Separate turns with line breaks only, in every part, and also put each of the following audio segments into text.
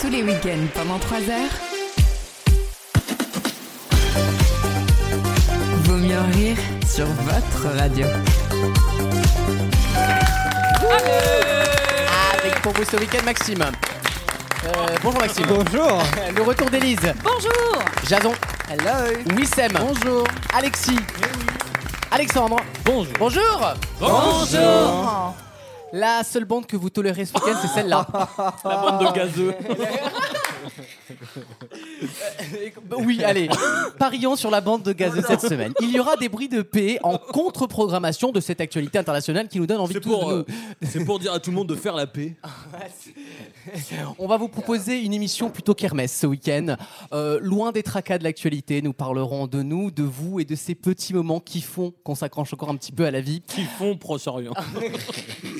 tous les week-ends pendant 3 heures. Vaut mieux en rire sur votre radio.
Avec Ah, pour vous ce week-end, Maxime. Euh, bonjour Maxime.
Bonjour.
Le retour d'Élise.
Bonjour
Jason. Hello. Wissem. Bonjour. Alexis. Alexandre. Bonjour. Bonjour.
Bonjour
La seule bande que vous tolérez ce week-end, c'est celle-là. Oh.
La bande de gazeux. Bah
Oui, allez. Parions sur la bande de gazeux cette semaine. Il y aura des bruits de paix en contre-programmation de cette actualité internationale qui nous donne envie
C'est
tous
pour,
de nous-
euh, c'est pour dire à tout le monde de faire la paix.
On va vous proposer une émission plutôt kermesse ce week-end. Euh, loin des tracas de l'actualité, nous parlerons de nous, de vous et de ces petits moments qui font qu'on s'accroche encore un petit peu à la vie.
Qui font Proche-Orient.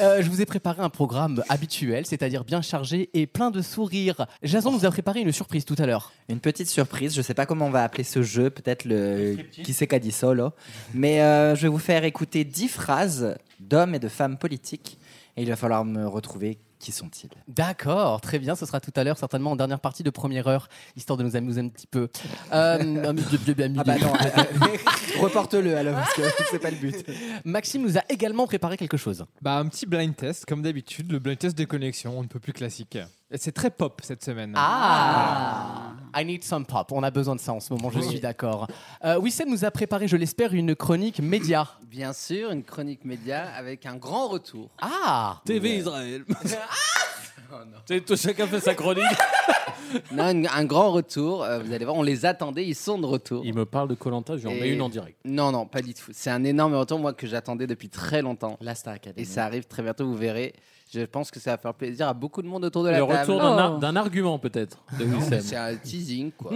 Euh, je vous ai préparé un programme habituel, c'est-à-dire bien chargé et plein de sourires. Jason nous a préparé une surprise tout à l'heure.
Une petite surprise, je sais pas comment on va appeler ce jeu, peut-être le qui c'est qu'a dit ça là, mais euh, je vais vous faire écouter 10 phrases d'hommes et de femmes politiques et il va falloir me retrouver qui sont-ils.
D'accord, très bien, ce sera tout à l'heure, certainement en dernière partie de première heure, histoire de nous amuser un petit peu. Euh,
Ah bah non, euh, reporte-le alors parce que c'est pas le but.
Maxime nous a également préparé quelque chose.
Bah, un petit blind test, comme d'habitude, le blind test des connexions, on ne peut plus classique. Et C'est très pop cette semaine.
Ah I need some pop. On a besoin de ça en ce moment, je suis d'accord. Euh, Wissem nous a préparé, je l'espère, une chronique média.
Bien sûr, une chronique média avec un grand retour.
Ah
TV Israël.
Ah
Tu sais, tout- Chacun fait sa chronique.
Non, un, un grand retour. euh, vous allez voir, on les attendait, ils sont de retour.
Il me parle de Colanta, j'en mets
Et-
une en direct.
Non, non, pas du tout. C'est un énorme retour, moi, que j'attendais depuis très longtemps.
Là, Star
Et
Academy.
ça arrive très bientôt, vous verrez. Je pense que ça va faire plaisir à beaucoup de monde autour de la
Le
table. Oh.
retour d'un, ar- d'un argument peut-être de Wissem.
C'est un teasing, quoi.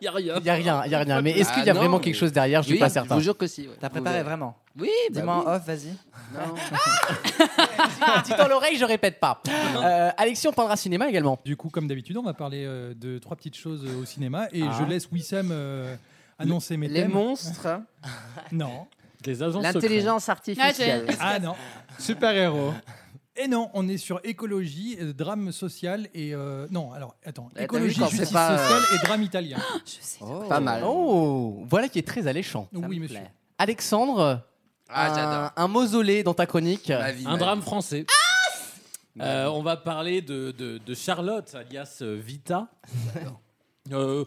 Il y a rien.
Il n'y a rien, il n'y a rien. Mais est-ce qu'il y a
Ah, non,
vraiment
mais-
quelque chose derrière Je ne
oui,
suis pas
je
certain.
vous jure que si. ouais.
T'as
Vous
préparé
verrez.
vraiment
Oui, bah
Dis-moi
oui.
en off, vas-y.
Non.
Dis dans Ah, l'oreille, je répète pas. Euh, Alexis, on parlera cinéma également.
Du coup, comme d'habitude, on va parler euh, de trois petites choses euh, au cinéma et
Ah.
je laisse Wissam euh, annoncer mes
Les
thèmes.
monstres,
Non.
Les agents
l'intelligence artificielle.
Ah non.
Super héros.
Et non, on est sur écologie, euh, drame social et euh, non. Alors, attends,
Eh, t'as vu
écologie,
quand c'est
justice
pas, euh,
sociale et drame italien.
Je sais.
Pas mal.
Oh, voilà qui est très alléchant.
Ça
oui,
me
monsieur.
plaît.
Alexandre,
Ah,
un-
j'adore.
un, mausolée dans ta chronique.
Ma vie, Ah,
Un
ma
drame français. Euh, on va parler de, de- de Charlotte, alias euh, Vita. Euh,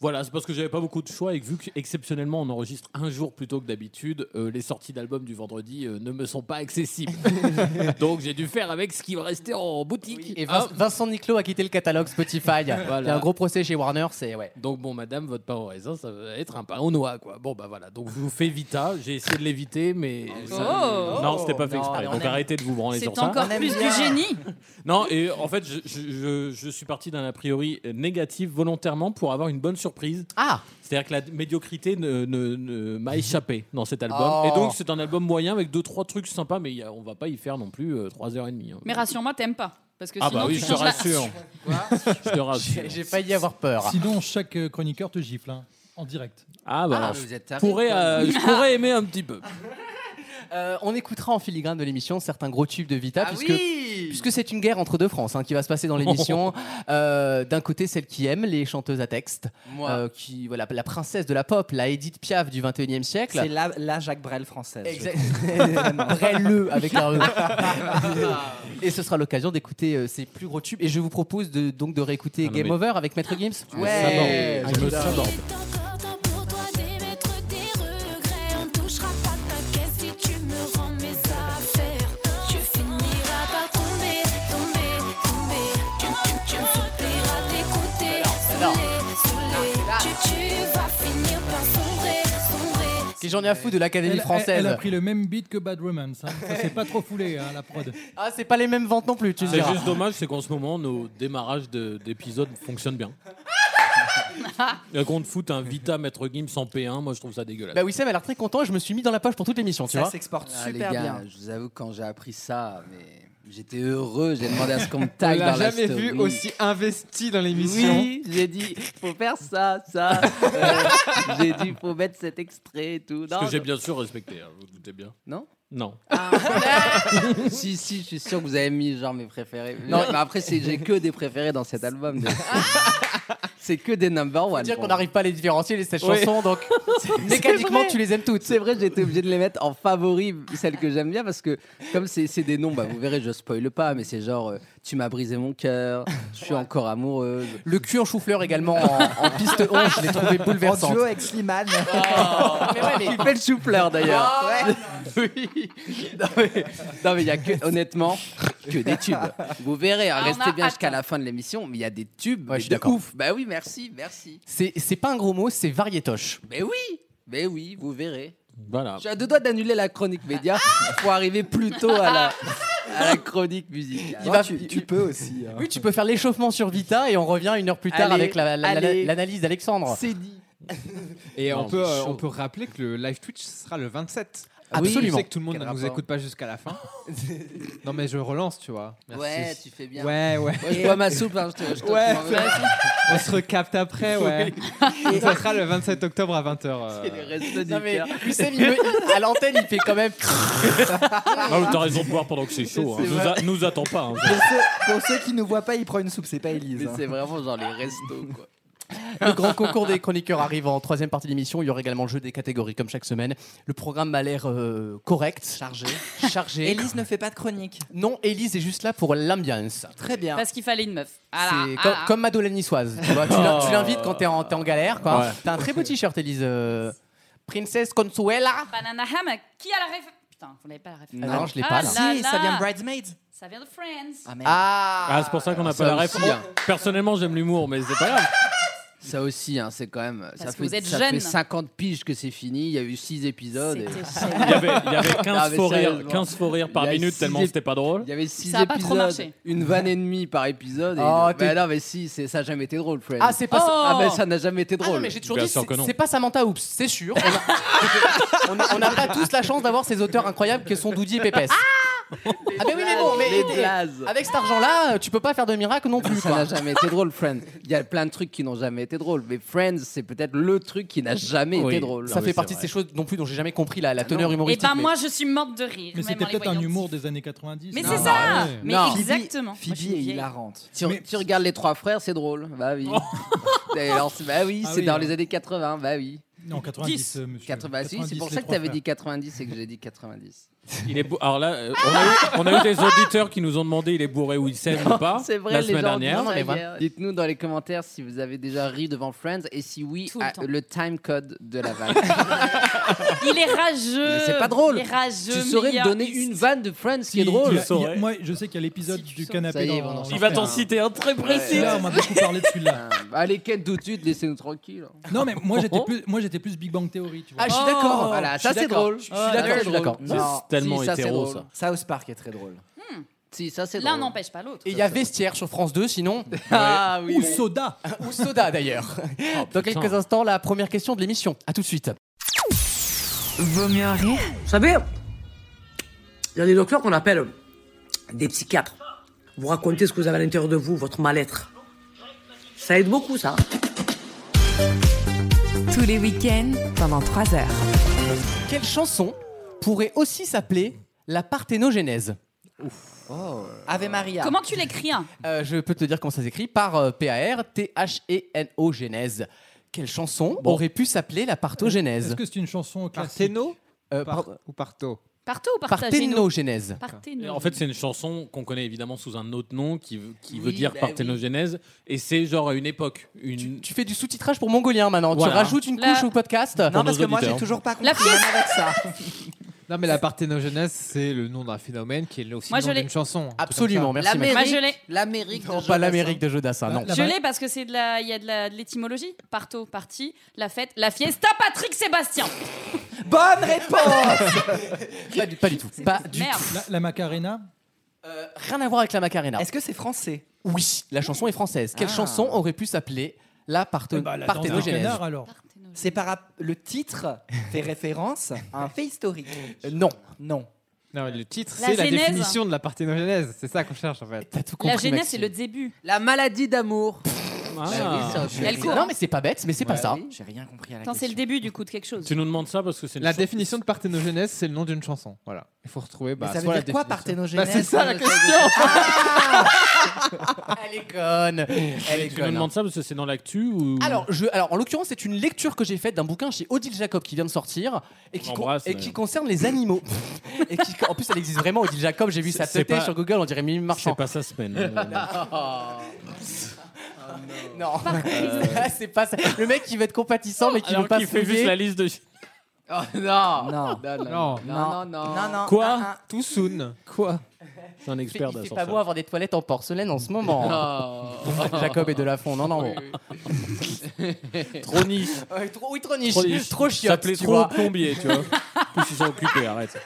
voilà, c'est parce que j'avais pas beaucoup de choix et que vu qu'exceptionnellement on enregistre un jour plutôt que d'habitude, euh, les sorties d'albums du vendredi euh, ne me sont pas accessibles. Donc j'ai dû faire avec ce qui me restait en boutique.
Et Vin-
Hein
Vincent Niclot a quitté le catalogue Spotify. Il y a un gros procès chez Warner, c'est ouais.
donc bon, madame, votre pain au raisin, Oh, ça va être un pain au noix, quoi. Bon, bah voilà. Donc je vous fais Vita. J'ai essayé de l'éviter, mais ça- euh,
Oh.
non, c'était pas fait
Non,
exprès.
mais on
Donc
aime.
arrêtez de vous branler
C'est
sur ça.
encore
On aime
plus
bien.
du génie
Non, et en fait, je, je- je- je suis parti d'un a priori négatif volontairement pour avoir une bonne surprise.
Ah,
C'est-à-dire que la médiocrité ne, ne- ne- m'a échappé dans cet album.
Oh.
Et donc, c'est un album moyen avec deux, trois trucs sympas, mais il y a- on va pas y faire non plus euh, trois heures et demie. hein.
Mais rassure-moi, t'aimes pas. Parce que
ah
sinon,
bah oui,
tu
je te
changes la-
rassure. Je te rassure.
j'ai j'ai failli avoir peur.
Sinon, chaque euh, chroniqueur te gifle hein, en direct.
Ah bah alors,
mais
je,
vous êtes tarés,
pourrais,
quoi.
euh, je pourrais aimer un petit peu.
Euh, on écoutera en filigrane de l'émission certains gros tubes de Vita,
Ah
puisque
oui
Puisque c'est une guerre entre deux France hein, qui va se passer dans l'émission. Euh, D'un côté, celle qui aime les chanteuses à texte,
Moi.
euh, qui voilà la princesse de la pop, la Edith Piaf du 21e siècle.
C'est la, la Jacques Brel française. je
Exact-
trouve.
Brelle-le avec un E. et ce sera l'occasion d'écouter euh, ces plus gros tubes. Et je vous propose de, donc de réécouter
Ah non,
Game
mais-
Over avec Maître Gims.
Ouais.
Je
Ah,
me sens dans-
Encore temps pour toi d'émettre tes regrets. On ne touchera pas ta caisse si tu me rends mes affaires. Tu finiras par tomber, tomber, tomber. Tu, tu, tu me supplieras d'écouter. Saoulé, saoulé. Tu, tu vas finir par sombrer, sombrer.
Si j'en ai à foutre de l'Académie
Elle,
française.
elle- elle a pris le même beat que Bad Romance. hein. Ça s'est pas trop foulé, hein, la prod.
Ah, c'est pas les mêmes ventes non plus, tu
C'est
diras.
juste dommage, c'est qu'en ce moment, nos démarrages de- d'épisodes fonctionnent bien. Et Qu'on te foute un Vita Maître Gims en P1, moi je trouve ça dégueulasse.
Bah Wissem a l'air très content et je me suis mis dans la poche pour toute l'émission, tu
Ça
vois.
s'exporte
Ah, les
super
gars,
bien.
je vous avoue, quand j'ai appris ça, mais j'étais heureux. J'ai demandé à ce qu'on me taille
On
dans
l'a
la
jamais vu
story.
aussi investi dans l'émission.
Oui, j'ai dit, faut faire ça, ça. Euh, j'ai dit, faut mettre cet extrait et tout.
Ce
Non,
que j'ai bien sûr respecté, hein, vous vous doutez bien.
non Ah,
Non.
Ah.
si, si, je suis sûr que vous avez mis genre mes préférés. Non, mais après, c'est- j'ai que des préférés dans cet album. donc. c'est que des number one.
Faut Ah. dire
pour
qu'on
moi.
n'arrive pas à les différencier, les sept
Oui.
chansons, donc mécaniquement, tu les aimes toutes.
C'est vrai, j'ai été obligé de les mettre en favori, celles que j'aime bien, parce que comme c'est c'est des noms, bah, vous verrez, je spoile pas, mais c'est genre euh, Tu m'as brisé mon cœur, je suis encore amoureuse.
Le cul en chou-fleur également en, en piste 11, je l'ai trouvé
En
bouleversante. Oh.
duo avec Slimane.
Oh.
Mais ouais, mais-
Il fait le souffleur d'ailleurs. Oui. Non mais non, mais il y a que honnêtement que des tubes. Vous verrez, hein,
Ah, on
restez
a
bien
hâte.
jusqu'à la fin de l'émission, mais il y a des tubes
Ouais,
mais
je suis
de
d'accord.
ouf. Bah oui, merci, merci.
C'est c'est pas un gros mot, c'est variétoche.
Mais oui, mais oui, vous verrez.
Voilà.
Je suis à deux doigts d'annuler la chronique média
Ah.
pour arriver plus tôt à la, à la chronique musicale.
Il va-
tu, tu peux aussi. hein.
Oui, tu peux faire l'échauffement sur Vita et on revient une heure plus tard
Allez,
avec la- la- la-
allez.
l'analyse d'Alexandre.
C'est dit.
Et
Non,
on, peut,
c'est
euh,
chaud.
on peut rappeler que le live Twitch sera le 27.
Absolument.
Ah Je sais que tout le monde
Quel
ne nous
rapport.
écoute pas jusqu'à la fin. non, mais je relance, tu vois. Merci.
Ouais, tu fais bien.
Ouais, ouais.
Moi, je bois ma soupe, hein, je te, je te-
Ouais,
tu m'en remercies.
On se recapte après, ouais. Et ça sera le 27 octobre à euh. 20h.
C'est les restes du
Non mais
cœur.
Lucien, il me- à l'antenne, il fait quand même.
Ah, mais t'as raison de boire pendant que c'est chaud. hein. Nous, a- nous attend pas. hein.
Pour, ceux, pour ceux qui ne voient pas, il prend une soupe, c'est pas Elise. hein.
Mais c'est vraiment genre les restos, quoi.
Le grand concours des chroniqueurs arrive en troisième partie de l'émission. Il y aura également le jeu des catégories comme chaque semaine. Le programme a l'air euh, correct. Chargé. Chargé.
Elise ne fait pas de chronique.
Non, Élise est juste là pour l'ambiance.
Très bien.
Parce qu'il fallait une meuf.
C'est
Voilà,
comme,
voilà.
comme Madeleine niçoise. Tu, vois, tu l'in-
Oh.
tu l'invites quand t'es en, t'es en galère. quoi.
Ouais.
T'as un très beau t-shirt, Élise. euh, Princesse Consuela.
Ah, Banana Hammock. Qui a la ref Putain, vous n'avez pas la ref
Ah non, je l'ai
Ah
pas là.
là. là.
Bridesmaids.
Ça vient de Friends.
Ah merde.
Ah,
Ah, c'est pour ça qu'on n'a
Ça
pas la ref.
aussi, hein.
Personnellement, j'aime l'humour, mais c'est pas grave.
Ça aussi, hein, c'est quand même. ça
Parce que
fait,
vous êtes
ça
jeune.
fait 50 piges que c'est fini. Il y a eu 6 épisodes. et-
C'était
Il
génial.
y avait, il y avait
Non,
15,
mais
faux rires,
sérieusement.
15 faux rires par
Il y a
minute
six
tellement
ép-
c'était pas drôle.
Il y avait 6
Ça a pas trop
épisodes.
marché.
Une vanne et demie par épisode. et-
Oh, t'es-
Bah non, mais si, c'est- ça n'a jamais été drôle, Friends.
Ah, c'est pas ça.
Ah, mais ça n'a jamais été
Ah non,
drôle.
mais j'ai toujours
Bien
dit,
sûr
c'est
que non.
c'est pas Samantha Oops, c'est sûr. On a- On a- on n'a pas tous la chance d'avoir ces auteurs incroyables que sont Doudy et Pépès. Ah, ben oui, mais bon, mais
Les
écoutez,
blazes.
avec cet argent-là, euh, tu peux pas faire de miracle non plus.
Ça
quoi.
n'a jamais été drôle, Friends. Il y a plein de trucs qui n'ont jamais été drôles. Mais Friends, c'est peut-être le truc qui n'a jamais
Oui. Ah
été drôle.
Ça
oui,
fait
c'est
partie de
vrai.
ces choses non plus dont j'ai jamais compris la, la teneur
Et
humoristique.
ben
mais-
moi, je suis morte de rire.
Mais
même
c'était
en les
peut-être un
voyant.
humour des années 90.
Mais
non
c'est
Ah
bah
ça
ouais.
Mais
Non.
exactement. Moi, je suis
Phoebe est
vieille.
hilarante.
Tu,
Mais-
tu regardes les trois frères, c'est drôle. Bah oui.
Oh.
Et alors, c'est- bah oui,
Ah
c'est
oui,
dans
hein.
les années 80. Bah oui.
Non, 90, euh, monsieur.
86, c'est pour
90,
ça
les
que tu avais
trois
dit 90 et que j'ai dit 90.
Il est bou- Alors là, euh, on a, eu, on a eu des auditeurs qui nous ont demandé il est bourré ou il s'aime ou pas
C'est vrai,
la
les
semaine
gens
dernière.
disent
mais voilà.
ailleurs. Dites-nous dans les commentaires si vous avez déjà ri devant Friends et si oui,
Tout le
à-
temps.
time code de la vanne.
Il est rageux.
Mais c'est pas drôle.
Il est rageux.
tu
mais
saurais me
il y a-
donner une vanne de Friends
frères.
qui est
Si,
drôle
il y a-
Ça aurait-
Moi, je sais qu'il y a l'épisode
Si tu
du
sors-
canapé
Ça y est,
dans.
on en
dans
Il va
le
t'en
fer.
citer un très précis.
Là, on m'a beaucoup parlé de celui-là.
Euh, Allez, quête tout de suite, laissez-nous hein. tranquille.
Non, mais moi
Oh.
j'étais plus, moi j'étais plus Big Bang Theory, tu vois.
Ah, je suis d'accord.
Oh,
voilà,
Je
ça
suis
c'est
d'accord.
drôle. Ah,
Je suis d'accord, je suis d'accord.
C'est tellement hétéro, ça.
South Park est très drôle.
Si, ça c'est drôle.
L'un n'empêche pas l'autre.
Et il y a Vestiaire sur France 2, sinon.
Ah oui.
Ou Soda.
Ou Soda d'ailleurs. Dans quelques instants, la première question de l'émission. À tout de suite.
Vaut mieux en rire
Vous savez, il y a des docteurs qu'on appelle des psychiatres. Vous racontez ce que vous avez à l'intérieur de vous, votre mal-être. Ça aide beaucoup, ça.
tous les week-ends pendant 3 heures.
Quelle chanson pourrait aussi s'appeler la parthénogénèse
Ave Maria.
Comment tu l'écris hein
Euh, Je peux te dire comment ça s'écrit par euh, P-A-R-T-H-E-N-O E genèse. Quelle chanson aurait pu s'appeler la
Est-ce
parthénogénèse
que c'est une chanson classique
Parthéno
Euh,
ou
par-
par- ou Parto
Partez ou partagez
Parthénogénèse.
Parthéno.
En fait, c'est une chanson qu'on connaît évidemment sous un autre nom qui, veut- qui veut
Oui,
dire
bah oui.
parthénogénèse. Et c'est genre à une époque. Une...
Tu fais du sous-titrage pour mongolien maintenant.
Voilà.
Tu rajoutes une
La-
couche au podcast.
Non,
Pour
parce
nos
que moi j'ai
auditeurs.
toujours pas compris
La pièce.
même avec ça.
Non, mais la parthénogenèse, c'est le nom d'un phénomène qui est aussi
Moi,
le
je
nom
l'ai.
d'une chanson.
Absolument, merci. Max.
Moi, je l'ai.
L'Amérique. L'Amérique.
Non,
de
pas
Jean
l'Amérique de Jodassin, non.
La-
Je l'ai parce que c'est de la, il y a de la- de l'étymologie. Parto, parti, la fête, la fiesta, Patrick Sébastien.
Bonne réponse
Pas du, pas du tout. Pas du
Merde.
La, la Macarena
Euh, rien à voir avec la Macarena.
Est-ce que c'est français
Oui, la chanson est française. Quelle
Ah.
chanson aurait pu s'appeler la parthe-
Eh bah, La danse des
parthénogénèse
canards, alors.
Parthénogène.
C'est par rap- le titre fait référence à un fait historique.
Euh, Non.
Non.
Non, le titre,
La
c'est la
genèse.
définition de la parthénogenèse. C'est ça qu'on cherche en fait.
T'as tout
La
compris.
genèse,
Maxime.
c'est le début.
La maladie d'amour.
Bah
Elle court.
hein.
Non, mais c'est pas bête, mais c'est pas
Ouais.
ça.
J'ai rien compris à la
Attends, c'est le début du coup de quelque chose.
Tu nous demandes ça parce que c'est une
La
chose-
définition de parthénogenèse, c'est le nom d'une chanson. Voilà. Il faut retrouver. Bah,
ça veut
soit la
dire quoi,
définition-
parthénogenèse
Bah, C'est ça la
Euh,
question.
Ah. Elle est conne. Elle est
Tu nous
conne. hein.
demandes ça parce que c'est dans l'actu ou
Alors, je, alors, en l'occurrence, c'est une lecture que j'ai faite d'un bouquin chez Odile Jacob qui vient de sortir et qui,
On l'embrasse,
et
d'ailleurs.
qui concerne les animaux. et qui, en plus, elle existe vraiment, Odile Jacob. J'ai vu
C'est-
sa
c'est
tête
pas-
sur Google, on dirait Mimi
c'est
Marchand.
pas sa semaine. Euh,
Non, c'est pas ça. Le mec qui veut être compatissant mais qui
alors
veut pas
qu'il
se
fait juste
mouiller.
la liste de.
Oh, non.
Non.
Non,
Non.
non, non, non.
Non, non.
Quoi
un, un.
Too soon. Quoi
Je suis un
Il fait,
expert
il fait
d'ascenseur.
pas beau avoir des toilettes en porcelaine en ce moment. hein. Jacob et Delafond, non, non.
Trop niche.
Ouais, trop, oui, trop niche.
Trop niche.
Trop
Ça
chiotte,
plaît
tu
trop aux
vois.
plombiers, tu vois. En Plus ils sont occupés, arrête.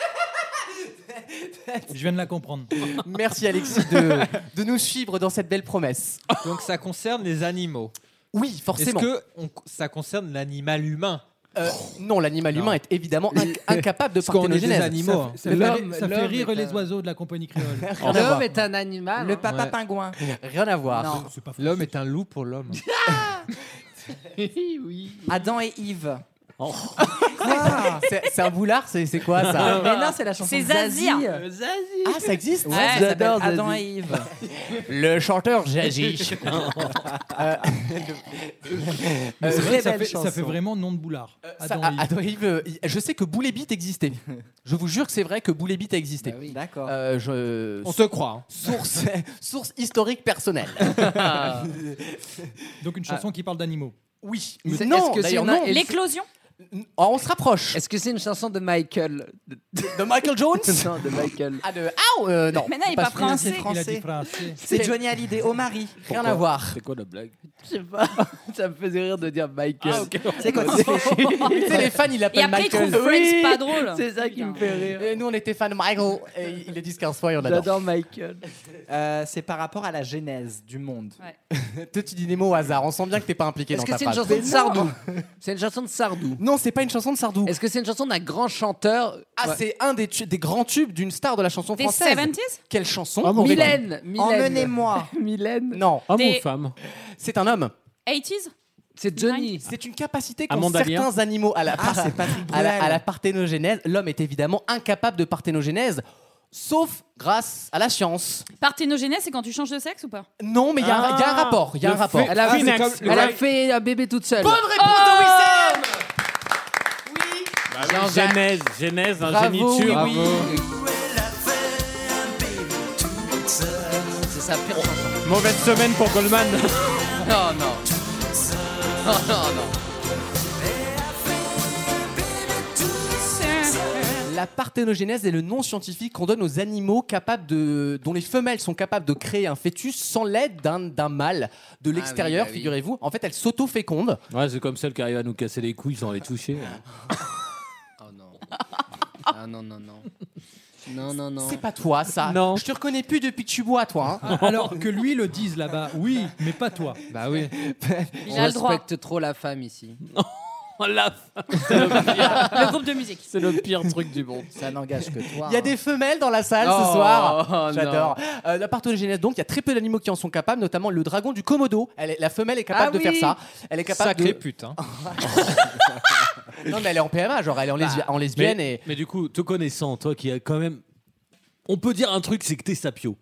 Je viens de la comprendre.
Merci Alexis de, de nous suivre dans cette belle promesse.
Donc ça concerne les animaux.
Oui,
Est-ce
forcément.
que on- ça concerne l'animal humain
Euh, non, l'animal
Non.
humain est évidemment inc- incapable de
Parce qu'on est des
parthénogénèse.
animaux.
hein.
Ça,
Mais
fait,
l'homme-
ça fait
l'homme
rire
est
les
un-
oiseaux de la compagnie créole.
Rien à voir.
L'homme est un animal.
Le
hein.
papa
Ouais.
pingouin.
Rien à voir.
Non.
C'est pas faux.
L'homme est un loup pour l'homme.
oui.
Adam et Yves.
Oh.
Quoi
Ah, C'est c'est un boulard, c'est c'est quoi ça
Mais non, c'est la chanson
C'est
de Zazie.
Zazie.
Ouais,
Ah, ça existe
ça
Ouais.
s'appelle Adam et Yves.
Le chanteur Euh, Jaji.
Mais c'est
Euh,
vrai que ça,
très
fait,
belle
ça
chanson.
fait vraiment nom de boulard.
Ça,
Adam
ah,
et Ève.
Adam et Yves, euh, je sais que Boulet Beat existait. Je vous jure que c'est vrai que Boulet Beat a existé.
Bah D'accord.
Euh, je...
On se croit. hein.
source, source historique personnelle.
Ah.
Donc une chanson qui parle d'animaux.
Oui.
Mais Ah. c'est-
non,
est-ce que
d'ailleurs,
si on a-
non.
est-ce-
L'éclosion
Oh,
Ah, on se rapproche.
Est-ce que c'est une chanson de Michael de,
De Michael Jones
Non, de Michael.
Ah, de... ah euh, non.
Mais non, il est pas
celui-là.
français.
Il a
Français.
dit français.
C'est Johnny Hallyday, au mari.
Rien à voir.
C'est quoi la blague
Je sais pas. Ça me faisait rire de dire Michael.
Ah, C'est quoi c'est-
Tu sais, les fans, ils
Et
l'appellent
après, il trouve
Michael.
Friends pas drôle.
C'est ça qui me fait rire.
Et nous, on était fans de Michael. Et il est 10 15 fois et on adore.
J'adore Michael.
Euh, C'est par rapport à la genèse du monde.
Toi, tu dis des mots au hasard. On sent bien que t'es pas impliqué
Est-ce
dans
que
ta
c'est une
phrase.
chanson de Sardou C'est une chanson de Sardou.
Non, c'est pas une chanson de Sardou.
Est-ce que c'est une chanson d'un grand chanteur
Ah,
Ouais.
c'est un des, tu- des grands tubes d'une star de la chanson
Des
française.
70s
Quelle chanson
Ah Mylène, Mylène.
Emmenez-moi.
Mylène.
Non,
Homme
Des-
ou femme
c'est un homme.
80s
C'est Johnny.
C'est une capacité qu'ont
Amanda Lear.
certains animaux à la,
Ah, c'est Patrick
à la, à la
Bruel.
parthénogénèse. L'homme est évidemment incapable de parthénogénèse, sauf grâce à la science.
Parthénogénèse, c'est quand tu changes de sexe ou pas
Non, mais il y, a un- il y a un rapport. Il y a un
Ah, Le
rapport.
fait-
Elle a,
Ah,
fait,
c'est comme-
elle a fait un bébé toute seule.
Bonne réponse de Wissem
Bah oui, Genèse, genèse,
Bravo,
ingéniture.
oui, oui.
C'est sa pire chanson.
Mauvaise semaine pour Goldman.
Non, non. Non, non, non.
Oh. La parthénogénèse est le nom scientifique qu'on donne aux animaux capables de, dont les femelles sont capables de créer un fœtus sans l'aide d'un d'un mâle de l'extérieur,
bah oui.
figurez-vous. En fait, elles s'auto-fécondent.
Ouais, c'est comme celle qui arrive à nous casser les couilles sans les toucher.
Ah.
Oh non. Ah non, non, non. Non, non, non.
C'est pas toi, ça.
Non.
Je te reconnais plus depuis que tu bois, toi. hein.
Ah, alors que lui le dise là-bas, oui, mais pas toi.
Bah oui.
Il
On
a le droit.
respecte trop la femme ici.
Oh, la-
Le groupe de musique.
C'est le pire truc du monde.
Ça n'engage que toi.
Il y a des femelles dans la salle ce
hein. Oh,
soir.
oh,
J'adore. Euh, la parthénogénèse, donc, il y a très peu d'animaux qui en sont capables, notamment le dragon du Komodo. Elle est- la femelle est capable de
Ah
faire
oui.
ça. Elle est capable de.
Sacré pute. hein.
Non, mais elle est en PMA, genre, elle est en,
Bah.
lesbi- en lesbienne
Bah, mais,
et.
mais du coup, te connaissant, toi qui a quand même. On peut dire un truc, c'est que t'es sapio.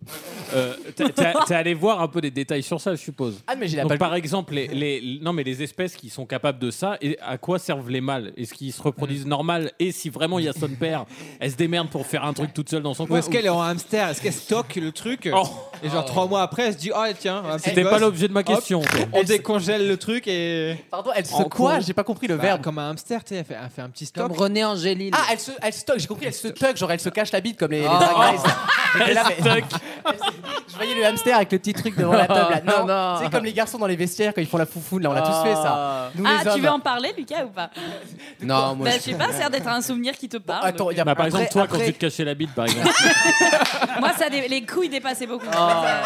Euh, t'es- T'es t'es allé voir un peu des détails sur ça, je suppose.
Ah, mais j'ai la
Donc,
balle-
par exemple, les, les- non, mais les espèces qui sont capables de ça, et à quoi servent les mâles Est-ce qu'ils se reproduisent normal Et si vraiment il y a son père, elle se démerde pour faire un truc toute seule dans son
Ou
coin
est-ce qu'elle est en hamster Est-ce qu'elle stocke le truc
Oh.
Et genre trois mois après, elle se dit Ah tiens, un petit
C'était pas
gosse.
l'objet de ma
Hop.
question. quoi.
On décongèle le truc et.
Pardon, elle se
En
quoi
cours.
J'ai pas compris le
Bah,
verbe.
Comme un hamster, tu sais, elle fait, elle fait un petit
Comme
stock.
René Angélil.
Ah, elle se, elle stocke, j'ai compris, elle se tuck, genre elle se cache la bite comme les, les
Oh.
Drag Race. J'étais
Elle
là,
se
mais-
toque.
je voyais le hamster avec le petit truc devant la table. là. Non,
Non, non.
c'est comme les garçons dans les vestiaires quand ils font la foufoune, là, on l'a tous fait ça. Nous,
Ah,
les
tu
hommes.
veux en parler, Lucas, ou pas
Non, moi
Bah, je
je...
sais pas, ça a l'air d'être un souvenir qui te parle.
Attends, il y a
Bah, par exemple, toi, quand
après-
tu te cachais la bite, par exemple.
Ah.
Moi, ça dé- les couilles dépassaient beaucoup. Euh,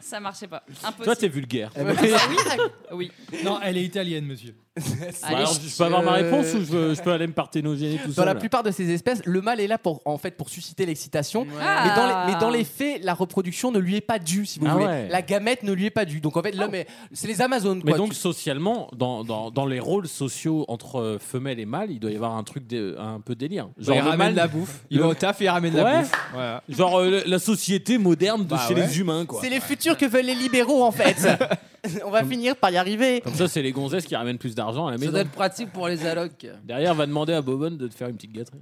Ça marchait pas. Impossible.
Toi, t'es vulgaire.
Eh ben,
Ah
Oui.
Non, elle est italienne, monsieur.
Bah, alors, je peux avoir ma réponse ou je, veux- je peux aller me parthénogéner tout
Dans
seul
la plupart de ces espèces, le mâle est là pour en fait pour susciter l'excitation,
Ah.
mais, dans les, mais dans les faits, la reproduction ne lui est pas due, si vous
Ah
voulez.
ouais.
La gamète ne lui est pas due. Donc en fait, l'homme est, c'est les Amazones.
Mais
quoi.
donc,
Tu-
socialement, dans, dans, dans les rôles sociaux entre euh, femelles et mâles, il doit y avoir un truc dé- un peu délire.
Genre, il
le
ramène
mâle-
la bouffe. Il va au taf et il ramène la
Ouais.
bouffe. Voilà.
Genre euh, le- la société moderne de
Bah
chez
ouais.
les humains, quoi.
c'est les futurs que veulent les libéraux en fait. On va finir par y arriver.
Comme ça, c'est les gonzesses qui ramènent plus d'argent à la
Ça
maison.
doit être pratique pour les allocs.
Derrière, va demander à Bobonne de te faire une petite gâterie.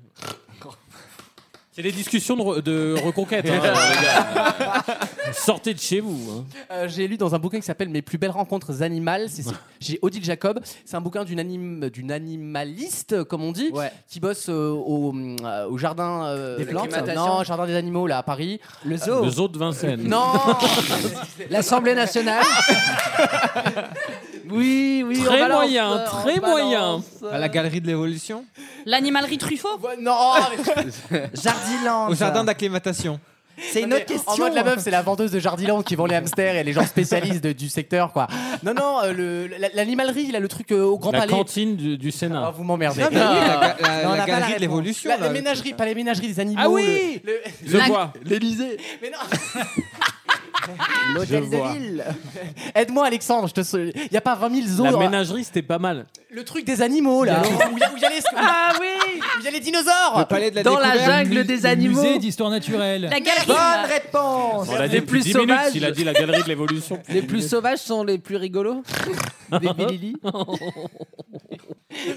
C'est des discussions de, re- de reconquête. hein, les gars. Sortez de chez vous. hein.
Euh, j'ai lu dans un bouquin qui s'appelle Mes plus belles rencontres animales. C'est, c'est- j'ai Odile Jacob. C'est un bouquin d'une, anim- d'une animaliste, comme on dit,
Ouais.
qui bosse euh, au, euh, au jardin euh,
Des plantes
Non, jardin des animaux là à Paris.
Le zoo.
Le zoo de Vincennes.
Non,
L'Assemblée nationale. oui, oui. on
Très
balance,
moyen,
euh,
très
on balance. euh,
moyen.
À la galerie de l'évolution.
L'animalerie Truffaut
non.
Jardiland.
Au jardin d'acclimatation.
C'est une autre question.
En mode la meuf, c'est la vendeuse de Jardiland qui vend les hamsters et les gens spécialistes de- du secteur quoi. Non, non, euh, le- la- l'animalerie, il a le truc euh, au Grand
La
Palais.
cantine du, du
Ah,
Sénat.
vous m'emmerdez.
Non, mais oui, la, ga- la-
Non, on
la
n'a pas la
galerie de
réponse.
l'évolution.
La,
là,
la
le-
ménagerie, pas les ménageries des animaux.
Ah oui
le- le-
Je vois.
L'Elysée Mais non Ah.
L'hôtel
Je vois.
de ville.
Aide-moi, Alexandre, je te. Il n'y a pas 20 000
La
zoos. hein.
ménagerie, c'était pas mal.
Le truc des animaux, là. où il y, a- où il y a les- où
Ah oui.
il y a les dinosaures
le palais de la
Dans la
découverte.
jungle
Le mu-
des
le
animaux.
Musée d'histoire naturelle.
La galerie
Bonne réponse.
On l'a
Les
dit
plus
10 minutes,
sauvages.
il a dit la galerie de l'évolution.
Les plus sauvages sont les plus rigolos. Des Billy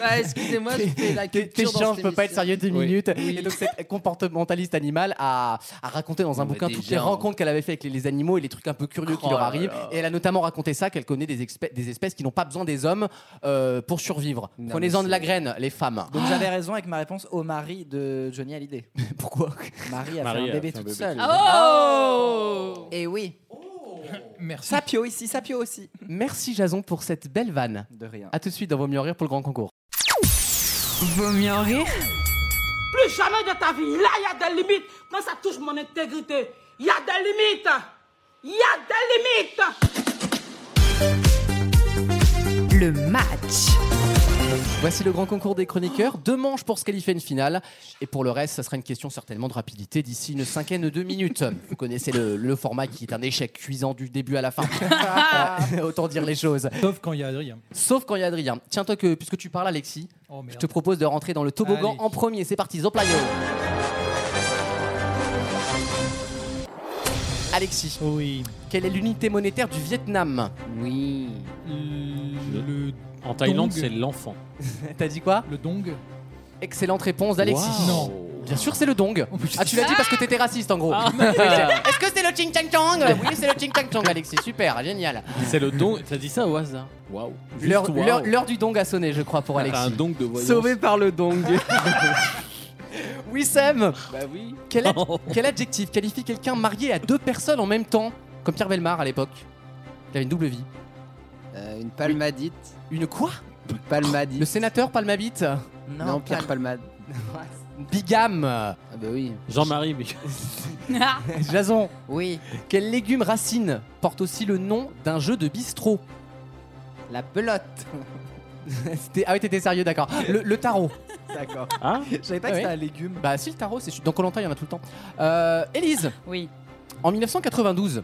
ah, Excusez-moi, je fais la
T'es
culture.
t'es
dans
chiant,
cette
je peux pas être
émission.
sérieux deux
Oui.
minutes. Et donc, cette comportementaliste animale a, a raconté dans un
Non, mais
bouquin toutes
déjà,
les
hein.
rencontres qu'elle avait fait avec les, les animaux et les trucs un peu curieux qui
Oh
leur
là
arrivent.
là.
Et elle a notamment raconté ça qu'elle connaît des, expé- des espèces qui n'ont pas besoin des hommes euh, pour survivre.
Non,
Prenez-en
mais
de la
c'est-
graine, les femmes.
Donc j'avais raison avec ma réponse au mari de Johnny Hallyday.
Pourquoi
Marie a
Marie
fait
a
un bébé
fait un
toute
bébé.
seule.
Oh
Et oui.
Oh.
Merci.
Sapio ici, Sapio aussi.
Merci, Jason, pour cette belle vanne.
De rien.
À tout de suite dans Vaut mieux en rire pour le grand concours.
Vaut mieux en rire
Plus jamais de ta vie. Là, il y a des limites. Quand ça touche mon intégrité, il y a des limites. Il y a des limites.
Le match.
Voici le grand concours des chroniqueurs. Deux manches pour se qualifier à une finale. Et pour le reste, ça sera une question certainement de rapidité d'ici une cinquaine de minutes. Vous connaissez le, le format qui est un échec cuisant du début à la fin. Euh, Autant dire les choses.
Sauf quand il y a Adrien.
Sauf quand il y a Adrien. Tiens, toi, que, puisque tu parles, Alexis,
Oh
je
merde.
te propose de rentrer dans le toboggan
Allez.
en premier. C'est parti, Zoplayo. Alexis,
Oui.
quelle est l'unité monétaire du Vietnam
Oui.
Le, le,
Mm. En Thaïlande,
Dong.
c'est l'enfant.
T'as dit quoi
le dong.
Excellente réponse d'Alexis.
Wow.
Non.
Bien sûr, c'est le dong.
putain.
Ah, tu l'as dit parce que t'étais raciste en
Ah.
gros. Est-ce que c'est le ching chang chang Oui, c'est le ching chang chang, Alexis. Super, génial.
C'est le don. T'as dit ça au hasard. Waouh. Juste
L'heure
waouh.
l'heure- l'heure du dong a sonné, je crois,
Ah,
pour
T'as Un
Alexis.
don de voyance.
Sauvé par le dong.
Oui, Sam.
bah oui.
Quel, ad-
Oh.
quel adjectif qualifie quelqu'un marié à deux personnes en même temps Comme Pierre Belmar à l'époque. Il avait une double vie.
Euh, une palmadite.
Une quoi
Une
Le
palmadite.
sénateur Palmabit
Non, Pierre Palmade.
Bigam.
Ah bah oui.
Jean-Marie, mais
Ah,
Jason.
Oui.
Quel légume racine porte aussi le nom d'un jeu de bistrot
La pelote.
C'était- Ah oui, t'étais sérieux, d'accord. Le- le tarot.
D'accord.
Ah.
Je savais pas
Ah
que
oui.
c'était un légume.
Bah si le tarot, c'est dans Colanta, il y en a tout le temps. Euh, Élise,
Oui.
en 1992,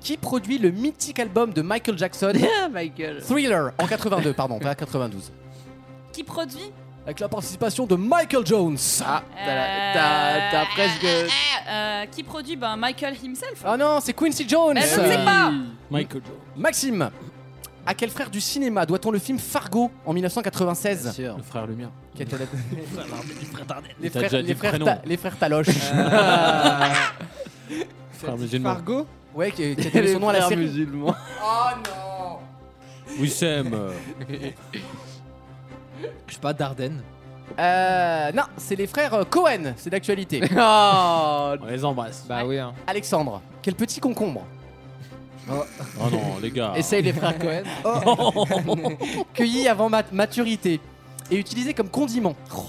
qui produit le mythique album de Michael Jackson,
Michael.
Thriller, en 82, pardon, pas 92,
Qui produit
avec la participation de Michael Jones.
Ah, t'as la- t'as t'as presque.
Euh, qui produit ben, Michael himself.
Ah non, c'est Quincy Jones.
Mais je ne sais pas.
Michael Jordan.
Maxime, à quel frère du cinéma doit-on le film Fargo en 1996
Le frère Lumière.
Qui était la- les
T'as
frères,
déjà dit
les
le
frères
prénom.
Ta- les frères Taloche.
Frère musulman.
Fargo
ouais, qui, qui a donné son nom à la série.
musulman.
Wissem. euh,
Je sais pas, Dardenne.
Euh, non, c'est les frères Cohen, c'est d'actualité.
Oh.
On les embrasse.
Bah oui, hein.
Alexandre, quel petit concombre
Oh non, les gars.
Essaye les frères Cohen.
Oh.
Cueilli avant mat- maturité et utilisé comme condiment.
Oh.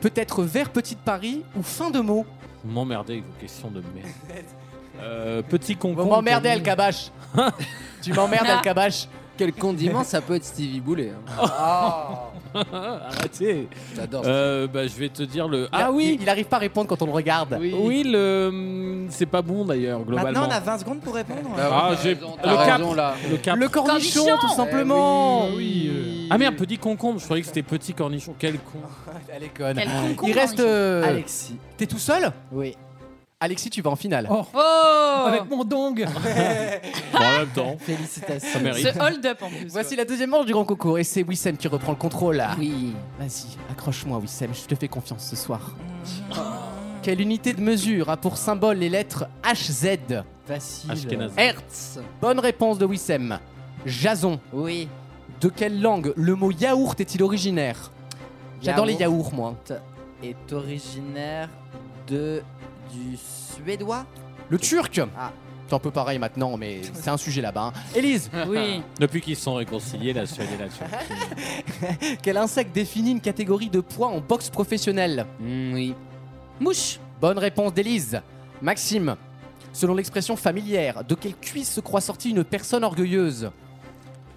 Peut-être vers Petite Paris ou fin de mot.
Vous m'emmerdez avec vos questions de merde. Euh, petit concombre.
Vous m'emmerdez, El Kabash. tu m'emmerdes, El Kabash.
Quel condiment ça peut être Stevie Boulet. hein.
Ah.
Ah, Arrêtez.
J'adore.
bah, Euh, bah, je vais te dire le.
Il a-
Ah oui.
Il, il arrive pas à répondre quand on le regarde.
Oui, le. hum, C'est pas bon d'ailleurs, globalement.
Maintenant, on a 20 secondes pour répondre.
Ah, j'ai.
Bah T'as
Le cap.
raison, là.
Le cap.
Le cornichon,
Cornichon
tout simplement.
Eh oui, oui,
Ah merde, petit concombre. Je croyais que c'était petit cornichon. Quel con.
Elle est conne.
Quel concombre,
Il reste.
hein,
euh,
Alexis.
T'es tout seul
Oui.
Alexis, tu vas en finale.
Oh,
Oh
avec mon dong
Bon, en même temps, ça
Félicitations.
mérite.
Ce hold-up en plus.
Voici la deuxième manche du grand concours et c'est Wissem qui reprend le contrôle.
Oui.
Vas-y, accroche-moi Wissem, je te fais confiance ce soir.
Mm.
Quelle unité de mesure a pour symbole les lettres HZ
Facile.
Ashkenaz.
Hertz.
Bonne réponse de Wissem. Jason,
Oui.
de quelle langue le mot yaourt est-il originaire J'adore les
Yaourt
yaourts moi.
Est originaire de du suédois.
Le turc
Ah.
C'est un peu pareil maintenant, mais c'est un sujet là-bas. hein. Élise,
Oui.
Depuis qu'ils se sont réconciliés, la Suède et la Turquie.
quel insecte définit une catégorie de poids en boxe professionnelle Hmm,
Mm, oui.
Mouche.
Bonne réponse d'Élise. Maxime, selon l'expression familière, de quelle cuisse se croit sortie une personne orgueilleuse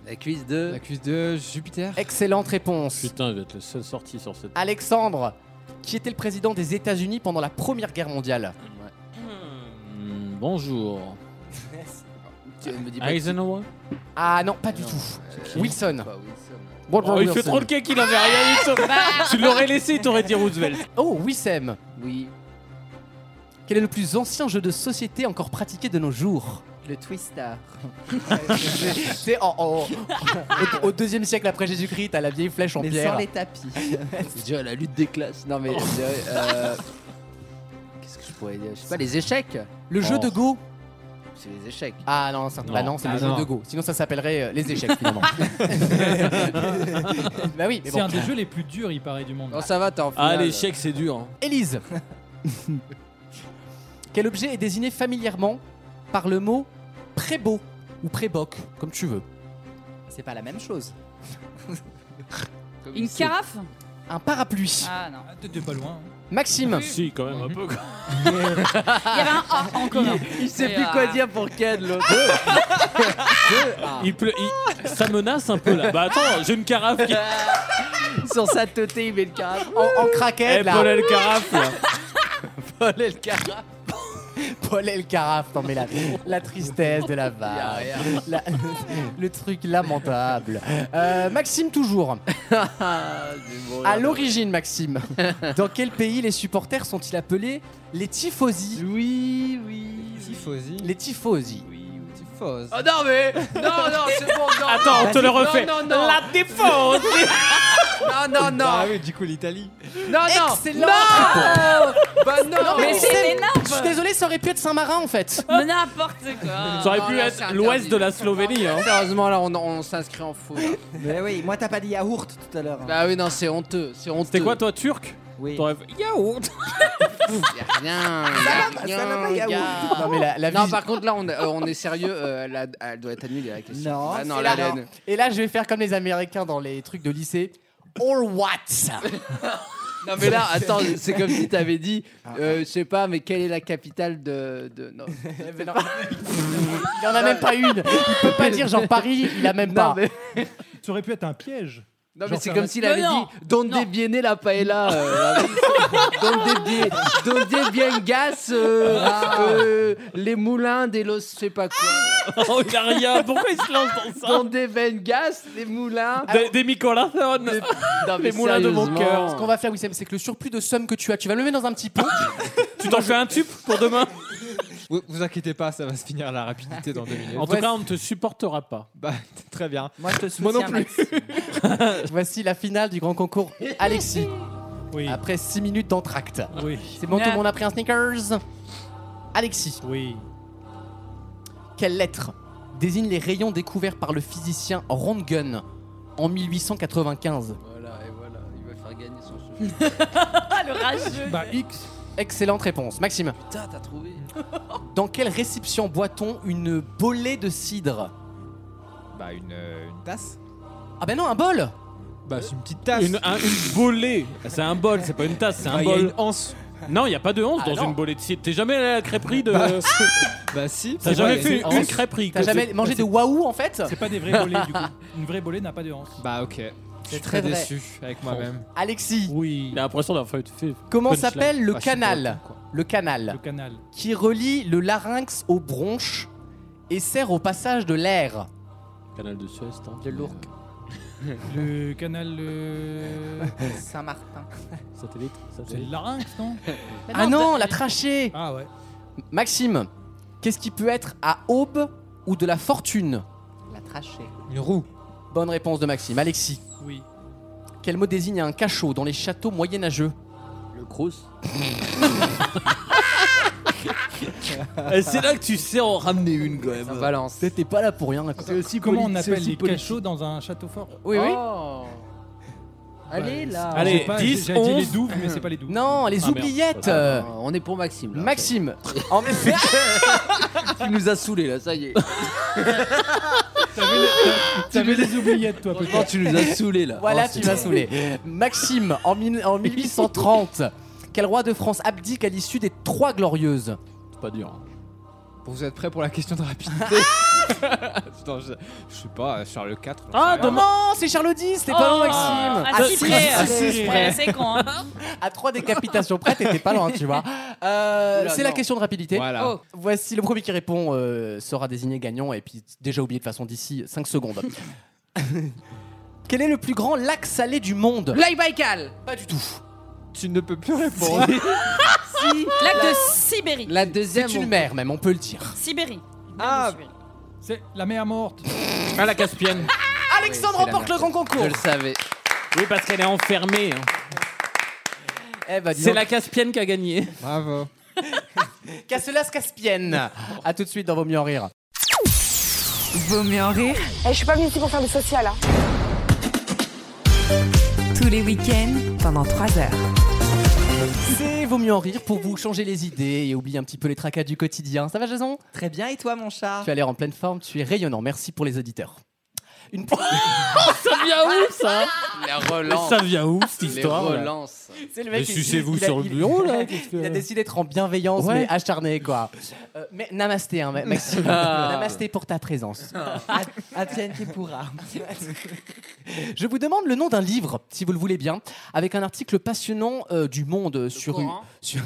La cuisse de.
La cuisse de Jupiter.
Excellente réponse.
Putain, je vais être le seul sorti sur cette.
Alexandre, qui était le président des États-Unis pendant la Première Guerre mondiale
Hmm, bonjour.
Tu me dis pas.
Eisenhower
Ah non, pas du tout. Wilson.
Euh, Pas Wilson.
Woodrow
Oh, il fait
Wilson.
trop le cake, Ah, il en avait rien du tout.
Bah.
Tu l'aurais laissé, il t'aurait dit Roosevelt.
Oh, Wissem.
Oui.
Quel est le plus ancien jeu de société encore pratiqué de nos jours
Le Twister.
C'est en- en- au, au deuxième siècle après Jésus-Christ, t'as la vieille flèche en
mais
pierre.
sans les tapis. Oh.
Je dirais la lutte des classes. Non, mais. je dirais, euh, Qu'est-ce que je pourrais dire Je sais pas, les échecs.
Le jeu de Go
Oh. C'est les échecs.
Ah non, c'est bah non, c'est
Ah
le jeu
non.
de Go. Sinon, ça s'appellerait euh, les échecs finalement. bah oui, mais
C'est
bon.
un des jeux les plus durs, il paraît, du monde.
Non, ça va, t'es en finale.
Ah, l'échec, c'est dur. hein.
Élise. Quel objet est désigné familièrement par le mot prébo ou préboc, comme tu veux
C'est pas la même chose.
Une carafe
Un parapluie.
Ah non.
Ah, T'étais pas loin.
Maxime.
Si, quand même un peu. quoi.
Il y avait un A en commun.
Il sait
Et,
plus
euh,
quoi dire pour Ken, l'autre. Ah.
Il pleut, il- ça menace un peu là. Bah attends, j'ai une carafe qui.
Ah. Sur sa teuté, il met le carafe.
En, en craquette,
Eh,
là.
Paul El Carafe là.
Paul El Carafe. Paul El Carafe, non mais la, la tristesse de la vague. La- le truc lamentable. Euh, Maxime toujours. À l'origine, Maxime, dans quel pays les supporters sont-ils appelés les tifosi
Oui, oui. Tifosi.
Les tifosi.
Oui, ou Tifos.
Oh non, mais. Non, non, c'est bon, non.
Attends, on te le refait.
Non, non, non.
La défense
Non, non,
Ah
non.
oui, du coup, l'Italie.
Non, non.
Excellent
Bah non.
Non, mais
Mais c'est
c'est-
énorme
Je suis désolé, ça aurait pu être Saint-Marin en fait.
Mais N'importe quoi
Ça aurait
non,
pu
là, Ah, c'est
être
interdit.
l'ouest de la Slovénie. Hein.
Sérieusement, là, on, on s'inscrit en faux. là.
Mais oui, moi t'as pas dit yaourt tout à l'heure. hein.
Bah oui, non, c'est honteux. C'est honteux.
C'était quoi toi, turc
oui.
T'aurais- Yaourt
Y'a rien.
va-
y'a
ça va
rien,
pas, yaourt.
gars.
Non mais la, la vie-
Non, par contre, là, on, euh, on est sérieux. euh, elle, a- elle doit être annulée, la question.
Non,
Ah, non
c'est
la
la-
laine.
Et là, je vais faire comme les Américains dans les trucs de lycée. All what
Non, mais là, attends, c'est comme si t'avais dit, euh, je sais pas, mais quelle est la capitale de. de- Non,
Mais non. Il en a même pas une. Il peut pas dire genre Paris, il a même pas.
non, mais,
Ça aurait pu être un piège.
non, mais
Genre,
c'est
ça
comme
va-
s'il avait
Mais non.
dit, Don
Non.
débienner la paella. Euh, la- Donde débien- donde débiengas euh, euh, les moulins des los, je sais pas quoi.
Oh, il a rien. Pourquoi il se lance dans ça
Donde vengas les moulins.
Des, des Micolathon.
Non, mais
les moulins de mon
sérieusement.
cœur.
Ce qu'on va faire, Wissem, c'est que le surplus de somme que tu as, tu vas le mettre dans un petit pot.
Tu t'en fais un tube pour demain
Vous, vous inquiétez pas, ça va se finir à la rapidité dans deux minutes.
En tout cas, on ne te supportera pas.
Bah, très bien.
Moi je te soutiens.
Moi non plus.
Max.
Voici la finale du grand concours. Alexis,
Oui,
après 6 minutes d'entracte.
oui,
C'est bon, tout le monde a pris un sneakers. Alexis,
oui.
quelle lettre désigne les rayons découverts par le physicien Röntgen en 1895
Voilà, et voilà, il va faire gagner son cheveu.
Ah, le rageux
Bah, X.
Excellente réponse. Maxime,
Putain, t'as trouvé.
dans quelle réception boit-on une bolée de cidre
Bah, une, euh, une tasse.
Ah ben non, un bol
Bah, c'est une petite tasse.
Une, un- une bolée. C'est un bol, c'est pas une tasse, c'est
Bah,
un
il y a
bol.
une anse.
Non, il n'y a pas de 11
Ah,
dans
non.
une bolée de cidre. T'es jamais allé à la crêperie de.
Bah,
bah si.
T'as
c'est
jamais
vrai,
fait
c'est
une
onze.
crêperie.
T'as jamais mangé de waouh en fait
C'est pas des vrais bolets du coup. Une vraie bolée n'a pas de hanse.
Bah ok. Je suis
très
très,
vrai.
déçu avec moi-même.
Alexis,
Oui. Il a l'impression d'avoir fait. fait
comment
punchline.
s'appelle le
Ah, je suis
canal
breton, quoi.
Le
Le
canal
canal.
qui relie le larynx aux bronches et sert au passage de l'air.
Canal de Suez, hein. tant
De l'Ourc.
Le canal. euh,
Saint-Martin.
Satellite,
C'est le
satellite.
larynx, non
Mais
Ah non,
t'as-
la trachée
Ah ouais.
Maxime, qu'est-ce qui peut être à aube ou de la fortune
La trachée.
Une roue.
Bonne réponse de Maxime. Alexis,
Oui.
quel mot désigne un cachot dans les châteaux moyenâgeux
Le Crous.
Et c'est là que tu sais en ramener une quand même.
Valence.
C'était pas là pour rien. quoi.
Comment on appelle les cachots dans un château fort
Oui,
Oh,
oui.
Allez là.
Allez,
Je sais pas, j'ai-
10,
j'ai dit
11.
les douves, mais c'est pas les douves.
Non, les
Ah, merde.
oubliettes
Euh, on est pour Maxime. Là,
Maxime, en effet,
Il nous a saoulés là, ça y est.
T'avais des oubliettes, toi, peut-être.
Franchement, tu nous as saoulés là.
voilà,
Oh,
tu
c'est-
m'as saoulé. Maxime, en, mille- en 1830, quel roi de France abdique à l'issue des Trois Glorieuses
C'est pas dur. hein.
Vous êtes prêts pour la question de rapidité Putain, je, je sais pas, euh, Charles IV. j'en sais
Ah,
rien.
Ah non, c'est Charles X, t'es pas
Oh,
loin, Maxime.
À six près,
à
euh,
six près.
ouais, C'est con, hein.
À trois décapitations près, t'étais pas loin, tu vois. Euh,
Oula,
c'est la
non.
question de rapidité.
Voilà.
Oh.
Voici le premier qui répond euh, sera désigné gagnant et puis déjà oublié de façon d'ici 5 secondes. Quel est le plus grand lac salé du monde
Lac Baïkal.
Pas du tout.
Tu ne peux plus répondre.
Si.
Lac de Sibérie.
La deuxième.
C'est une mer même, on peut le dire.
Sibérie.
Ah,
C'est la mer morte.
Ah, la Caspienne.
Alexandre
c'est la
remporte le
mer.
grand concours.
Je le savais.
Oui, parce qu'elle est enfermée. hein.
Eh ben, dis
C'est
donc,
la Caspienne qui a gagné.
bravo.
qu'à cela se caspienne. A tout de suite dans Vos mieux en rire.
Vaut mieux en rire
Eh, Je suis pas venue ici pour faire du social, hein.
tous les week-ends pendant 3 heures.
C'est Vaut mieux en rire pour vous changer les idées et oublier un petit peu les tracas du quotidien. Ça va, Jason
Très bien, et toi, mon chat
Tu as l'air en pleine forme, tu es rayonnant. Merci pour les auditeurs. Une
Oh, Ça vient où ça
La relance.
Ça vient où cette
Les
histoire là
relances.
C'est le
Mais
mec qui-
sucez-vous
il a-
sur le
il-
bureau là.
Il a décidé d'être en bienveillance,
Ouais.
mais acharné, quoi. Euh, mais namasté, hein, Ma- Maxime.
Ah.
namasté pour ta présence.
Advienne qui pourra.
Je vous demande le nom d'un livre, si vous le voulez bien, avec un article passionnant euh, du Monde sur une,
Coran.
sur,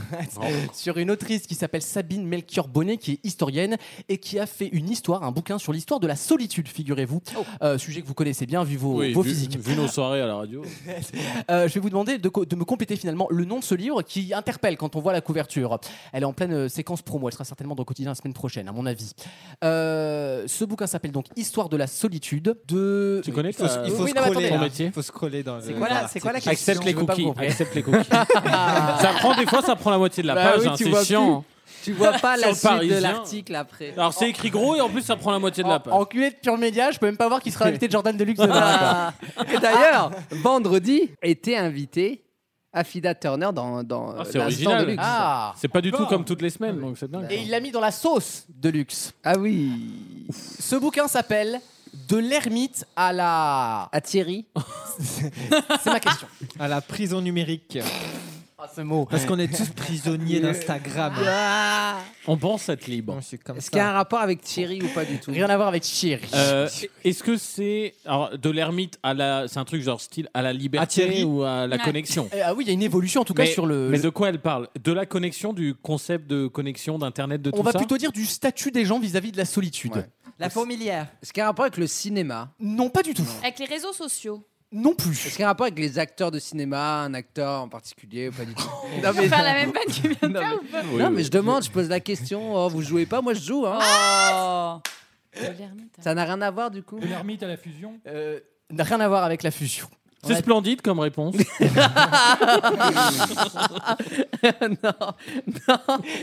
sur une autrice qui s'appelle Sabine Melchior Bonnet, qui est historienne et qui a fait une histoire, un bouquin sur l'histoire de la solitude, figurez-vous. Euh, sujet que vous connaissez bien, vu vos,
Oui,
vos
vu,
physiques.
vu nos soirées à la radio.
Euh, je vais vous demander de, co- de me compléter finalement le nom de ce livre qui interpelle quand on voit la couverture. Elle est en pleine euh, séquence promo, elle sera certainement dans le quotidien la semaine prochaine, à mon avis. Euh, ce bouquin s'appelle donc Histoire de la solitude de.
Tu connais euh,
Faut-
ta-
il faut
oui, non, mais attendez,
scroller.
là.
là. Il faut scroller dans
C'est
le-
quoi,
dans
la- c'est quoi la
l'article.
question
Accepte les
je veux pas
cookies.
vous reprendre.
Accepte les cookies. ça prend des fois, ça prend la moitié de la
Bah
page.
oui,
hein,
tu
c'est
vois
chiant.
Tu vois pas
Sur
la
le
suite de
Parisien.
l'article après.
Alors c'est écrit gros et en plus ça prend la moitié de la
En,
page.
en culé de pure média, je peux même pas voir qu'il sera invité de Jordan Deluxe demain. quoi. Ah.
Ah. Et d'ailleurs, vendredi était invité Affida Turner dans, dans
Ah, c'est
l'instant
original.
de luxe. Ah,
Ah
C'est pas du tout
Bon.
comme toutes les semaines, donc c'est dingue.
Et il l'a mis dans la sauce de luxe.
Ah oui.
Ce bouquin s'appelle De l'ermite à la.
À Thierry.
C'est ma question.
À la prison numérique.
Ah, ce mot.
Parce qu'on est tous prisonniers d'Instagram.
Ah.
On pense être libre.
c'est comme
Est-ce qu'il y a un rapport avec Thierry ou pas du tout
Rien à voir avec Chiri.
Euh, Est-ce que c'est alors, de l'ermite à la, c'est un truc genre style à la
À
liberté
Thierry.
ou à la
Ouais.
connexion
Eh, Ah oui, il y a une évolution en tout cas
mais,
sur le.
mais de quoi elle parle De la connexion, du concept de connexion, d'internet, de
On
tout
va
ça.
plutôt dire du statut des gens vis-à-vis de la solitude.
Ouais.
La fourmilière.
Est-ce qu'il y a un rapport avec le cinéma
Non, pas du tout.
Avec les réseaux sociaux.
Non plus.
Est-ce qu'il y a un rapport avec les acteurs de cinéma, un acteur en particulier ou pas du tout non,
On peut faire la même vanne que vient de
Non,
faire ou pas
non, mais je demande, je pose la question. Oh, vous jouez pas, moi je joue. hein.
Ah Oh. De l'ermite.
Ça n'a rien à voir du coup.
De l'ermite à la fusion.
Euh, n'a rien à voir avec la fusion.
C'est splendide comme réponse.
non.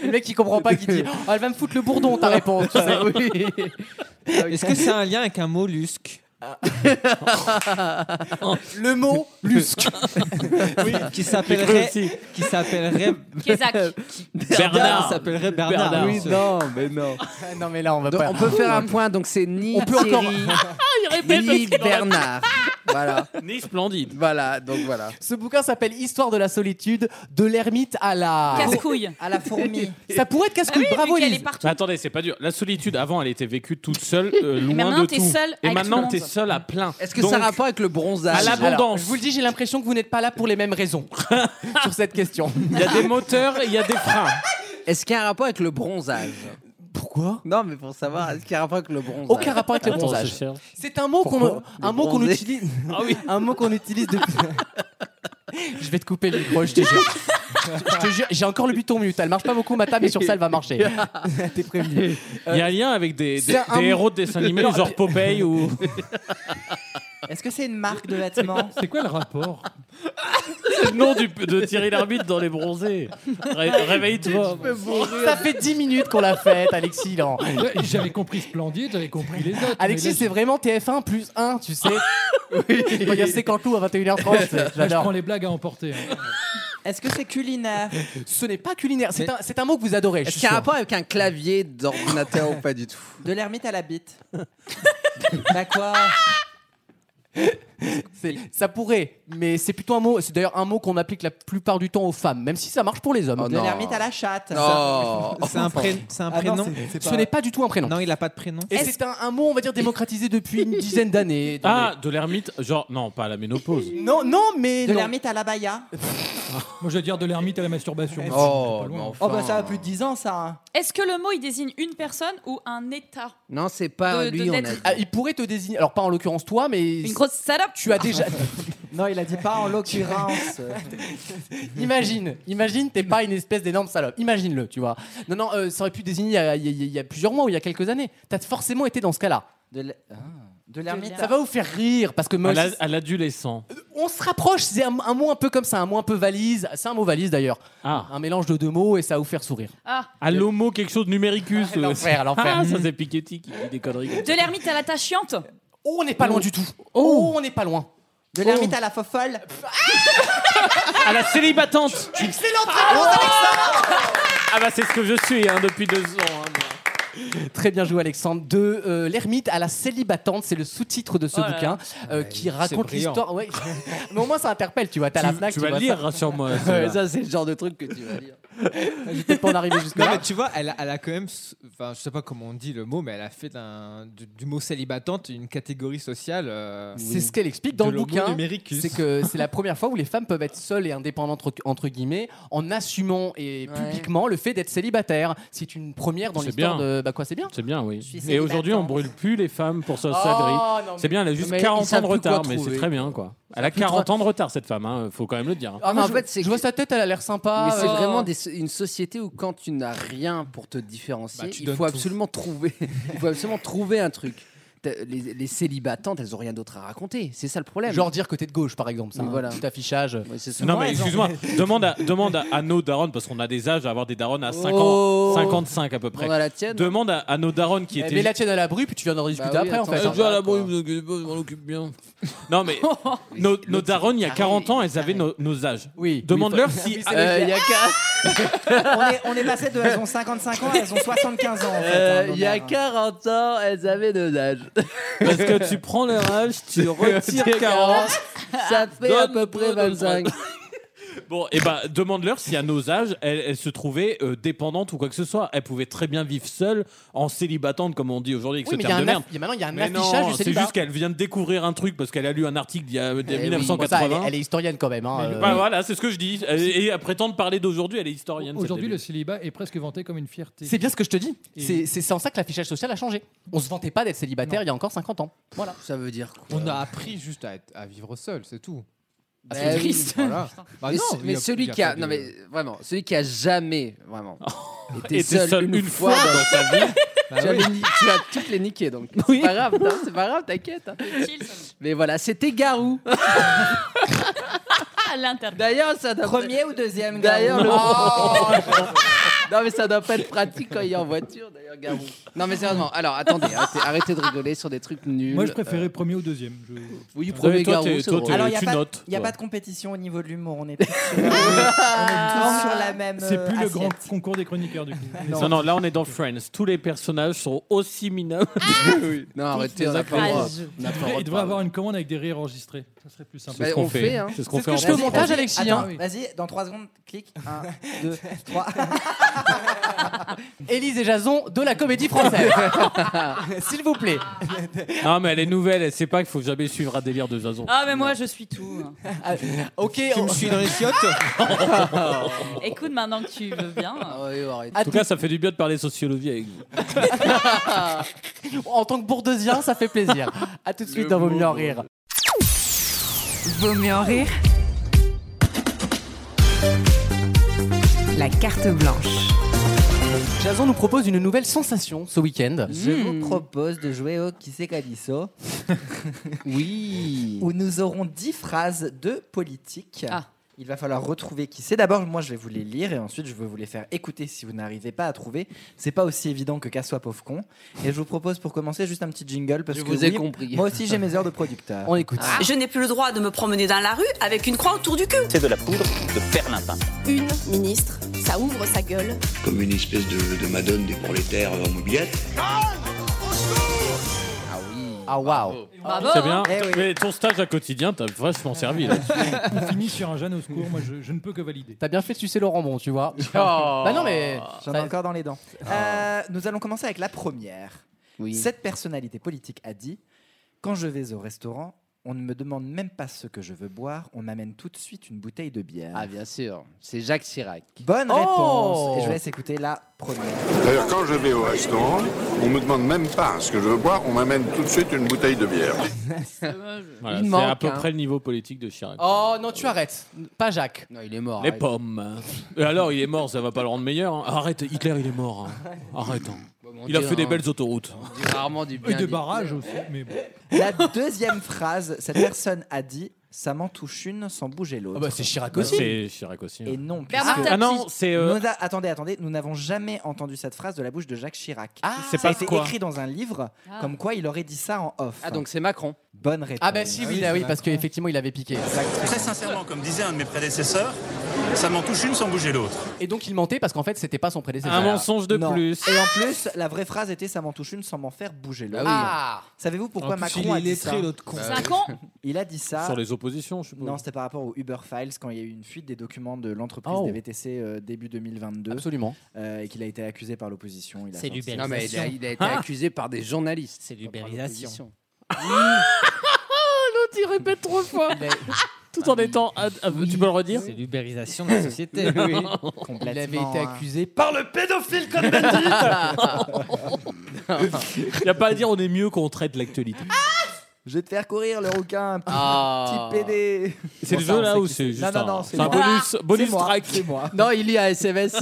Le mec il comprend pas qui dit Oh, elle va me foutre le bourdon ta réponse. tu sais.
Est-ce que c'est un lien avec un mollusque
Ah. le mot lusque.
qui
Écrit
s'appellerait
aussi.
qui s'appellerait
Kézak.
Bernard
Bernard.
s'appellerait
Bernard.
Bernard.
Oui,
non, mais non.
Ah, non mais là on va
Donc,
pas.
on peut faire un point. Donc c'est ni
On peut encore-
Thierry, ni Bernard. Voilà.
Né splendide.
Voilà, donc voilà.
Ce bouquin s'appelle Histoire de la solitude, de l'ermite à la.
Casse-couille. Ah
À la fourmi.
Ça pourrait être casse-couille, bravo
Vu qu'elle
Elise.
est partout.
Mais attendez, c'est pas dur. La solitude, avant, elle était vécue toute seule, euh, loin
maintenant,
de
t'es
tout.
seule
Et
avec tout
maintenant,
le
t'es
monde.
seule à plein.
Est-ce que
Donc,
ça a rapport avec le bronzage
à l'abondance.
Alors, je vous le dis, j'ai l'impression que vous n'êtes pas là pour les mêmes raisons sur cette question.
Il y a des moteurs, et il y a des freins.
Est-ce qu'il y a un rapport avec le bronzage
Pourquoi
Non, mais pour savoir, est-ce qu'il y a un rapport avec le bronzage
Aucun rapport
Ah,
avec le
Attends, je
bronzage. Ah
cherche.
C'est un mot qu'on
Pourquoi
un mot qu'on
Bronzé.
utilise un mot
Ah,
qu'on utilise depuis. je vais te couper le micro, je te jure. Je te jure, j'ai encore le buton mute. Elle marche pas beaucoup ma table, mais sur ça elle va marcher. T'es prévenu.
Il y a un lien avec des, des-
C'est un-
des héros de dessins animés, genre Popeye ou.
Est-ce que c'est une marque de vêtements
C'est quoi le rapport
le nom du- de Thierry Lhermitte dans Les Bronzés. Ré- Réveille-toi.
Ça fait 10 minutes qu'on l'a faite, Alexis. non.
J'avais compris Splendide, j'avais compris les autres. mais
Alexis,
là,
c'est vraiment TF1 plus 1, tu sais. Il Regarde, c'est quand tout à 21h30.
là, je prends
J'adore.
les blagues à emporter. hein.
Est-ce que c'est culinaire
Ce n'est pas culinaire, c'est un, c'est un mot que vous adorez. je
Est-ce
suis
qu'il y a un
sûr.
rapport avec un clavier d'ordinateur ou pas du tout
De l'ermite à la bite. bah quoi
C'est- ça pourrait, mais c'est plutôt un mot. C'est d'ailleurs un mot qu'on applique la plupart du temps aux femmes, même si ça marche pour les hommes.
Oh
De
non. Oh.
l'ermite à la chatte.
Non
C'est un, pré- c'est un
Ah non,
prénom
Ce n'est pas du tout un prénom.
Non, il a pas de prénom.
Et c'est un, un mot, on va dire, démocratisé depuis une dizaine d'années. dans
Ah, de l'ermite, genre, non, pas à la ménopause.
les- Non, non, mais.
De
non.
l'ermite à la baya.
Moi, je vais dire de l'ermite à la
Eh,
masturbation.
Oh,
Pas loin.
mais enfin.
Oh bah ça a plus de 10 ans ça. hein.
Est-ce que le mot il désigne une personne ou un état
Non, c'est pas
De- de-
lui, on a
d'être-
dit.
Ah, il pourrait te désigner. Alors, pas en l'occurrence toi, mais.
Une grosse salope
Tu as déjà.
Non, il a dit pas en l'occurrence.
imagine, imagine, t'es pas une espèce d'énorme salope. Imagine-le, tu vois. Non, non, euh, ça aurait pu désigner il y a- il y, a- il y a plusieurs mois ou il y a quelques années. T'as forcément été dans ce cas-là.
De l'e- ah, de l'ermite
Ça va vous faire rire parce que moi,
À la- à l'adolescent.
on se rapproche. C'est un, un mot un peu comme ça, un mot un peu valise. C'est un mot valise d'ailleurs.
Ah,
Un mélange de deux mots et ça va vous faire sourire.
Ah,
à l'homo, quelque chose de numéricus.
Ah, l'enfer,
euh,
l'enfer.
Ah, ça, c'est Piketty qui dit des conneries. comme
de l'ermite à la tâche chiante
Oh, on n'est pas loin du tout. Oh, on n'est pas loin. Oh.
De l'ermite à la fofolle.
ça. À Ah, la célibatante.
Excellente
Ah,
Ah, bah, c'est ce que je suis hein, depuis deux ans. hein, moi.
Très bien joué Alexandre. De euh, l'ermite à la célibatante, c'est le sous-titre de ce
Oh là
bouquin
Ah,
euh, qui raconte
brillant.
l'histoire. Ouais. Mais au moins ça interpelle, tu vois. Bah, T'as la
Tu-
Fnac,
tu vas le
vois
lire, rassure-moi.
ça.
celle-là.
Ça, c'est le genre de truc que tu vas lire. J'ai peut-être pas en arriver jusque
Non,
là.
mais tu vois, elle a, elle a quand même. s- Enfin, je sais pas comment on dit le mot, mais elle a fait d'un- du, du mot célibatante une catégorie sociale. euh,
C'est ce qu'elle explique dans
de
le
l'homo
bouquin.
numericus.
C'est que c'est la première fois où les femmes peuvent être seules et indépendantes entre, entre guillemets en assumant et
Ouais.
publiquement le fait d'être célibataire. C'est une première dans
C'est
l'histoire
bien.
de bah quoi, c'est bien.
C'est bien,
suis
oui. Et
célibatante.
aujourd'hui, on brûle plus les femmes pour sa salerie.
Oh, non,
C'est
mais-
bien, elle a juste
mais ils
40 ans
savent
de
plus quoi
retard, mais c'est
trouver.
très bien, quoi. Elle a 40 ans de retard, cette femme, hein, faut quand même le dire. hein.
Ah, mais
Moi,
en
je-
fait, c'est
je
je
vois
vois sa tête, elle a l'air sympa.
Ah
euh,
Mais c'est vraiment des so- une société où quand tu n'as rien pour te différencier,
Bah, tu
il
donnes
faut
tout.
absolument trouver. il faut absolument trouver un truc. T'as- Les, les célibatantes, elles ont rien d'autre à raconter. C'est ça le problème.
Genre dire que t'es de gauche, par exemple. Ça, hein.
Oui, voilà.
voilà. Tout affichage.
Ouais, c'est ça.
Non,
Ouais,
mais
genre-
excuse-moi, demande, à, demande à, à nos darons, parce qu'on a des âges à avoir des darons à 50,
Oh.
55 à peu près.
Demande à la tienne.
Demande à, à nos darons qui
Eh,
étaient.
mets la tienne à l'abri, puis tu viens d'en discuter
Bah oui,
après, en
attends,
fait.
je
hein.
regarde. D'accord.
vous inquiétez pas, je m'en occupe bien. Non, mais nos, nos darons, il y a 40 ans, elles avaient nos, nos âges.
Oui.
Demande-leur
Ah Oui,
si.
c'est
Euh,
le-
il y a qu'un-
ah, on, est, on est passé de elles ont 55 ans, elles ont 75 ans. En fait,
euh,
hein,
il y a
Bernard.
40 ans, elles avaient deux âges.
Parce que tu prends leur âge, tu retires 40.
Ça fait à peu
Donne-
près
donne-
25.
Bon, et ben, demande-leur si à nos âges, elles, elles se trouvaient euh, dépendantes ou quoi que ce soit. Elles pouvaient très bien vivre seules, en célibatante, comme on dit aujourd'hui avec
Oui,
ce
mais il y a
terme de
un aff-
merde.
il y a maintenant, il y a un
Mais
affichage
non,
du
c'est
célibat.
juste qu'elle vient de découvrir un truc parce qu'elle a lu un article d'il y a, d'il y a
Eh oui, bon, ça,
1980.
elle, est- elle est historienne quand même. hein,
Mais le-
euh.
Bah voilà, c'est ce que je dis. Et, et à prétendre parler d'aujourd'hui, elle est historienne. cette
Aujourd'hui, le
débile.
célibat est presque vanté comme une fierté.
C'est bien ce que je te dis.
Et-
C'est- C'est c'est en ça que l'affichage social a changé. On se vantait pas d'être célibataire il y a encore 50 ans.
Voilà. Ça veut dire quoi
On a appris juste à, être- à vivre seul, c'est tout.
Bah
c'est
oui.
triste.
Voilà. Bah
mais,
non,
ce-
il y
mais
a- il
celui
y a
qui a,
pas de-
non mais vraiment, celui qui a jamais vraiment été,
Et t'es
seul, une, fois. dans-
dans ta vie.
Bah
tu, as
oui.
les ni- tu as toutes les niquées donc. C'est pas grave, hein, c'est pas grave, t'inquiète. hein.
Chill, ça.
Mais voilà, c'était Garou.
Ah, l'interdit.
D'ailleurs, ça t'a-
Premier ou deuxième
D'ailleurs,
gars
le... Non, mais ça doit pas être pratique quand il est en voiture, d'ailleurs, Garou. Non, mais sérieusement, alors attendez, arrêtez, arrêtez de rigoler sur des trucs nuls.
Moi, je préférais
Euh,
premier ou deuxième. je-
Oui,
Ah.
premier
Toi,
Garou.
t'es-
c'est
toi,
drôle.
t'es-
Alors,
il n'y a,
tu
pas,
notes,
y a
toi.
pas de compétition au niveau de l'humour. On est tous sur, on est tous sur la même.
C'est
euh,
plus le grand
assiette.
concours des chroniqueurs du coup.
Non, non, là on est dans Friends. Tous les personnages sont aussi minables.
Non, arrêtez,
les
on n'a pas le droit.
acteurs.
On n'a pas le
Il
droit de
devrait
parler.
avoir une commande avec des rires enregistrés. Ça serait plus simple.
C'est ce
Bah,
qu'on
on
fait.
fait, hein.
C'est ce qu'on
C'est ce
fait
que
en
je fais au
France.
montage, Alexis.
Attends,
hein.
Vas-y, dans 3 secondes, clique. 1, 2, 3.
Élise et Jason de la comédie française. S'il vous plaît.
Non, mais elle est nouvelle, elle sait pas qu'il faut jamais suivre un délire de Jason.
Ah, mais moi, je suis tout.
Ok,
Tu
on-
me suis dans les chiottes
Ah. Écoute, maintenant que tu veux bien.
Ah oui, arrêtez.
En tout cas, ça fait du bien de parler sociologie avec vous.
en tant que bourdesien, ça fait plaisir. À tout de suite dans Vos mieux en rire.
Vaut mieux en rire. La carte blanche.
Jason nous propose une nouvelle sensation ce week-end.
Je vous propose de jouer au Qui c'est qu'a dit ça
Oui.
où nous aurons 10 phrases de politique.
Ah.
Il va falloir retrouver qui c'est. D'abord, moi, je vais vous les lire et ensuite, je vais vous les faire écouter si vous n'arrivez pas à trouver. C'est pas aussi évident que Qu'à soit pauvre con. Et je vous propose pour commencer juste un petit jingle parce
Je
que
vous ai
oui,
compris.
Moi aussi, j'ai mes heures de producteur.
On écoute.
Ah.
Je n'ai plus le droit de me promener dans la rue avec une croix autour du cul.
C'est de la poudre de perlimpin.
Une ministre, ça ouvre sa gueule.
Comme une espèce de, de madone des prolétaires en mouillette.
Ah waouh
Bravo.
C'est
hein.
bien.
Eh oui.
Mais ton stage à quotidien, t'as vachement servi. Là.
On finit sur un Jeanne au secours. Moi, je, je ne peux que valider.
T'as bien fait de sucer Laurent Bon, tu vois.
Oh.
Bah non, mais.
J'en ai
ça- Ah.
encore dans les dents. Oh. Euh, nous allons commencer avec la première.
Oui.
Cette personnalité politique a dit Quand je vais au restaurant, on ne me demande même pas ce que je veux boire, on m'amène tout de suite une bouteille de bière.
Ah, bien sûr. C'est Jacques Chirac.
Bonne
Oh
réponse. Et je vous laisse écouter la première.
D'ailleurs, quand je vais au restaurant, on me demande même pas ce que je veux boire, on m'amène tout de suite une bouteille de bière.
Voilà,
Il
c'est
manque,
à peu
hein.
près le niveau politique de Chirac.
Oh non, tu arrêtes. Pas Jacques.
Non, il est mort.
Les
arrête.
pommes. Et alors, il est mort, ça va pas le rendre meilleur. hein. Arrête, Hitler, il est mort. hein. Arrête. hein.
Bon, on
Il a
dit,
fait des
hein,
belles autoroutes.
on dit rarement du
Et
bien.
de
des-
barrage aussi. Mais bon.
La deuxième phrase, cette personne a dit Ça m'en touche une sans bouger l'autre.
Ah bah c'est Chirac aussi.
C'est Chirac aussi. hein.
Et non, puisque-
Bernard
Ah non, c'est. euh,
Nous a- Attendez, attendez, nous n'avons jamais entendu cette phrase de la bouche de Jacques Chirac.
c'est
Ça a
pas
été
quoi
écrit dans un livre,
Ah.
comme quoi il aurait dit ça en off.
Ah, donc c'est Macron.
Bonne réponse.
Ah bah si, oui, là, oui parce qu'effectivement, il avait piqué.
Très sincèrement, comme disait un de mes prédécesseurs, ça m'en touche une sans bouger l'autre.
Et donc, il mentait parce qu'en fait, c'était pas son prédécesseur.
Un mensonge de
Non.
plus.
Et en plus, la vraie phrase était ça m'en touche une sans m'en faire bouger l'autre.
Ah
Savez-vous pourquoi
En plus,
Macron
il est
a dit ça
lettré, l'autre con.
C'est un con.
Il a dit ça.
Sur les oppositions, je suppose.
Non, c'était par rapport aux Uber Files quand il y a eu une fuite des documents de l'entreprise
Oh.
des VTC euh, début 2022
Absolument.
euh, et qu'il a été accusé par l'opposition. Il a
C'est
sorti-
l'Uber.
Non, mais il a, il a été accusé par des journalistes.
C'est
pas par
l'ubérisation.
l'opposition.
L'autre, il répète trois fois. Tout en étant. ad- ah, Tu peux le redire
C'est l'ubérisation de la société.
Il
complètement,
avait été
hein.
accusé par.
Par le pédophile comme bandit Il n'y a pas à dire, on est mieux qu'on traite l'actualité.
Ah
Je vais te faire courir le rouquin, petit,
Ah.
petit PD.
C'est
Bon,
le
ça,
jeu
on sait
là ou
qui
c'est juste
Non, non,
un,
non,
c'est
c'est
un
moi.
bonus, bonus
C'est moi,
track
C'est moi.
Non, il lit à SMS.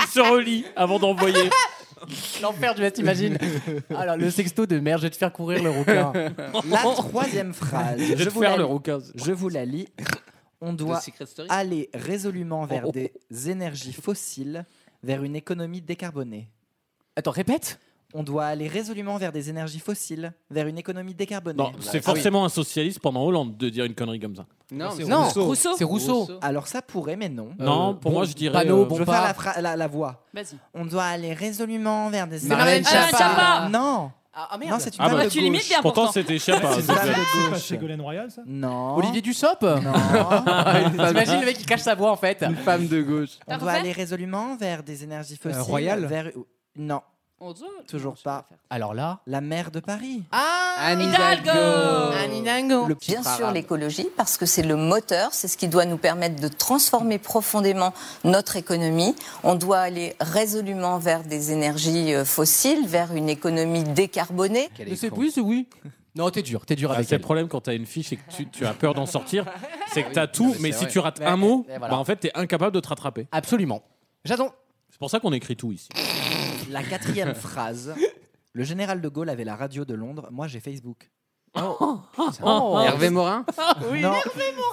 Il se relie avant d'envoyer.
L'enfer du net, t'imagines Alors, le sexto de merde, je vais te faire courir le requin.
La troisième phrase.
Je vais
je,
te
vous
faire
la
le
lis.
rouquin.
Je vous la lis. On
De
doit
Secret Story.
aller résolument vers
Oh.
des énergies fossiles, vers une économie décarbonée.
Attends, répète
On doit aller résolument vers des énergies fossiles, vers une économie décarbonée.
Non,
Ah
c'est forcément un socialiste pendant Hollande de dire une connerie comme ça.
Non,
C'est
Non,
Rousseau.
Rousseau.
c'est Rousseau.
Alors ça pourrait, mais non.
Euh,
non, pour
bon,
moi je dirais.
panneau,
euh,
bon.
Je vais
pas-
faire la, fra- la, la voix.
Vas-y.
On doit aller résolument vers des
Marlène
énergies
Schiappa.
fossiles. Non,
Ah, ah, merde.
non, c'est une
Ah
femme
bah,
de
tu limites
gauche.
bien
Pourtant
pourtant.
c'était chef. hein,
C'est
c'est-
ça.
C'est
de
pas
gauche.
Ségolène Royal, ça
Non.
Olivier Dussopt
Non.
T'imagines le mec qui cache sa voix en fait
Une femme de gauche.
T'as
On doit
refait
aller résolument vers des énergies fossiles.
Royal
vers... Non,
On dit-
Toujours
Non, je sais
pas.
faire.
Alors là.
la maire de Paris.
Ah
Anne
Hidalgo.
Anne Hidalgo.
Le petit
Bien sûr,
arabe.
l'écologie, parce que c'est le moteur, c'est ce qui doit nous permettre de transformer profondément notre économie. On doit aller résolument vers des énergies euh, fossiles, vers une économie décarbonée.
Mais c'est oui, c'est oui. Non, t'es dur, t'es dur
Ah,
avec
c'est le
elle.
problème quand t'as une fiche et que tu, tu as peur d'en sortir, c'est que t'as
non,
tout,
mais
mais
c'est
si
vrai.
tu rates
Ouais,
un mot,
et voilà.
bah, en fait t'es incapable de te rattraper.
Absolument. Jason.
C'est pour ça qu'on écrit tout ici.
La quatrième phrase. Le général de Gaulle avait la radio de Londres, moi j'ai Facebook.
Ah,
Oh.
Hervé Morin
Ah
Oui,
Hervé Morin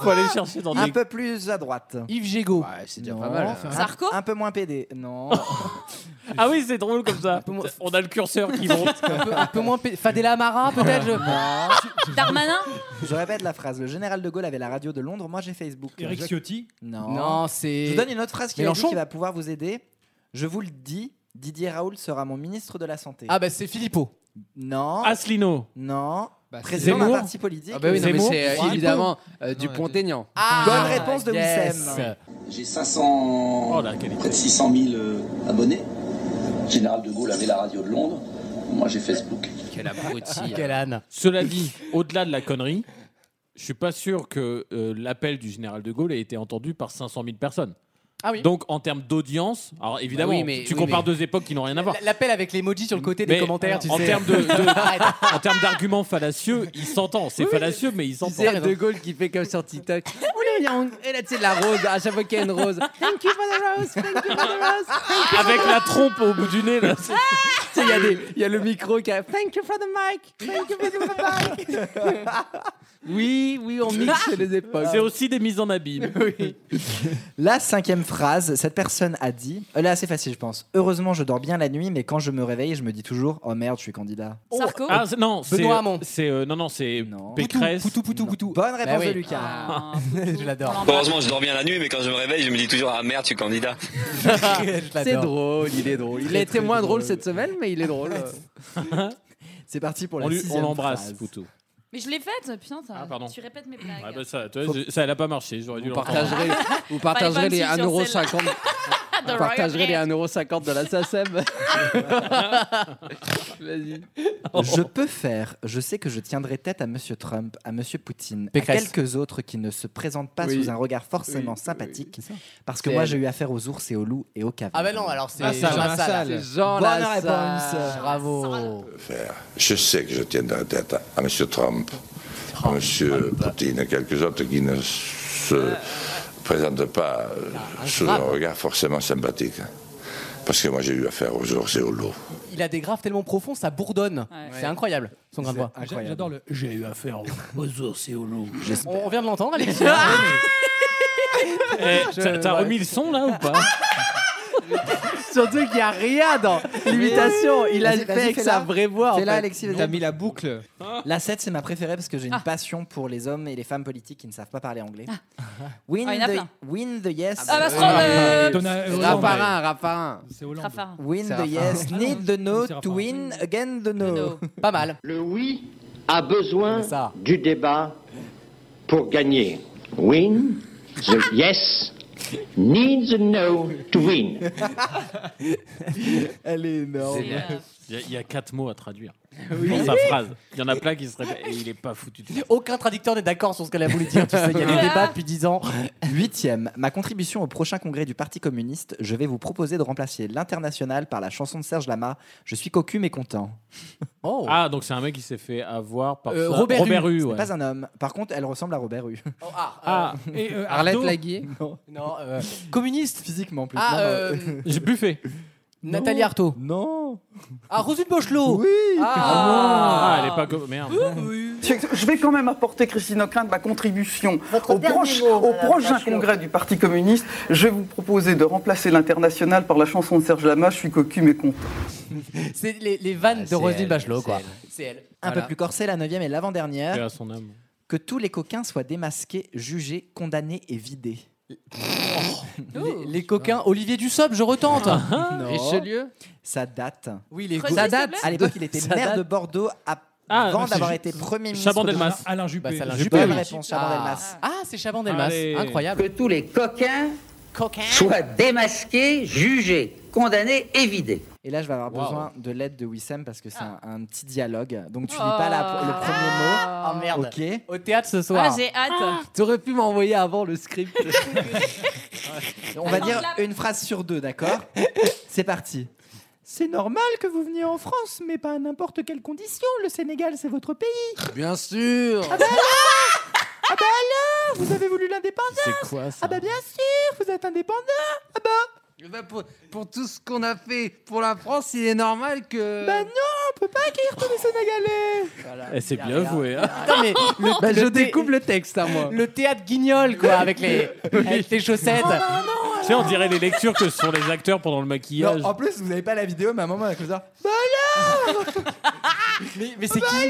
Faut
aller chercher dans
un
des-
peu plus à droite.
Yves Gégaud.
c'est déjà
Non,
pas mal.
un- Un peu moins PD. Non.
Ah oui, c'est drôle comme ça. On a le curseur qui monte.
un, peu, un peu moins. pa- Fadela Amara, peut-être
je...
Darmanin
Je répète la phrase. Le général de Gaulle avait la radio de Londres. Moi, j'ai Facebook.
Éric
Je-
Ciotti
Non.
Non, c'est-
Je vous donne une autre phrase qui, a dit
Mélenchon
qui va pouvoir vous aider. Je vous le dis, Didier Raoul sera mon ministre de la Santé.
Ah, bah, c'est Philippot.
Non.
Asselineau.
Non.
Bah,
Président d'un
Zemmour.
parti politique. Ah,
Ah bah oui, non, mais
Zemmour
c'est euh,
Philippot.
évidemment euh, Ah, Dupont-Aignan.
Bonne réponse de Wissem.
J'ai 500, près de 600 000 euh, abonnés. Le Général de Gaulle avait la radio de Londres. Moi, j'ai Facebook.
Quel abruti.
Quel âne.
Cela dit, au-delà de la connerie, je suis pas sûr que euh, l'appel du général de Gaulle ait été entendu par 500 000 personnes.
Ah oui.
Donc en termes d'audience, alors évidemment,
oui, mais-
tu
oui,
compares
mais-
deux époques qui n'ont rien à voir.
L- L'appel avec l'emoji sur le côté des
Mais
commentaires, tu
en
sais.
termes de, de- en termes d'arguments fallacieux, il s'entend. C'est fallacieux, mais il s'entend.
C'est De Gaulle qui fait comme sur TikTok. Oula, il y a un- Et là, tu sais, la rose, à chaque fois qu'il y a une rose. Thank you for the rose, thank you for
Ah,
the rose. thank you for
Avec
the-
la trompe au bout du nez, là.
Tu sais, il y a des- il y, a le micro qui a. Ah! Thank you for the mic, thank you for the mic.
Oui, oui, on
mixe
Ah
les époques.
C'est aussi des mises en abîme.
La cinquième phrase, cette personne a dit. Elle est assez facile, je pense. Heureusement, je dors bien la nuit, mais quand je me réveille, je me dis toujours Oh merde, je suis candidat.
Sarko
Ah, c'est- non, c'est
Benoît Hamon.
c'est, euh, non, non, c'est Pécresse. Poutou,
poutou, poutou, Bah
Bonne réponse de Lucas.
Ah.
je l'adore.
Heureusement, je dors bien la nuit, mais quand je me réveille, je me dis toujours Ah merde, tu candidat.
C'est drôle, il est drôle. Il a été moins drôle cette semaine, mais il est drôle.
C'est parti pour
On lui- on l'embrasse, Poutou.
Mais je l'ai faite, putain, ça-
Ah, pardon.
tu répètes mes blagues.
Ah bah ça, toi, je- ça, elle a pas marché. J'aurais dû
Vous
l'entendre.
partagerez, vous
pas
partagerez
me
les
suivre sur
1,50€
The
vous partagerez les
Royal
1,50€ de la SACEM. Vas-y. Oh.
Je peux faire, je sais que je tiendrai tête à Monsieur Trump, à Monsieur Poutine,
Pécresse.
à quelques autres qui ne se présentent pas
Oui.
sous un regard forcément
Oui,
sympathique,
oui.
parce que
C'est
moi
elle.
j'ai eu affaire aux ours et aux loups et aux cavernes.
Ah, bah non, alors c'est
Lassalle.
Jean Lassalle.
C'est Jean
Bonne
Lassalle.
réponse. Bravo.
faire. Je sais que je tiendrai tête à, à M. Trump, à M. Poutine, à quelques autres qui ne se présentent pas euh, sous un
grave.
regard forcément sympathique. Parce que moi, j'ai eu affaire aux ours et aux loups.
Il a des graves tellement profonds, ça bourdonne. C'est incroyable, son grain de voix.
J'adore le. J'ai eu affaire aux ours et aux loups.
On on vient de l'entendre, Alexis.
Ah
Ah,
Eh,
Je-
t'as- T'as
ouais.
remis le son là ou pas
Surtout qu'il n'y a rien dans l'imitation. Il a
Vas-y,
fait
vas-y,
avec
fais-la.
sa vraie voix. en
Fais-la,
fait.
Alexis, vas-y. Ah.
T'as mis la boucle. Ah.
La 7, c'est ma préférée parce que j'ai une passion pour les hommes et les femmes politiques qui ne savent pas parler anglais. Win,
Ah, il y en a plein.
the, win the yes.
Ah, bah,
euh,
Strauss-
Raffarin, Raffarin.
Traffard.
Win
Raffarin.
the yes,
Ah non,
need the no,
c'est
to win again the no.
Pas mal.
Le oui a besoin du débat pour gagner. Win, the yes, need the no to win.
Elle est énorme.
Il y a- il y, a- il y a quatre mots à traduire dans sa phrase. Il y en a plein qui se répètent. Et il est pas foutu. du tout.
Aucun traducteur n'est d'accord sur ce qu'elle a voulu dire. Tu sais, il y a des débats depuis 10 ans.
Huitième, ma contribution au prochain congrès du Parti communiste, je vais vous proposer de remplacer l'international par la chanson de Serge Lama. Je suis cocu mais content.
Ah, donc c'est un mec qui s'est fait avoir par
Euh,
ça. Robert Hue,
Ce n'est
ouais.
pas un homme. Par contre, elle ressemble à Robert Hue.
Ah,
et, euh,
Arlette
Arnaud
Laguier Non.
Non, euh, communiste
Physiquement plus.
Ah,
Non, non,
euh,
euh,
J'ai buffé.
Nathalie Arthaud.
Non.
Ah, Rosine Bachelot.
Oui.
Ah,
Ah,
elle est pas comme. Merde.
Je vais quand même apporter, Christine O'Krent, ma contribution. au
dernier
proche-
mot,
au
Madame
prochain
Bachelot.
congrès du Parti communiste, je vais vous proposer de remplacer l'international par la chanson de Serge Lama, Je suis cocu mais content.
C'est les, les
Ah,
vannes de
c'est
Roselyne
elle,
Bachelot,
c'est
quoi.
elle.
C'est elle.
Un peu plus corsé, la neuvième et
Paix à
l'avant-dernière.
son âme.
Que tous les coquins soient démasqués, jugés, condamnés et vidés.
Oh.
Oh.
Les, les coquins. Olivier Dussopt, je retente.
Ah,
Non. Ça date.
Oui, les
Ça date. À l'époque, il était
Ça
maire
date.
de Bordeaux à-
Ah,
avant
c'est
d'avoir
Ju-
été premier ministre.
Chaban-Delmas.
de-
Alain Ah, Juppé.
Bah, c'est Alain
Juppé,
Juppé. Bonne
oui.
réponse, Chaban-Delmas.
Ah, c'est Chaban-Delmas.
Allez.
Incroyable.
Que tous les coquins soient démasqués, jugés, condamnés et vidés.
Et là, je vais avoir
Wow.
besoin de l'aide de Wissem parce que c'est
Ah.
un, un petit dialogue. Donc, tu lis pas la- le premier mot.
Oh merde.
Ok.
Au théâtre ce
soir.
Ah, j'ai hâte.
T'aurais pu m'envoyer avant le script.
On va dire une phrase sur deux, d'accord C'est parti. C'est normal que vous veniez en France, mais pas à n'importe quelle condition. Le Sénégal, c'est votre pays.
Bien sûr.
Ah bah alors Ah bah alors Vous avez voulu l'indépendance
C'est quoi, ça
Ah bah bien sûr, vous êtes indépendant Ah bah
Eh ben, pour, pour tout ce qu'on a fait pour la France, il est normal que.
Bah non,
peut pas accueillir tous les Sénégalais.
Eh, c'est bien joué. hein.
Putain, mais le-
Bah,
le
je
thé-
découpe le texte, hein, moi.
Le théâtre guignol, quoi, avec les, avec les chaussettes.
Oh,
Tu sais, on dirait les lectures que ce sont les acteurs pendant le maquillage.
Non, en plus, vous n'avez pas la vidéo, mais à un moment, elle fait ça.
Bah
mais mais c'est qui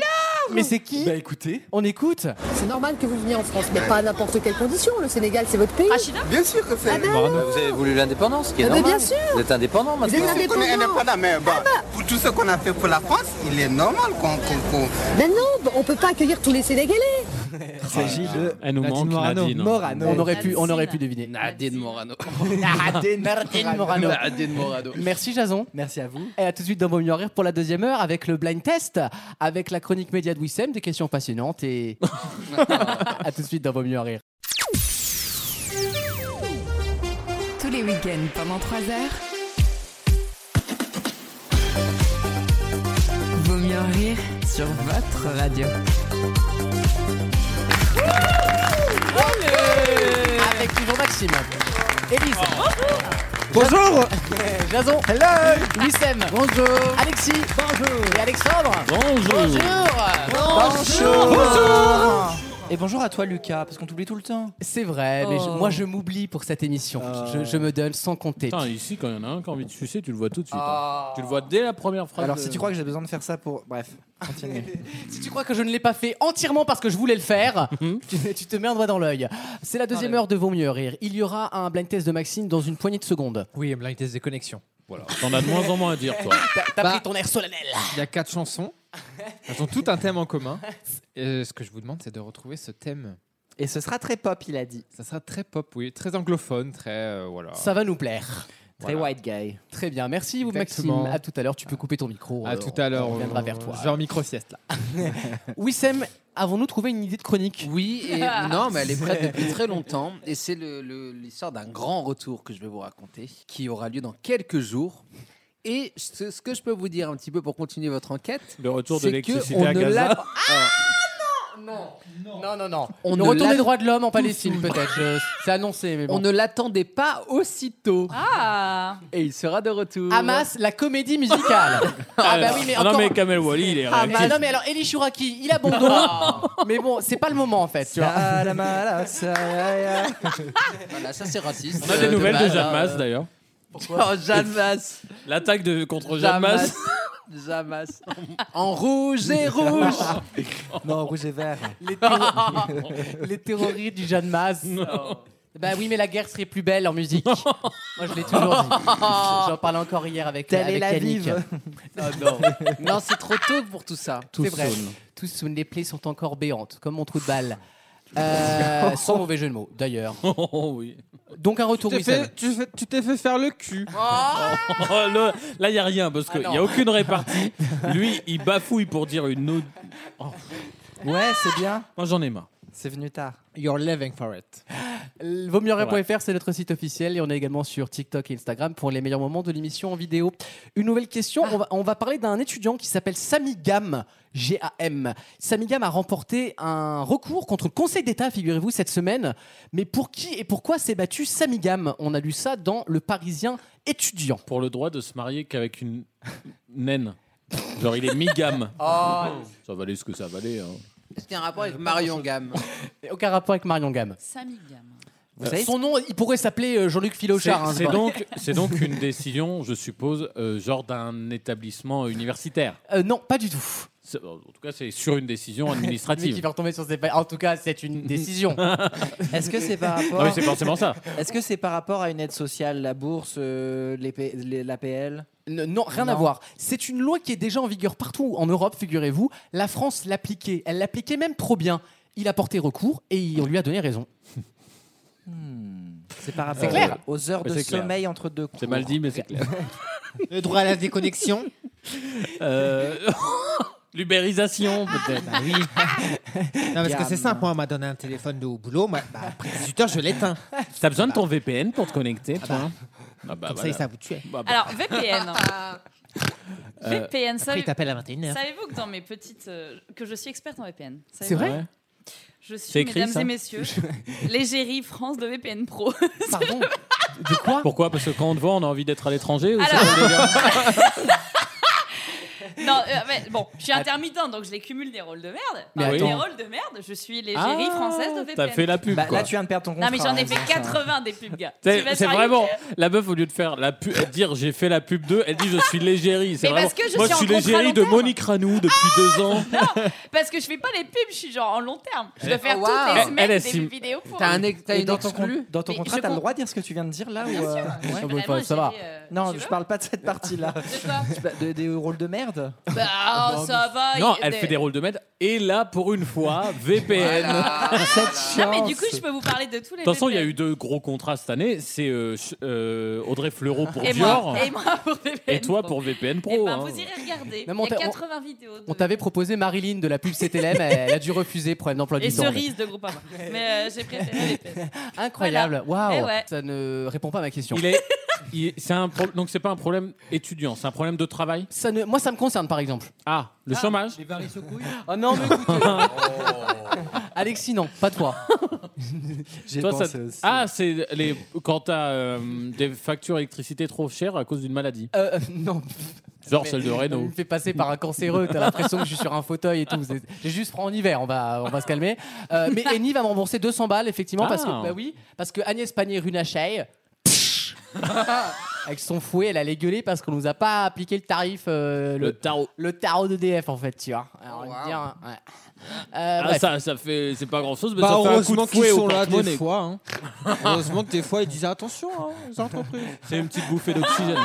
Mais c'est qui Bah écoutez. On écoute.
C'est normal que vous veniez en France, mais pas à n'importe quelle condition. Le Sénégal, c'est votre pays.
Bien sûr que c'est.
Ah ben non.
Vous avez voulu l'indépendance, ce qui est
Ah, mais
normal.
bien sûr.
Vous êtes indépendant
Vous
maintenant.
êtes indépendant.
mais Ah,
bah,
pour tout ce qu'on a fait pour la France, il est normal qu'on. Ben non, on peut pas accueillir tous les Sénégalais.
Il s'agit de.
Ah, Elle nous
Nadine
manque,
Morano.
hein.
Nadine.
Morano. On aurait pu, on aurait pu deviner. Nadine Morano.
Nadine
Morano.
Nadine Morano.
Merci Jason.
Merci à vous.
Et à tout de suite dans Vaut mieux en rire pour la deuxième heure avec le blind test, avec la chronique média de Wissem, des questions passionnantes et. à tout de suite dans Vaut mieux en rire.
Tous les week-ends pendant 3 heures. Vaut mieux en rire sur votre radio.
Avec toujours Maxime. Élise.
Bonjour.
Jason. Hello. Wissem. Bonjour. Alexis. Bonjour. Et Alexandre. Bonjour.
Bonjour.
Bonjour.
Et bonjour à toi, Lucas, parce qu'on t'oublie tout le temps. Euh.
C'est vrai, mais je-
Oh.
moi je m'oublie pour cette émission. Je, je me donne sans compter.
Putain, ici, quand il y en a un qui a envie de sucer, tu le vois tout de suite. hein. Tu le vois dès la première phrase.
Ah. Alors,
de-
si tu crois que j'ai besoin de faire ça pour. Bref, continue.
Si tu crois que je ne l'ai pas fait entièrement parce que je voulais le faire,
Mhm.
tu, tu te mets un doigt dans l'œil. C'est la deuxième heure de Vaut mieux rire. Il y aura un blind test de Maxime dans une poignée de secondes.
Oui, un blind test des connexions. Bah,
Voilà. T'en as de moins en moins à dire, toi.
T'as
Bah.
pris ton air solennel.
Il y a quatre chansons. Elles ont tout un thème en commun. Et ce que je vous demande, c'est de retrouver ce thème.
Et ce sera très pop, il a dit.
Ça sera très pop, oui. Très anglophone, très. euh, voilà.
Ça va nous plaire.
Très Voilà. white
guy.
Très bien, merci vous
Exactement.
Maxime. À tout à l'heure, tu peux couper ton micro.
À
euh,
tout
on-
à l'heure.
On reviendra
on-
vers toi.
Genre micro-sieste, là.
Wissem, avons-nous trouvé une idée de chronique
Oui, et- non, mais elle est prête depuis très longtemps. Et c'est le- le- l'histoire d'un grand retour que je vais vous raconter, qui aura lieu dans quelques jours. Et ce, ce que je peux vous dire un petit peu pour continuer votre enquête,
Le retour de
c'est que
l'électricité
on
à
ne
Gaza.
l'a-
Ah,
Ah.
Non, non, non, non. le
On ne
retour
l'a-
des droits de l'homme en Palestine, peut-être. je- C'est annoncé, mais bon.
on ne l'attendait pas aussitôt.
Ah
Et il sera de retour.
Hamas, la comédie musicale. ah bah oui, mais
Ah
encore.
Non, mais Kamel Wally, il est
Ah
réactif.
bah non, mais alors Eli Chouraki, il abandonne. mais bon, c'est pas le moment en fait. tu vois.
Voilà, ça c'est raciste.
On a des
Euh,
nouvelles de
dommage,
Jeanne
hein,
Mas,
euh.
d'ailleurs.
Oh, Jeanne Mas.
L'attaque de- contre Jeanne Mas.
Jamas. En rouge et rouge.
non, rouge et vert.
Les, terro- les terroristes du Jeanne Mas. Bah oui, mais la guerre serait plus belle en musique. Moi, je l'ai toujours dit. J'en parlais encore hier avec,
Telle est
avec
la
Yannick.
vive.
Oh non, non c'est trop tôt pour tout ça.
Tout
c'est vrai.
saoule.
Tous saoule, les plaies sont encore béantes, comme mon trou de balle. Euh, sans mauvais jeu de mots, d'ailleurs.
Oh,
Donc un retour,
Tu t'es
Wissem.
fait- tu fais- tu t'es fait faire le cul.
Oh, le- là, il n'y a rien parce qu'il
Ah, non.
n'y a aucune répartie. Lui, il bafouille pour dire une autre.
Ouais, c'est bien.
Moi, j'en ai marre.
C'est venu tard.
You're living for it.
Euh, Vaut mieux
Ouais.
rire.fr, c'est notre site officiel et on est également sur TikTok et Instagram pour les meilleurs moments de l'émission en vidéo. Une nouvelle question, on, va, on va parler d'un étudiant qui s'appelle Sami Gam, G-A-M. Sami Gam a remporté un recours contre le Conseil d'État, figurez-vous, cette semaine. Mais pour qui et pourquoi s'est battu Sami Gam On a lu ça dans Le Parisien étudiant.
Pour le droit de se marier qu'avec une naine. Genre, il est mi-gamme.
Oh.
Ça valait ce que ça valait. hein.
Est-ce qu'il y a un rapport avec Marion Gamme
Aucun rapport avec Marion Gam.
Sami Gamme.
Vous savez-
Son nom, il pourrait s'appeler euh, Jean-Luc
C'est
Philochard. hein,
c'est
pas-
donc, c'est donc une décision, je suppose, euh, genre d'un établissement universitaire.
Euh, non, pas du tout.
C'est- En tout cas, c'est sur une décision
Le mec qui
administrative.
va retomber sur ses pailles. En tout cas, c'est une décision.
Est-ce que c'est par rapport.
Non, mais Ah c'est forcément ça.
Est-ce que c'est par rapport à une aide sociale, la bourse, euh, les P- les- l'APL
Ne- Non, rien à
Non.
voir. C'est une loi qui est déjà en vigueur partout en Europe, figurez-vous. La France l'appliquait. Elle l'appliquait même trop bien. Il a porté recours et on lui a donné raison.
C'est par
C'est
rapport
clair.
aux heures
Mais
de
c'est clair.
sommeil entre deux cours.
C'est mal dit, mais c'est clair.
Le droit à la déconnexion.
Euh, L'ubérisation, peut-être.
Bah
oui.
non,
parce que c'est
hein,
simple, moi, on m'a donné un téléphone de au boulot, moi, bah, après 18 heures, je l'éteins.
T'as besoin de ton VPN pour te connecter, toi Ah
Comme
bah,
ça,
voilà.
ils savent où tu es.
Bah, bah.
Alors, VPN.
Ah.
Euh,
VPN,
Après,
savez-
ils t'appellent à 21h.
Savez-vous que dans mes petites. euh, que je suis experte en VPN
C'est vrai
Savez-vous Je suis,
C'est écrit,
mesdames
ça
et messieurs, l'égérie France de VPN Pro.
Pardon
Pourquoi Parce que quand on te voit, on a envie d'être à l'étranger ou c'est
Alors-
pas le délire
Non, euh, mais bon, je suis intermittent, donc je les cumule des rôles de merde.
Mais
Parmi les
attends.
rôles de merde, je suis l'égérie
Ah,
française de VPN.
t'as fait la pub,
Bah,
quoi.
Là, tu viens de perdre ton contrat.
Non, mais j'en ai fait
hein, ça.
80 des pubs, gars. Tu vas
C'est c'est
sur
vraiment
YouTube
la meuf au lieu de faire la pu- euh, dire j'ai fait la pub 2, elle dit je suis l'égérie. C'est
Mais parce
vraiment
que je
moi
suis
je
en
suis
contrat
l'égérie de Monique Ranou depuis
Ah
deux ans.
Parce que je fais pas les pubs, je suis genre en long terme. Je dois
Eh,
faire
oh,
toutes les
wow.
semaines
Elle, elle
des
estime-
vidéos pour.
T'as un ex- t'as Et une dans ton exclue
dans ton
contrat, t'as le droit de dire ce que tu viens de dire là ou euh,
sûr. Ouais.
Ah, bon,
Vraiment,
enfin, ça va.
j'ai, euh,
Non, je parle pas de cette partie-là. Tu parles de- Des rôles de merde
Bah, oh, ça va.
Non,
il-
elle fait des rôles de maître. Et là, pour une fois, VPN.
Non, mais du coup, je peux vous parler de tous
De
les.
toute façon, il y a
VPN.
eu deux gros contrats cette année. C'est euh, ch- euh, Audrey Fleurot pour
et
Dior
Moi, et moi pour VPN.
et toi pour VPN Pro.
Eh ben,
hein.
vous irez regarder.
Non, mais on
il y a
t'a- on-
80 vidéos. de-
On t'avait proposé Marilyn de la pub CTLM, elle, elle a dû refuser, problème d'emploi
Et
du temps. mais-
cerise de groupe à moi. Mais euh, j'ai préféré les VPN.
Incroyable,
Voilà.
waouh,
Eh ouais.
Ah ça ne répond pas à ma question.
Il est, il est- c'est un pro- donc c'est pas un problème étudiant, c'est un problème de travail.
Ça ne- Moi, ça me concerne par exemple.
Ah, le chômage.
Les varices aux couilles.
Oh non, mais écoutez. Alexis, non, pas toi.
Toi, ça- Ah, c'est les quand t'as euh, des factures électricité trop chères à cause d'une maladie.
Euh, euh, non.
Genre
Mais euh,
celle de Renault.
Il me fait passer par un cancéreux, t'as l'impression que je suis sur un fauteuil et tout. C'est- J'ai juste froid en hiver, on va, on va se calmer. Euh, mais Eni va me rembourser 200 balles, effectivement, parce que,
Ah.
bah oui, parce que Agnès Pannier-Runacher, pfff, avec son fouet, elle allait gueuler parce qu'on nous a pas appliqué le tarif. euh,
Le tarot.
Le tarot d'EDF, en fait, tu vois.
Oh,
Alors, Ah, on va dire, ouais. Euh,
Ah,
bref.
ça, ça fait, c'est pas grand chose, mais
Bah,
ça fait un coup de
heureusement qu'ils
fouet au
sont là
porte-monnaie.
des fois. hein. heureusement que des fois ils disent attention hein, aux entreprises.
C'est une petite bouffée d'oxygène.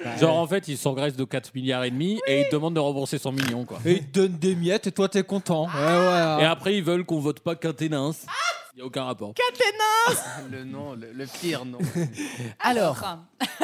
Genre en fait, ils s'engraissent de 4 milliards et demi et ils te demandent de rembourser 100 millions quoi.
Et ils te donnent des miettes et toi t'es content. Ouais, hein. ouais, ouais.
Et après, ils veulent qu'on vote pas quinténance. Il y a aucun rapport.
Le nom, le, le pire nom.
Alors.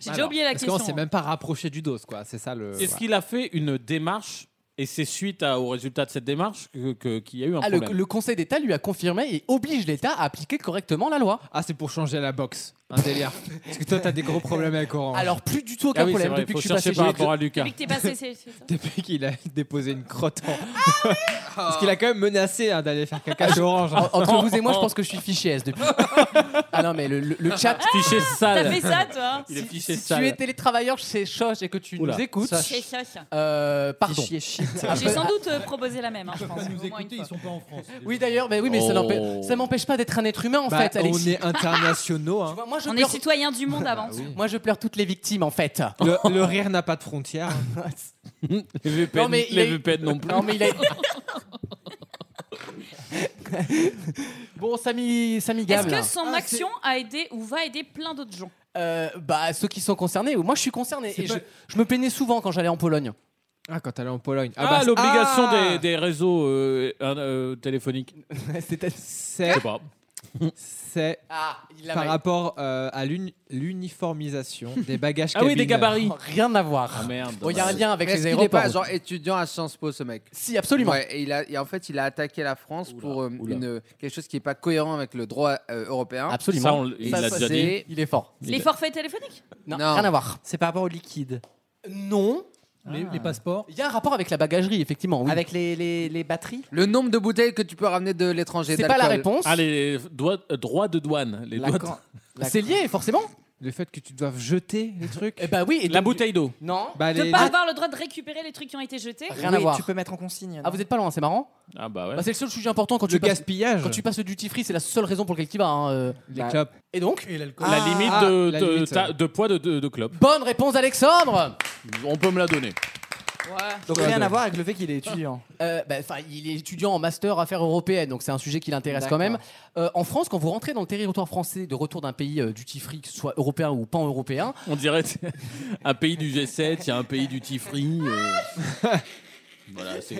J'ai déjà
Alors,
oublié la
parce
question.
qu'on s'est même pas rapproché du dos quoi, c'est ça le
Est-ce qu'il a fait une démarche et c'est suite à- au résultat de cette démarche que- que- qu'il y a eu un
Ah, le,
problème
le Conseil d'État lui a confirmé et oblige l'État à appliquer correctement la loi.
Ah, c'est pour changer la boxe. Un délire. Parce que toi, t'as des gros problèmes avec Orange.
Alors, plus du tout aucun
Ah oui, c'est
problème
vrai,
depuis
faut
que je suis
chercher
passé
par
chez-
rapport à Lucas.
Depuis que t'es passé, c'est c'est ça.
Depuis qu'il a déposé une crotte en...
Ah
Parce qu'il a quand même menacé hein, d'aller faire caca chez Orange. hein.
En- Entre vous et moi, je pense que je suis fiché S depuis. ah non, mais le, le- le chat.
Fiché
sale. T'as fait ça, toi
Il est fiché
si
sale.
tu es télétravailleur chez Choche et que tu
Oula.
nous écoutes.
Chez Choche.
Euh, pardon.
J'ai sans doute euh, proposé la même, hein, je pense.
Nous écouter, ils sont pas en France.
Oui, d'ailleurs, mais oui, mais ça
Oh.
n'empê- ça m'empêche pas d'être un être humain en
Bah,
fait, Alexis.
on est internationaux. hein.
Moi, je
On est
pleure-
citoyens du monde
Ah
Ah
avant tout.
Moi, je pleure toutes les victimes en fait.
Le, le rire n'a pas de frontières.
les VPN,
Non, mais il
les
a-
VPN non plus.
Non, mais il a- Bon, Samy, Samy
Est-ce
Gable.
que
Ah,
Ah,
son action a aidé ou va aider plein d'autres gens
Euh, bah, ceux qui sont concernés, moi je suis concerné.
C'est
et
pas-
je, je me plaignais souvent quand j'allais en Pologne.
Ah, quand elle est en Pologne.
Ah,
bah,
l'obligation
ah
des, des réseaux euh, euh, téléphoniques.
C'est.
Je sais pas.
C'est
Ah, il a-
par rapport euh, à l'uni- l'uniformisation des bagages
Ah oui,
cabine.
des gabarits.
Oh, Rien à voir.
Ah merde.
Bon, il y a un lien avec
Mais
les
est-ce qu'il est
aéroports.
pas genre étudiant à Sciences Po, ce mec.
Si, absolument.
Ouais, et, il a, et en fait, il a attaqué la France pour euh, une, quelque chose qui n'est pas cohérent avec le droit euh, européen.
Absolument. Ça, on l- il l'a déjà dit. Il est fort.
Les forfaits téléphoniques
bah- Non, rien à voir. Euh,
C'est par rapport au liquide.
Non.
Ah.
Les, les passeports.
Il y a un rapport avec la bagagerie, effectivement. oui.
Avec les, les, les batteries
Le nombre de bouteilles que tu peux ramener de l'étranger.
C'est pas la
d'alcool.
réponse.
Ah, les doigts, euh, droits de douane. Les
La
doigts de-
can-
C'est lié, forcément.
Le fait que tu doives jeter les trucs.
Eh bah oui.
La bouteille d'eau.
Non.
Bah,
De
les-
pas avoir le droit de récupérer les trucs qui ont été jetés
Rien à voir.
Tu peux mettre en consigne.
Ah, vous êtes pas loin, c'est marrant.
Ah bah ouais.
Bah, c'est le seul sujet important quand
Le
tu passes.
gaspillage.
Quand tu passes le duty free, c'est la seule raison pour laquelle tu y vas. hein, euh.
Les
Bah,
clopes.
Et donc
La limite
Ah,
de,
la
de-
limite,
ta-
ouais.
de poids de, de, de clope.
Bonne réponse, Alexandre.
On peut me la donner.
Donc
bah.
rien à voir avec le fait qu'il est étudiant.
Euh, bah, enfin, il est étudiant en master affaires européennes, donc c'est un sujet qui l'intéresse quand même. Euh, en France, quand vous rentrez dans le territoire français de retour d'un pays euh, duty free, que ce soit européen ou pan européen,
On dirait c'est un pays du G7, il y a un pays du Tifri. euh. voilà, c'est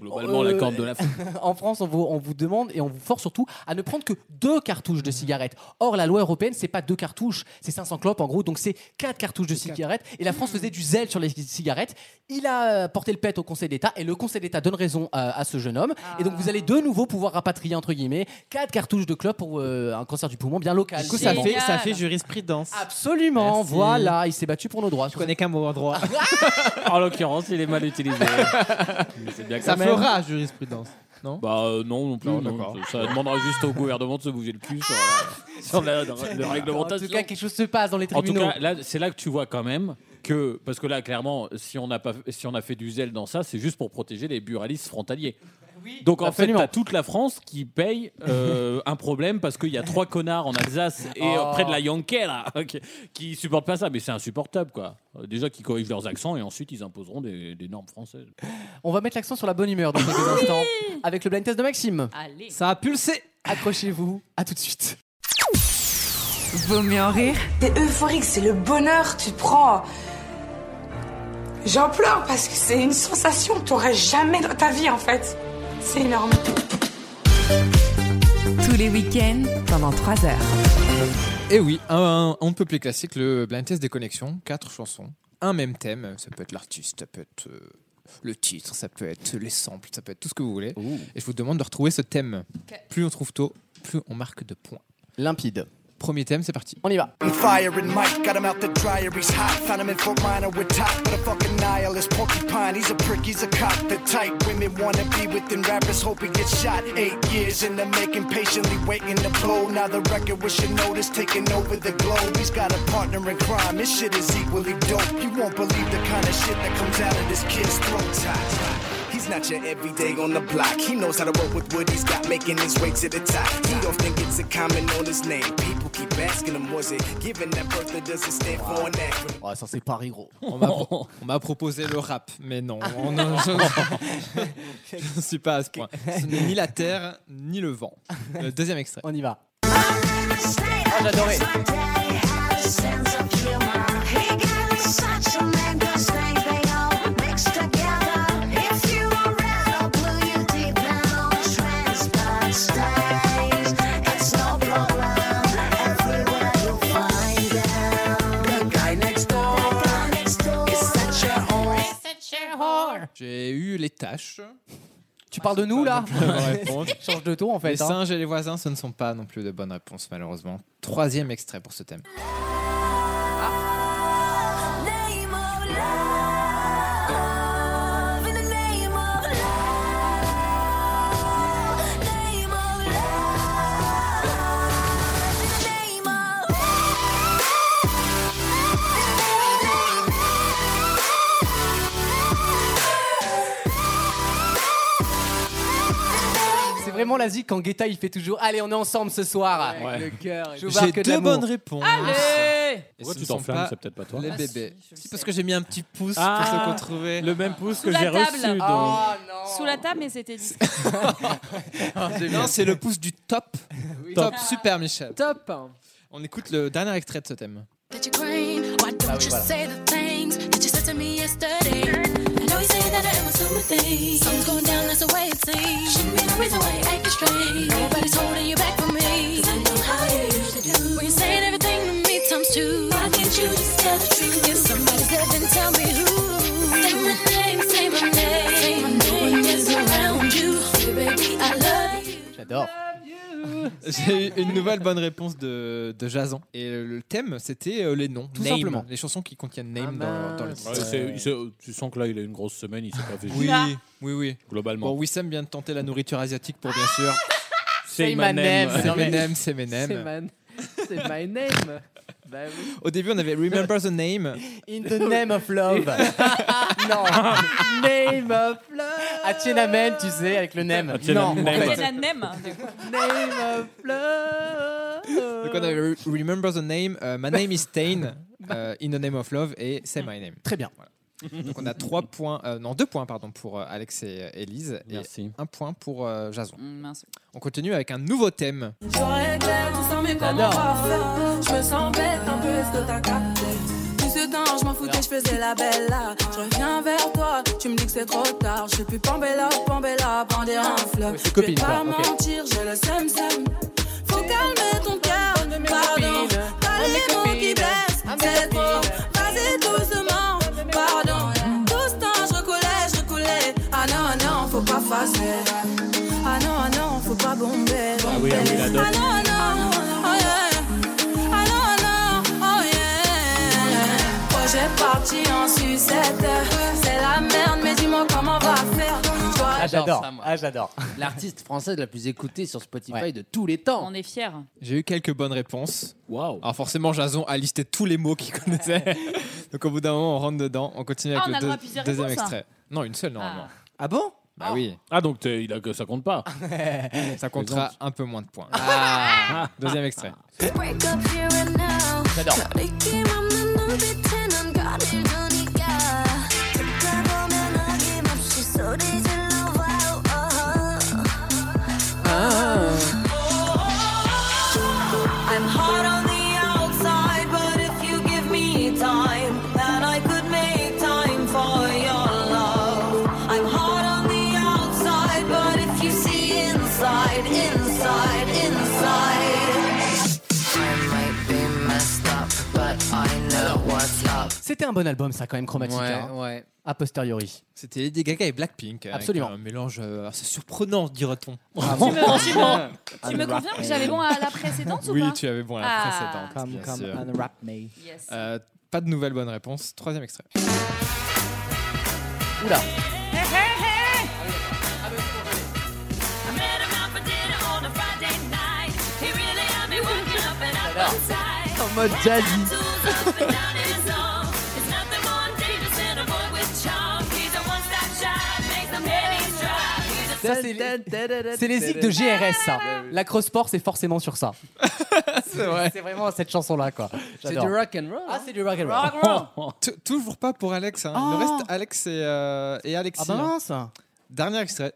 globalement la
Euh,
corne de la
en France, on vous, on vous demande et on vous force surtout à ne prendre que deux cartouches de cigarettes. Or, la loi européenne, c'est pas deux cartouches, c'est 500 clopes en gros, donc c'est quatre cartouches de cigarettes. Et la France faisait du zèle sur les cigarettes. Il a euh, porté le pet au Conseil d'État et le Conseil d'État donne raison euh, à ce jeune homme. Et donc, vous allez de nouveau pouvoir rapatrier entre guillemets quatre cartouches de clopes pour euh, un cancer du poumon bien local.
Du coup, ça fait, ça
Génial.
fait jurisprudence.
Absolument,
Merci.
voilà, il s'est battu pour nos droits.
Je connais qu'un mot en droit.
En l'occurrence, il est mal utilisé. Mais c'est bien
ça
quand même.
fera Ah, jurisprudence. Non
Bah euh, non, non Ah plus.
Non,
non.
d'accord.
Ça demandera juste au gouvernement de se bouger le cul sur, la- sur la, la
En tout
réglementation.
cas, quelque chose se passe dans les
En tout
tribunaux.
cas, là, c'est là que tu vois quand même que parce que là clairement si on a pas si on a fait du zèle dans ça c'est juste pour protéger les buralistes frontaliers. Donc en
absolument.
fait t'as toute la France qui paye euh, un problème parce qu'il y a trois connards en Alsace et euh,
Oh.
près de la Yankee là qui, qui supportent pas ça mais c'est insupportable quoi. Euh, Déjà qu'ils corrigent leurs accents et ensuite ils imposeront des, des normes françaises.
On va mettre l'accent sur la bonne humeur dans quelques instants avec le blind test de Maxime.
Allez.
Ça a pulsé. Accrochez-vous. À tout de suite.
Vaut mieux en rire.
T'es euphorique, c'est le bonheur, tu prends. J'en pleure parce que c'est une sensation que t'aurais jamais dans ta vie en fait. C'est énorme.
Tous les week-ends pendant 3 heures.
Et Eh oui, un, on ne peut plus classique, le blind test des connexions, quatre chansons, un même thème, ça peut être l'artiste, ça peut être euh, le titre, ça peut être les samples, ça peut être tout ce que vous voulez. Et je vous demande de retrouver ce thème.
Ok.
Plus on trouve tôt, plus on marque de points.
Limpide.
Premier thème, c'est parti.
On y va.
I'm firing Mike, got him out the dryer, he's hot. Found him in Fort Minor with top, but a fucking nihilist porcupine. He's a prick, he's a cop. The type women wanna be within rappers, hope he gets shot. Eight years in the making, patiently waiting to blow. Now the record with notice taking over the globe. He's got a partner in crime, this shit is equally dope. You won't believe the kind of shit that comes out of this kid's throat. He's not your everyday on the block. He knows how to work with what he's got, making his way to the top. He don't think it's a comment on his name. People keep asking him, was it given that birth that doesn't stand for an acronym?
Ouais, ça c'est Paris gros.
On m'a pro- on m'a proposé le rap, mais non, on- non, je je ne suis pas à ce point. Ce n'est ni la terre, ni le vent. Le deuxième extrait.
On y va.
j'adorais. J'ai eu les tâches.
Tu parles de nous là Change de ton en fait.
Les
hein.
singes et les voisins, ce ne sont pas non plus de bonnes réponses, malheureusement. Troisième extrait pour ce thème.
C'est vraiment l'Asie quand Guetta il fait toujours Allez, on est ensemble ce soir.
Ouais.
Le cœur. Je vous
J'ai
barque de
deux
l'amour.
bonnes réponses.
Allez
Et
Pourquoi
ce
tu
ne sont
t'enflammes C'est peut-être pas toi.
Les
Ah,
bébés. C'est parce que j'ai mis un petit pouce
Ah,
pour se retrouver.
le même pouce
Sous la table.
Oh,
Ah, Sous la table, mais c'était dit.
Ah, non, c'est le pouce du top.
Oui.
Top,
Ah.
super Michel.
Top.
On écoute le dernier extrait de ce thème.
That you're green. Why don't
Ah oui,
you
voilà.
say the things that you said to me yesterday? I know you say that I am assuming things. Something's going down, that's the way it seems. Shouldn't be the reason why you're acting strange. Nobody's holding you back from me. 'Cause I know how you used to do. When you're saying everything to me times two. Why can't you just tell the truth? If somebody's there, then tell me who. Say my name, say my name. Say my name is around you. Say, baby, I love you.
J'adore.
J'ai eu une nouvelle bonne réponse de, de Jason. Et le thème, c'était euh, les noms, tout
Name.
simplement. Les chansons qui contiennent name dans, dans le titre.
Ouais, c'est- il s'est- tu sens que là, il a une grosse semaine, il s'est pas fait
Oui,
chier.
oui, oui.
Globalement.
Bon, Wissem vient de tenter la nourriture asiatique pour bien sûr.
Say my name.
C'est
Non, mais-
mes nems, c'est mes nems.
C'est man- c'est my name. Bah oui.
Au début, on avait Remember the Name.
In the name of love. non. Name of love. À Tiananmen, tu sais, avec le name.
Ah,
non.
Tiananmen.
en fait.
C'est la NEM.
Name of love.
Donc, on avait Re- Remember the Name, euh, My Name is Stain, euh, In the Name of Love et Say My Name.
Très bien.
Voilà. Donc, on a trois points, euh, non, deux points, pardon, pour euh, Alex et euh, Élise.
Merci.
Et un point pour euh, Jason.
mince.
On continue avec un nouveau thème.
J'aurais clair, on s'en met comme
J'adore.
on parfait. Je me sens bête un peu, est-ce que t'as capté? Tout ce temps, je m'en foutais, je faisais la belle là. Je reviens vers toi, tu me dis que c'est trop tard. Je suis plus Pambella, Pambella, brandir un flop.
Ah, c'est
je vais
copine, quoi,
pas
ok.
mentir, j'ai le sem sem. Faut calmer ton cœur, pardon.
copines,
T'as
un de mes
les mots qui
copines,
baissent,
un de mes
c'est trop. Vas-y doucement, pardon. Tout ce temps, je recoulais, je recoulais. Ah non, ah non, faut pas facer. Ah non, ah non, faut pas bomber.
Ah oui, ah oui, la dope.
Ah non, ah non, oh yeah. Ah non, ah non, oh yeah. Projet parti en sucette. C'est la merde, mais dis-moi comment on va faire. Je dois
Ah, j'adore.
ça, moi.
Ah, j'adore. L'artiste française la plus écoutée sur Spotify de tous les temps.
On est fiers.
J'ai eu quelques bonnes réponses. Waouh. Alors forcément, Jason a listé tous les mots qu'il connaissait. Donc au bout d'un moment, on rentre dedans. On continue
Ah, on
avec
a le
le
droit à
deux-
plusieurs
deuxième
réponses,
extrait.
hein
Non, une seule normalement.
Ah bon
Bah oui.
Ah donc t'es- il a que ça compte pas.
Ça comptera un peu moins de points.
Ah.
Deuxième extrait.
J'adore. oh, I'm hard on the outside, but if you give me time, then I could make time for your love. I'm hard on the outside, but if you see inside, inside, inside. I might be messed up, but I know what's up.
C'était un bon album, ça, quand même, Chromatica.
Ouais,
hein. A posteriori.
C'était Lady Gaga et Blackpink. avec
Absolument.
un mélange euh, assez surprenant, dira-t-on.
Ah
Tu me, tu me- tu me confirmes que j'avais bon à la précédente ou
Oui,
pas
tu avais bon à la
Ah.
précédente. bien
Come,
sûr.
come and rap me.
Yes.
Euh, pas de nouvelle bonne réponse. Troisième extrait.
Oula.
Hey, hey, hey. I met him out for dinner on a Friday night. He really had me working up and up inside.
En mode jazzy.
Tattoos up and down his arm. There's nothing more dangerous than a boy with charm. He's a one-stop shop, makes the pennies drop. He's a
Ça, c'est les- c'est les zigs de GRS, ça. La crossport, c'est forcément sur ça. c'est vrai. C'est vraiment cette chanson-là, quoi.
C'est
J'adore.
du rock and roll. Ah,
c'est du rock and
Tou- Toujours pas pour Alex. hein.
Ah.
Il nous reste Alex et, euh, et Alexis.
Ah bah
hein.
mince.
Dernier extrait.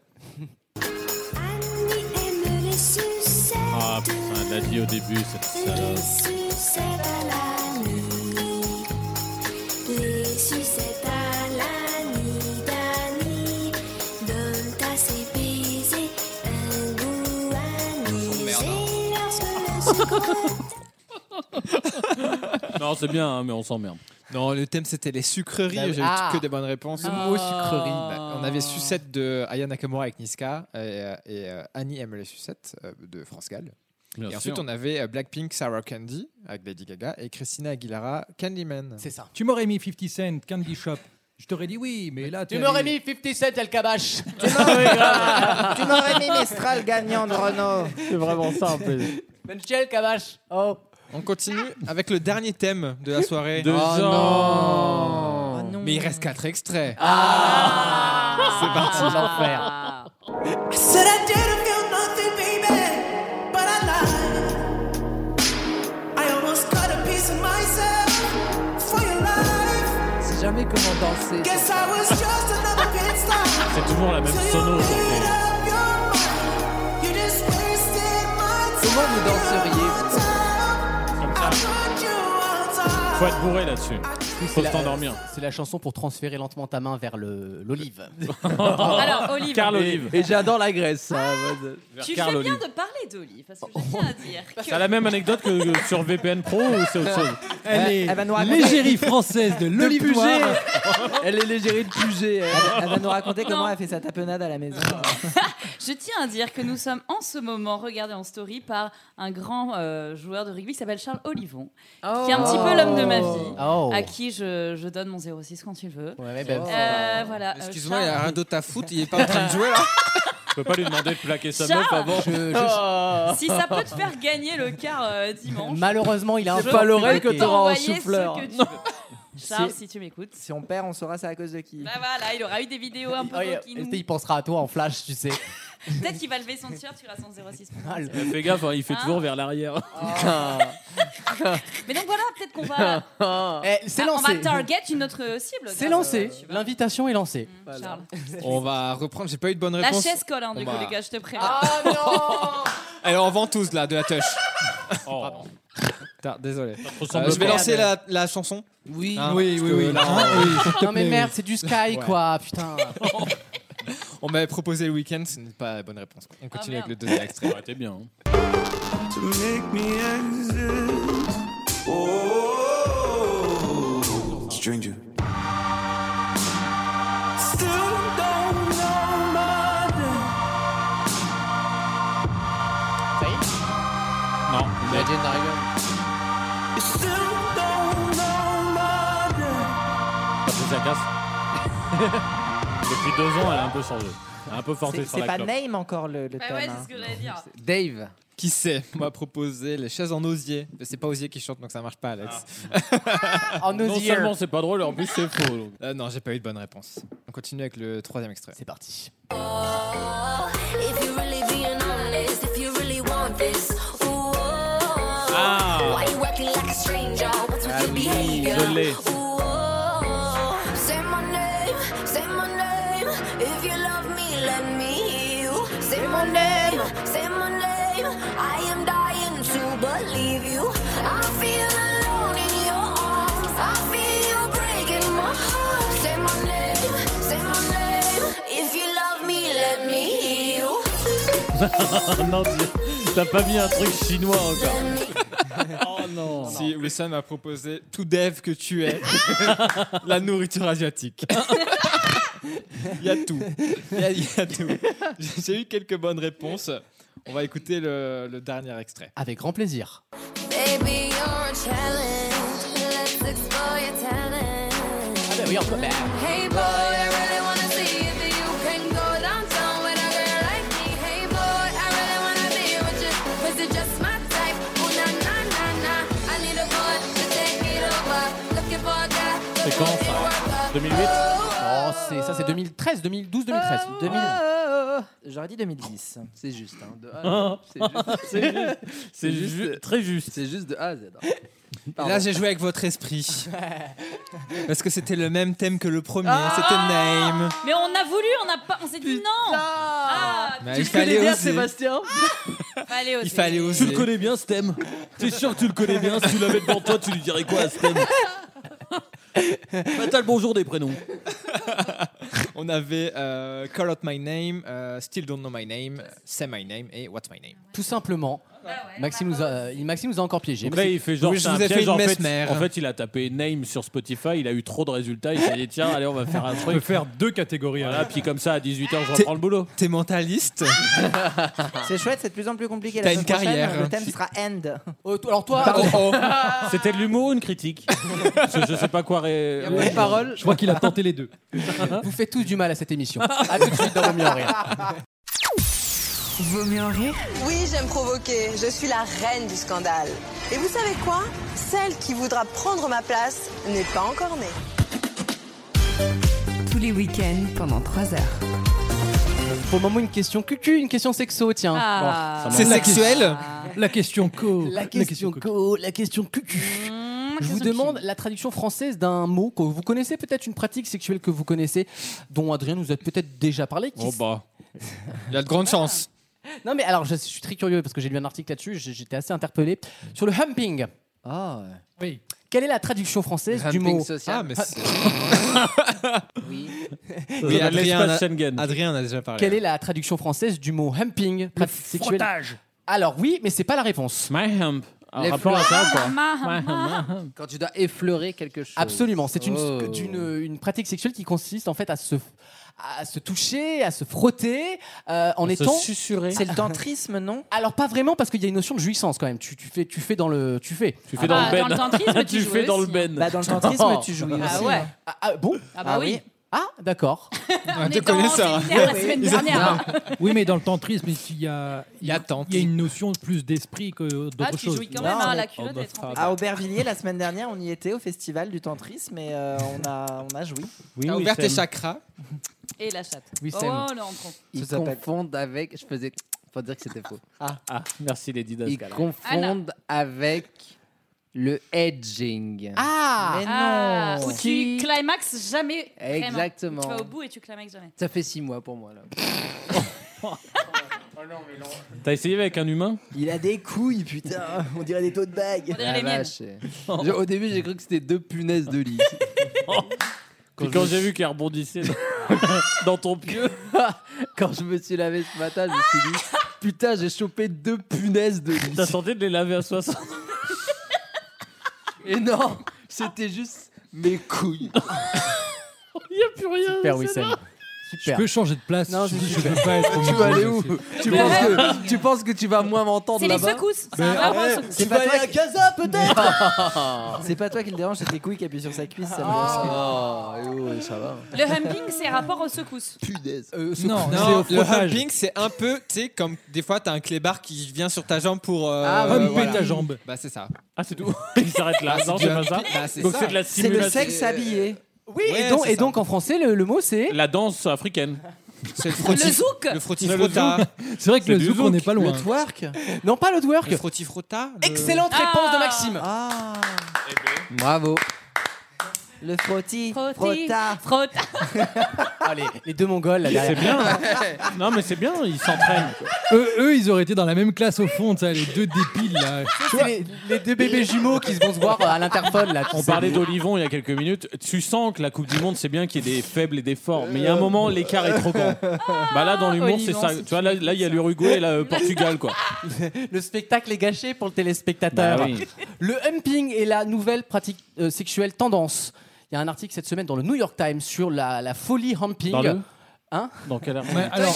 Ah putain, elle l'a dit au début cette salope. Non, c'est bien, hein, mais on s'emmerde.
Non, le thème c'était les sucreries.
Bah
J'ai
oui.
eu
Ah.
que des bonnes réponses.
Le mot sucrerie.
Bah, on avait Sucette de Aya Nakamura avec Niska et, euh, et, euh, Annie aime les sucettes euh, de France Gall.
Bien
et
sûr.
ensuite, on avait euh, Blackpink, Sarah Candy avec Lady Gaga et Christina Aguilera, Candyman.
C'est ça.
Tu m'aurais mis 50 Cent, Candy Shop. Je t'aurais dit oui, mais là
Tu m'aurais mis 50 Cent El Kabash.
tu m'aurais mis Mistral gagnant de Renault.
C'est vraiment ça, un peu. El Kabash. Oh.
On continue avec le dernier thème de la soirée.
De
oh,
Jean.
non.
Ah
Mais il reste quatre extraits.
Ah.
C'est parti, l'enfer.
I said I didn't feel nothing, baby, but I lied. I almost cut a piece of myself for your life.
C'est jamais comment danser.
Guess I was just another pit stop.
C'est toujours la même sono aujourd'hui.
You just wasted my
Comment vous danseriez
Faut être bourré là-dessus. Faut s'endormir.
C'est la chanson pour transférer lentement ta main vers le- l'olive.
Alors, Olive.
Ah. Carl Olive. Ah,
Et j'adore la Grèce. ça, mode-
Tu fais
Carl
bien
Olive.
de parler d'Olive, parce que je tiens à dire que...
T'as la même anecdote que, que sur VPN Pro ou c'est autre chose
Elle est
Elle va nous raconter-
l'égérie française de
Le
l'Olive
Puget.
Elle est légérie de Puget.
Elle, elle va nous raconter comment elle fait sa tapenade à la maison.
Je tiens à dire que nous sommes en ce moment regardés en story par un grand euh, joueur de rugby qui s'appelle Charles Olivon, qui est un petit peu l'homme de ma vie,
Oh.
à qui je, je donne mon 06 quand il veut.
Ouais, ben,
Euh, voilà, euh,
Excuse-moi, il y
Charles-
a rien d'autre à foutre. Il est pas en train de jouer là.
Je peux pas lui demander de plaquer sa
Charles Oh.
meuf avant.
Je-
Si ça peut te faire gagner le quart euh, dimanche,
Malheureusement, il a un
Je
peu
peux t'envoyer
fabriqué.
ce que tu veux. Charles,
Si-
si tu m'écoutes.
Si on perd, on saura c'est à cause de qui.
Bah voilà, il aura eu des vidéos un peu
Oh, il-
coquines.
Il pensera à toi en flash, tu sais.
Peut-être qu'il va lever son t-shirt, tu iras son 06.
Ah,
Mais Fais gaffe, hein, il fait
Hein
toujours vers l'arrière.
Oh. Mais donc voilà, peut-être qu'on va.
Eh, c'est
Ah, On
lancé.
va target une autre cible.
C'est
grave,
lancé. L'invitation est lancée.
euh, Charles.
On va reprendre. J'ai pas eu de bonne
La
réponse.
chaise colle, hein, du
On
coup,
va-
les gars, je te préviens. Ah non
Allez, on vend tous là de la touche.
Oh.
Putain, Désolé.
ressemble
Euh, je vais
pas.
Ah,
lancer
bah.
la, la chanson.
Oui,
Hein,
oui,
parce
oui,
que
oui.
là,
Hein, oui, s'il te
Non mais
plaît,
merde,
oui.
c'est du Sky
Ouais.
quoi, putain.
On m'avait proposé le week-end, ce n'est pas la bonne réponse. On
Ah,
continue avec le deuxième extrait.
Ouais, t'es bien. hein.
To make me exist. Oh.
Stranger.
Still don't know my name.
Non.
Imagine Dragon.
Still don't know my name.
Patricia Cass. Depuis deux ans, elle a un peu changé. Un peu forcé
C'est
sur
c'est
la
pas
clope.
Name encore le, le
Bah
thème,
ouais,
hein.
c'est ce que j'allais dire.
Dave qui sait m'a proposé les chaises en osier. Mais C'est pas osier qui chante donc ça marche pas Alex.
Ah. En
Non
osier.
seulement c'est pas drôle, en plus c'est faux. donc. Ah non, j'ai pas eu de bonne réponse. On continue avec le troisième extrait.
C'est parti.
If you're really being honest, if you really want this, ooh, oh, oh, oh.
Ah.
why you acting like a stranger? What's with your behavior?
Je l'ai.
Say my name, say my name. If you love me, let me hear you. Say my name, say my name. I am dying to believe you. I feel alone in your arms. I feel you breaking my heart. Say my name, say my name. If you love me, let me hear you.
non,
Ah,
tu- t'as pas mis un truc chinois encore.
Oh non Si Wilson m'a proposé tout dev que tu es, la nourriture asiatique. Il y a tout. Il y a, il y a tout. J'ai eu quelques bonnes réponses. On va écouter le, le dernier extrait.
Avec grand plaisir.
Baby, you're a challenge. Let's explore your talent.
ben oui, on peut- ben-
Hey boy, I really wanna see if you can go downtown with a girl like me. Hey boy, I really wanna be with you. Cause you're just my type. Ooh, na na na na. I need a boy to take it over. Looking for a guy.
C'est quand ça
2008
Oh, c'est ça, c'est 2013, 2012, 2013. 2000.
J'aurais dit 2010.
C'est juste. Hein, de
Ah.
A à Z. C'est juste.
C'est ju- très juste.
C'est juste de A à Z. hein.
Et
Pardon.
Là, j'ai joué avec votre esprit. Parce que c'était le même thème que le premier.
Ah
c'était Name.
Mais on a voulu, on, a pas, on s'est dit non Ah,
Mais
tu
il
le connais
fallait
bien,
oser.
Sébastien Fallait oser.
Il fallait oser.
Tu le connais bien, Stem T'es sûr que tu le connais bien Si tu l'avais devant toi, tu lui dirais quoi à Stem bah, T'as le bonjour des prénoms.
On avait euh, Call Out My Name, euh, Still Don't Know My Name, Say My Name et What's My Name.
Tout simplement. Maxime nous, a, euh, Maxime nous a encore piégés.
Donc là, il fait genre,
Oui, je
c'est
vous
un
ai fait
piège.
une
en,
mesmer.
fait, en fait, il a tapé name sur Spotify, il a eu trop de résultats, il s'est dit, tiens, allez, on va faire un truc. On peut faire deux catégories. Voilà, puis comme ça, à 18h, je reprends le boulot.
T'es mentaliste
Ah.
C'est chouette, c'est de plus en plus compliqué.
T'as
la semaine
une carrière. Oh,
prochaine, Le thème sera End.
alors toi,
C'était de l'humour ou une critique Parce que Je sais pas quoi. Ré...
a pas de parole. Je crois qu'il a tenté
les deux.
Vous faites tous du mal à cette émission. À tout de suite dans Vaut mieux en rire.
Vaut mieux en rire
Oui, j'aime provoquer. Je suis la reine du scandale. Et vous savez quoi Celle qui voudra prendre ma place n'est pas encore née.
tous les week-ends pendant 3 heures.
Pour le moment, une question cucu, une question sexo, tiens.
Ah.
Bon, ça
C'est
m'en-
sexuel
La question co. La question co. La question cucu. Je vous demande la traduction française d'un mot que vous connaissez peut-être, une pratique sexuelle que vous connaissez, dont Adrien nous a peut-être déjà parlé. qui
Oh bah. Il a de grandes chances.
Non, mais alors, je suis très curieux parce que j'ai lu un article là-dessus, j- j'étais assez interpellé. Sur le humping. Ah, oui. Quelle est la traduction française
Le
du
humping
mot
social. Ah, mais c'est-
oui.
Oui,
Dans
Adrien,
l'espace
a- Adrien en a
Ah,
déjà parlé.
Quelle est la traduction française du mot humping pratique sexuelle
frottage.
Alors, oui, mais c'est pas la réponse.
My hump.
Les
rapport à ça,
fleurs.
quoi.
Ah,
hein.
Ma- ma-
Quand tu dois effleurer quelque chose.
Absolument, c'est une,
Oh.
d'une- une pratique sexuelle qui consiste en fait à se, à se toucher, à se frotter, euh, en
À se
étant.
susurrer.
C'est le tantrisme, non
Alors pas vraiment parce qu'il y a une notion de jouissance quand même. Tu, tu fais, tu fais dans le, tu fais.
Tu fais Ah dans bah, le ben. dans le tantrisme, tu Tu jouis fais dans aussi, le ben. hein. Bah, dans le tantrisme, tu jouis Ah aussi, ouais. hein.
Ah, ah, bon
Ah bah oui.
Ah d'accord.
On te est connaît dans ça, hein. Séminaire la semaine dernière.
oui, mais dans le tantrisme, il y a, il y a, une notion de plus d'esprit que d'autres
Ah, tu
choses.
jouis quand même, hein, la culotte
bah,
est
Ah,
femme.
oh,
À Aubervilliers, la semaine dernière, on y était au festival du tantrisme et euh, on, a, on a joué.
Oui, T'as oui, ouvert Sam. tes chakras.
Et la chatte.
Oui,
oh,
Sam.
le rencontre.
Ils
Ça s'appelle-
confondent avec. Je faisais. Pour dire que c'était faux.
Ah, merci Lady Daz.
Ils confondent avec le edging.
Ah
Mais non.
Ah, Où tu
Si.
climaxes jamais. vraiment.
Exactement.
Tu vas au bout et tu climaxes jamais.
Ça fait six mois pour moi là.
T'as essayé avec un humain
Il a des couilles, putain. On dirait des taux de bague.
La vache.
eh.
eh. Je-
Oh.
Au début, j'ai cru que c'était deux punaises de lit.
Oh, Puis quand j'ai vu qu'elle rebondissait dans, dans ton pieu.
Quand je me suis lavé ce matin, je me suis dit
Ah.
Putain, j'ai chopé deux punaises de lit.
T'as tenté de les laver à 60
Et non, c'était juste mes couilles.
Il n'y a plus rien.
Super Wissem. Super.
Je peux changer de place.
Non,
je
c'est
dis, je
super.
veux pas être au
Tu
milieu
vas aller
de
où
ces-
Tu
Mais
penses
ouais.
que-
Tu penses que tu vas moins m'entendre
C'est les
là-bas
secousses, c'est un vrai
ouais,
secousse.
c'est
C'est
pas
pas
toi
toi
qui-
Casa
C'est pas toi qui le dérange, c'est tes couilles qui appuient sur sa cuisse. Ça me
Oh,
Ah,
eh oh, ça va.
Le humping, c'est rapport aux secousses.
Euh,
non,
c'est au
le
frottage.
humping, c'est un peu, tu sais, comme des fois, t'as un clébard qui vient sur ta jambe pour. euh,
Ah, humper ta
jambe.
Bah, c'est ça.
Ah, c'est tout. Il s'arrête là.
Ah,
Non,
du
c'est pas ça.
humping. Bah, c'est
Donc
ça.
c'est de la
C'est le
simulation.
sexe habillé.
euh, Oui,
Ouais,
et, donc,
c'est
et donc en français, le, le mot c'est.
La danse africaine.
C'est le
frottis-
Le zouk.
le frottis
Le
frotta.
zouk.
C'est vrai que
C'est
le
du
zouk,
zouk.
on n'est pas loin.
Le
twerk Non, pas le twerk.
Le frotti frotta. le-
Excellente réponse de Maxime. Ah.
Bravo.
Le frottis,
Frotti,
frotta.
frotta.
Allez, les deux Mongols là
C'est
derrière.
bien.
hein.
Non, mais c'est bien, ils s'entraînent.
Eux, eux, ils auraient été dans la même classe au fond, tu sais, les deux débiles là.
C'est les, les deux bébés jumeaux qui vont se voir euh, à l'interphone là. tu
On
sais.
parlait d'Olivon il y a quelques minutes. Tu sens que la Coupe du Monde, c'est bien qu'il y ait des faibles et des forts, mais il y
Euh.
a un moment, l'écart est trop grand. Bah là, dans l'humour, c'est
Olivon,
ça.
si
Tu vois, là, là, il y a l'Uruguay et le Portugal, quoi.
Le spectacle est gâché pour le téléspectateur.
Bah oui.
Le humping est la nouvelle pratique euh, sexuelle tendance. Il y a un article cette semaine dans le New York Times sur la, la folie humping.
Dans le-
Hein
Dans quel air
Ouais, alors,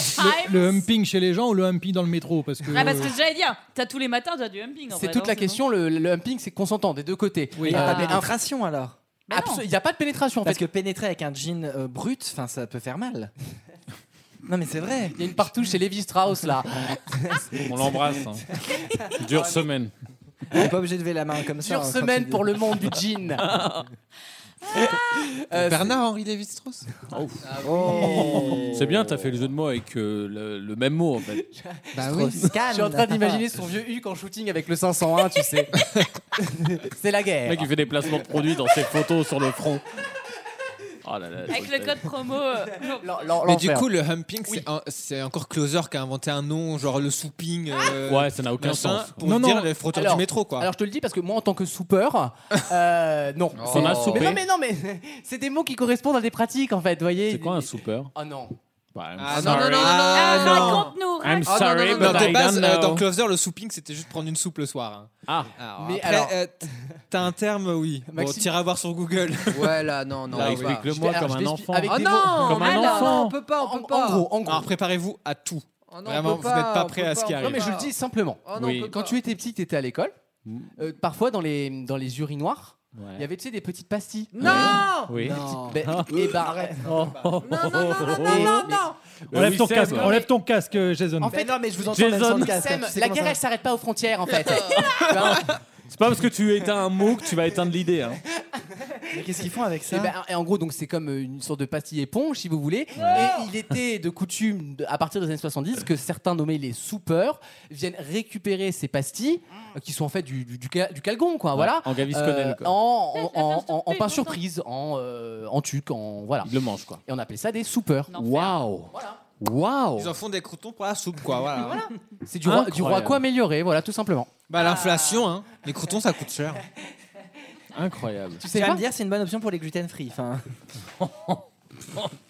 le, le humping chez les gens ou le humping dans le métro parce
Euh.
que, euh,
Ah, parce que j'allais dire, t'as tous les matins, t'as du humping. en
C'est
vrai,
toute
non,
la
bon.
question. Le, le humping, c'est consentant des deux côtés.
Oui, il n'y a
Ah.
pas de pénétration alors.
Bah
Abso- Il n'y a pas de pénétration en
Parce
fait.
que pénétrer avec un jean euh, brut, enfin, ça peut faire mal. Non mais c'est vrai.
Il y a une partouche chez Levi Strauss là.
On l'embrasse. hein. Dure semaine.
On n'est pas obligé de lever la main comme ça.
Dure
hein, quand
semaine
tu-
pour le monde du jean.
Ah.
Euh,
Bernard-Henri Lévi-Strauss
Oh.
C'est bien, t'as fait le jeu de mots avec euh, le, le même mot, en fait.
Bah oui.
Je suis en train d'imaginer son vieux Huc en shooting avec le 501, tu sais. c'est la
Le
guerre.
mec, il fait des placements de produits dans ses photos sur le front. Oh là là.
Avec le code promo. euh,
Mais du coup, le humping, c'est un- c'est encore Closer qui a inventé un nom, genre le souping. euh,
Ouais, ça n'a aucun
machin,
sens.
Pour
Non,
dire
non.
le frotteur
Alors-
du métro, quoi.
Alors je te le dis parce que moi en tant que soupeur, euh, non.
On
C'est-
a soupé.
Mais non mais non mais c'est des mots qui correspondent à des pratiques en fait, voyez.
C'est quoi un soupeur
Oh non.
Bah, I'm
Ah, non,
sorry.
non, non, non,
Ah,
non.
raconte-nous.
I'm
raconte-nous.
sorry,
Non,
but
de
I
base,
don't
euh,
know.
dans Closer, le souping, c'était juste prendre une soupe le soir. hein.
Ah,
Alors,
Mais
après,
alors-
euh, t- t'as un terme, oui. Bon,
Maxime-
t'iras voir sur Google.
Ouais, là, non, non.
Là,
on va.
explique-le-moi
Je vais-
comme
je
un
vais-
enfant. Ah
avec
Oh
des
non,
mots- Ah,
Comme un
mais non,
enfant.
on peut pas, on
En,
peut pas.
en gros, en gros.
Alors, préparez-vous à tout.
Oh non, on
Vraiment,
peut
vous n'êtes pas
on
prêt
peut
à ce
pas,
qui
on peut
non mais
arrive.
je
pas.
le dis simplement.
Oh non,
Oui.
on peut
Quand
pas.
tu étais petit, t'étais à l'école.
Mm.
euh, parfois dans les dans les urinoirs, il
Ouais.
y avait tu sais des petites pastilles.
Non
Oui.
Ben, et bah,
Oh, oh,
Non, non, non, non,
Et- Euh,
non, non, non.
Enlève ton
Wissem.
casque, enlève ton casque, euh, Jason.
En fait,
non mais je vous
entends même sans le Jason.
Sam, la guerre elle s'arrête pas aux frontières en fait.
C'est pas parce que tu éteins un mot que tu vas éteindre l'idée. hein.
Mais qu'est-ce qu'ils font avec
Et,
ça
ben, et en gros, donc c'est comme euh, une sorte de pastille éponge, si vous voulez. Et il était de coutume, de- à partir des années 70, que certains nommés les soupeurs viennent récupérer ces pastilles, euh, qui sont en fait du, du, du cal- du calgon, quoi. voilà.
En gavis
Euh,
Connell, quoi.
en, en,
La
en,
fameuse
en- en
tortue,
pain
longtemps.
surprise, en, euh, en tuc, en voilà.
Il le mange, quoi.
Et on appelait ça des soupeurs.
Un enfer.
Waouh! Waouh!
Ils en font des croutons pour la soupe, quoi. Voilà.
C'est du roi, du
Incroyable.
roi quoi amélioré, voilà, tout simplement.
Bah, l'inflation, hein. Les croutons, ça coûte cher.
Incroyable.
Tu sais
Tu vas
pas?
me dire c'est une bonne option pour les gluten free. Enfin,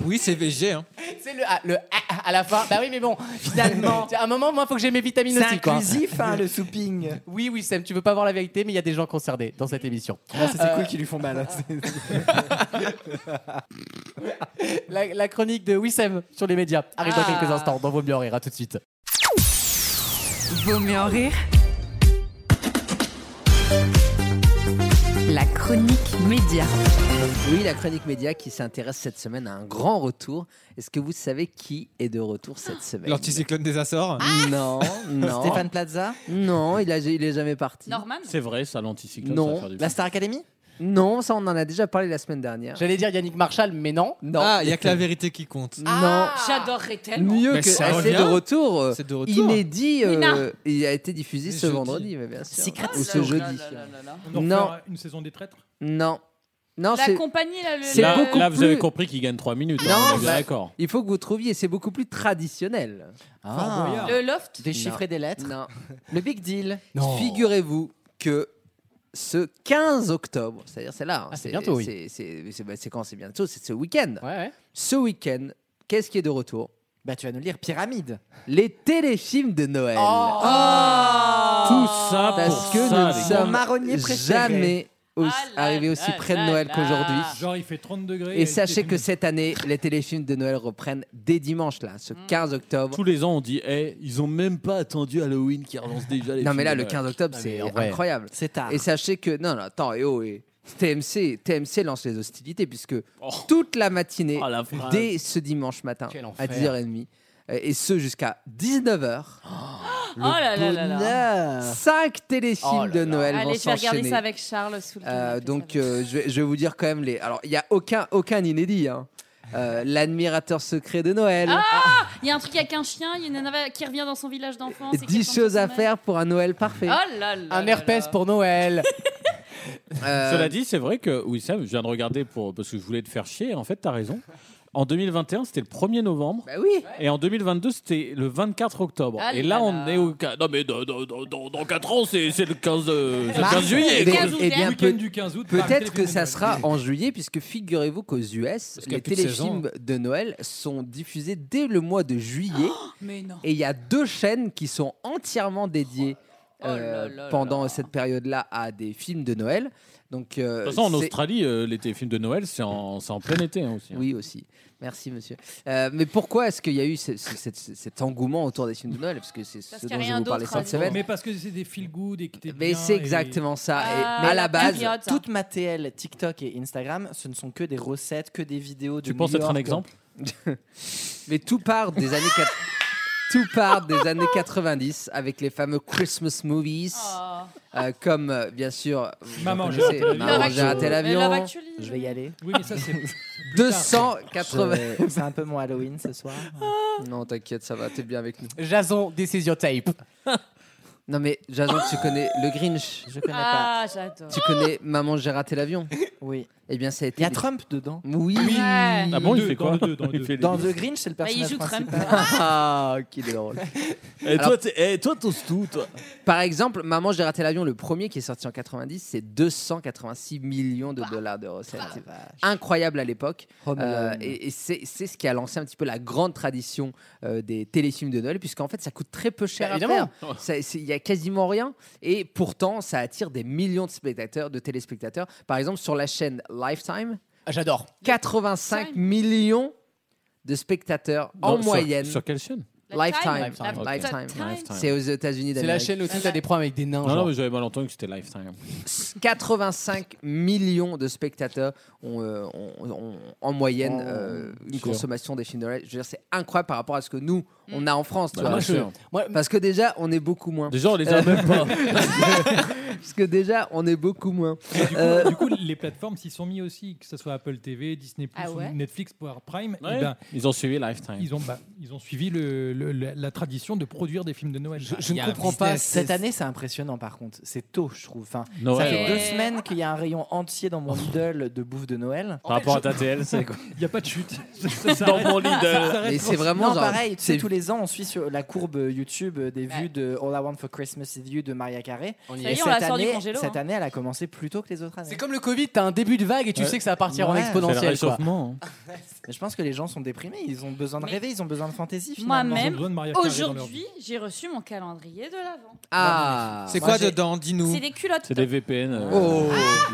Oui, c'est VG, hein.
C'est le, A- le A à la fin. Bah oui, mais bon, finalement. à un moment, moi, faut que j'ai mes vitamines
c'est
aussi, quoi.
inclusif hein, le souping.
Oui, oui, Sam, tu veux pas voir la vérité, mais il y a des gens concernés dans cette émission.
Ah, c'est
Euh,
qui lui font mal. hein.
La, la chronique de Wissem sur les médias arrive dans
Ah.
quelques instants dans Vaut mieux en rire. À tout de suite.
Vaut mieux en rire. La chronique média.
Oui, la chronique média qui s'intéresse cette semaine à un grand retour. Est-ce que vous savez qui est de retour cette
Bah,
semaine
L'anticyclone des Açores.
Ah,
Non, non.
Stéphane Plaza,
Non, il, a, il est jamais parti.
Norman
C'est vrai, ça, l'anticyclone,
Non.
ça va faire du
la Star Academy.
Non, ça, on en a déjà parlé la semaine dernière.
J'allais dire Yannick Marshall, mais non.
Non.
Ah, il y a que la vérité qui compte.
Non.
Ah. J'adorerais tellement.
Mieux
Mais
que.
ça
Ah, C'est de
revient.
retour. euh,
C'est de retour.
Inédit. euh,
Nina.
il a été diffusé
C'est
ce
jeudi.
vendredi, mais bien sûr.
Secret
Ou ce
Oh là
jeudi.
là là là là.
On en
Non.
refait une saison des traîtres.
Non. Non,
La
c'est.
compagnie, là, le.
C'est
le-
là,
beaucoup
là, vous avez
plus-
compris qu'il gagne 3 minutes.
Non,
hein, on est bien
bah-
d'accord.
Il faut que vous trouviez, c'est beaucoup plus traditionnel.
Ah.
Fort Boyard.
Le loft.
Ah, Des chiffres et des lettres.
Ah. Non.
Le big deal.
Non.
Figurez-vous que ce 15 octobre, c'est-à-dire c'est là, hein,
Ah, c'est bientôt, oui.
c'est- c'est- c'est- bah, c'est quand c'est bientôt, c'est ce week-end.
Ouais, ouais.
Ce week-end, qu'est-ce qui est de retour
Bah tu vas nous lire Pyramide.
Les téléfilms de Noël.
Tout ça
Parce
pour ça, les
que nous ne
gars.
Mon
sommes
marronnier préféré.
jamais aussi- arrivé aussi près de Noël
Ah
qu'aujourd'hui.
Genre, il fait 30 degrés.
Et sachez que cette année, les téléfilms de Noël reprennent dès dimanche, là, ce 15 octobre.
Mmh. Tous les ans, on dit, Eh, ils ont même pas attendu Halloween qui relance déjà les
Non, mais
films
là,
de
le
Noël.
15 octobre,
Ah, mais
c'est
en vrai.
incroyable. C'est tard. Et sachez que. Non, non, attends, et oh, et. TMC, TMC lance les hostilités puisque toute la matinée,
Oh, la phrase.
dès ce dimanche matin,
Quel
à
enfer.
10h30, euh, et ce jusqu'à 19h,
Oh là là là là.
5 téléfilms
Oh là
de
là.
Noël vont
Allez, je vais regarder
s'enchaîner.
ça avec Charles sous le
Euh, donc, euh, je, vais, je vais vous dire quand même les. Alors, il n'y a aucun, aucun inédit. hein. Euh, L'admirateur secret de Noël.
Ah Il y a un truc avec un chien, il y a une nana qui revient dans son village d'enfance. et qui
10 choses à faire pour un Noël parfait.
Oh là là
un
là
herpès pour Noël. Euh,
Cela dit, c'est vrai que oui, ça, je viens de regarder pour parce que je voulais te faire chier. En fait, t'as raison. En 2021, c'était le 1er novembre.
Bah oui.
Et en 2022, c'était le 24 octobre.
Ah
et
là
là, on est au. ca- Non, mais dans, 4 ans, c'est c'est le 15, euh, c'est le
Mars.
15 juillet.
Eh bien-
quoi.
eh bien,
Week-end
peut-
du 15 août, par
Peut-être
téléphone
que
de
ça sera en juillet, puisque figurez-vous qu'aux US,
qu'il y a
les
plus de
téléfilms de Noël sont diffusés dès le mois de juillet.
Oh, Mais non.
Et il y a deux chaînes qui sont entièrement dédiées euh,
Oh là là
pendant cette période-là à des films de Noël. Donc,
De
euh,
toute façon, en
c'est-
Australie, euh, les téléfilms de Noël, c'est en, c'est en plein été hein, aussi. hein.
Oui, aussi. Merci, monsieur. Euh, mais pourquoi est-ce qu'il y a eu ce- ce- cette- cet engouement autour des films de Noël Parce que c'est ce dont je vais vous parler cette semaine.
Mais parce que c'est des feel good et que t'es
Mais
bien
c'est
et-
exactement ça. Et
Ah,
à
mais
la
la
base,
période, ça.
Toute ma TL, TikTok et Instagram, ce ne sont que des recettes, que des vidéos de
Tu penses
New
être un
York.
exemple mais tout part des années quat- Tout part des années 90 avec les fameux Christmas movies, euh, comme euh, bien sûr vous
Maman, j'ai
connaissez,
raté l'avion.
Maman, j'ai raté
Mais Love
l'avion.
Actually, Je vais y aller.
Oui, mais ça, c'est- c'est. plus tard.
280.
Je- C'est un peu mon Halloween ce soir.
Non, t'inquiète, ça va, t'es bien avec nous.
Ah. Jason, this is your tape.
Non mais Jason, tu connais le Grinch Je
connais pas. Ah, j'adore.
Tu connais Maman, j'ai raté l'avion
Oui.
Eh bien, ça a été.
Il y a Trump dedans.
Oui.
Ouais. Ah
bon, il fait quoi Il fait les
Dans
deux.
The Grinch, c'est le
Bah, il
personnage
joue Trump.
principal.
Ah, qu'il est drôle.
Et
Alors-
toi, t'es- eh, toi, t'oses tout, toi.
Par exemple, Maman, j'ai raté l'avion, le premier qui est sorti en 90, c'est 286 millions de dollars de recettes.
Ah,
Incroyable à l'époque.
Home
Euh,
Alone.
et et c'est c'est ce qui a lancé un petit peu la grande tradition euh, des téléfilms de Noël, puisqu'en fait, ça coûte très peu cher
Bah,
à
évidemment.
faire. Ça- c'est- Il n'y a quasiment rien. Et pourtant, ça attire des millions de spectateurs, de téléspectateurs. Par exemple, sur la chaîne Lifetime,
Ah, J'adore.
85 millions de spectateurs en
Dans- sur-
moyenne.
Sur quelle chaîne
Lifetime.
Lifetime.
Lifetime.
Lifetime.
Lifetime.
Lifetime.
C'est aux États-Unis
C'est
d'Amérique.
la chaîne où tu as des problèmes avec des nains.
Non,
genre.
non, mais j'avais mal entendu que c'était Lifetime.
85 millions de spectateurs ont, euh, ont- ont- en moyenne euh, une
sûr.
consommation des films de Noël. Je veux dire, c'est incroyable par rapport à ce que nous, on a en France. tu
Bah, bien
vois.
sûr.
Parce que déjà, on est beaucoup moins. Euh,
Déjà, on les a même pas.
Parce que déjà, on est beaucoup moins.
Et Du coup,
Euh,
du coup, les plateformes s'y sont mis aussi, que ce soit Apple TV, Disney
Ah ouais
ou Netflix, voire Prime. eh
Ouais.
ben,
Ils ont suivi Lifetime.
ils ont, bah, ils ont suivi le- le- la, la tradition de produire des films de Noël.
Je ne comprends pas. Cette année, c'est impressionnant par contre. C'est tôt, je trouve. Enfin,
Noël,
ça fait
ouais.
deux semaines qu'il y a un rayon entier dans mon Lidl de bouffe de Noël.
Par rapport à ta TL, c'est quoi
Il n'y a pas de chute.
Dans mon Lidl.
Mais c'est vraiment
Non,
genre-
pareil. Tu
c'est-
sais, tous les ans, on suit sur la courbe YouTube euh, des vues de All I Want for Christmas is You de Maria Carey.
On y
Et
est. Ça y est, on
cette
la sort du
année-
congélo,
Cette
hein.
année, elle a commencé plus tôt que les autres années.
C'est comme le Covid, t'as un début de vague et tu
Ouais.
sais que ça va partir en
Ouais. C'est le
exponentiel. quoi.
réchauffement, Mais je pense que les gens sont déprimés. Ils ont besoin de rêver. Ils ont besoin de fantaisie. finalement.
Oh, Moi-même, aujourd'hui, j'ai reçu mon calendrier de l'avant.
Ah
C'est
quoi
Moi, j'ai-
dedans Dis-nous.
C'est des culottes.
C'est des VPN euh,
Oh.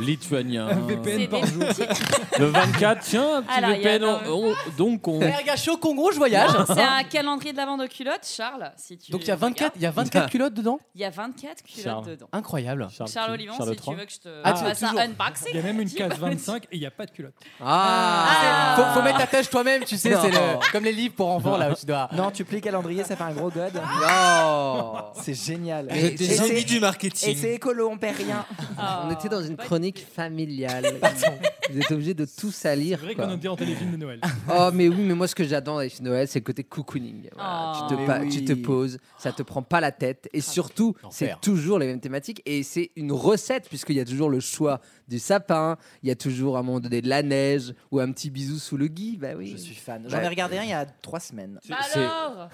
lituaniens.
Ah,
C'est des petits-
Le 24, tiens, un petit
Alors, il y a
VPN. on- on- donc, on.
Eh, regarde, je suis au Congo, je voyage.
C'est un calendrier de l'avant de culottes, Charles. Si tu
Donc il y a 24, il y a 24 culottes dedans
Il y a 24 culottes dedans.
Incroyable.
Charles Olivon, si tu veux que je te
Ah, tu-
fasse un
toujours.
unboxing.
Il y a même une
tu vois.
case 25 et il n'y a pas de culotte.
Ah, faut, faut mettre la tâche toi-même, tu sais,
Non.
c'est le- comme les livres pour enfants là où tu dois.
Non, tu plies calendrier, ça fait un gros god. C'est génial.
Vous êtes des
Et
zombies
c'est-
du marketing.
Et c'est écolo, on perd rien. Ah.
on était dans une chronique familiale. Vous êtes obligés de tout salir.
C'est vrai
quoi.
qu'on était en téléfilm de Noël.
Oh, mais oui, mais moi, ce que j'adore avec Noël, c'est le côté cocooning. Voilà,
Oh.
tu, te
Mais
pa-
oui.
tu te poses, ça te prend pas la tête.
Ah,
Et surtout, c'est
l'enfer.
toujours les mêmes thématiques. Et c'est une recette, puisqu'il y a toujours le choix du sapin, il y a toujours à un moment donné de la neige ou un petit bisou sous le gui. Bah oui.
Je suis fan. J'en ai
Ouais.
regardé un il y a trois semaines.
Bah alors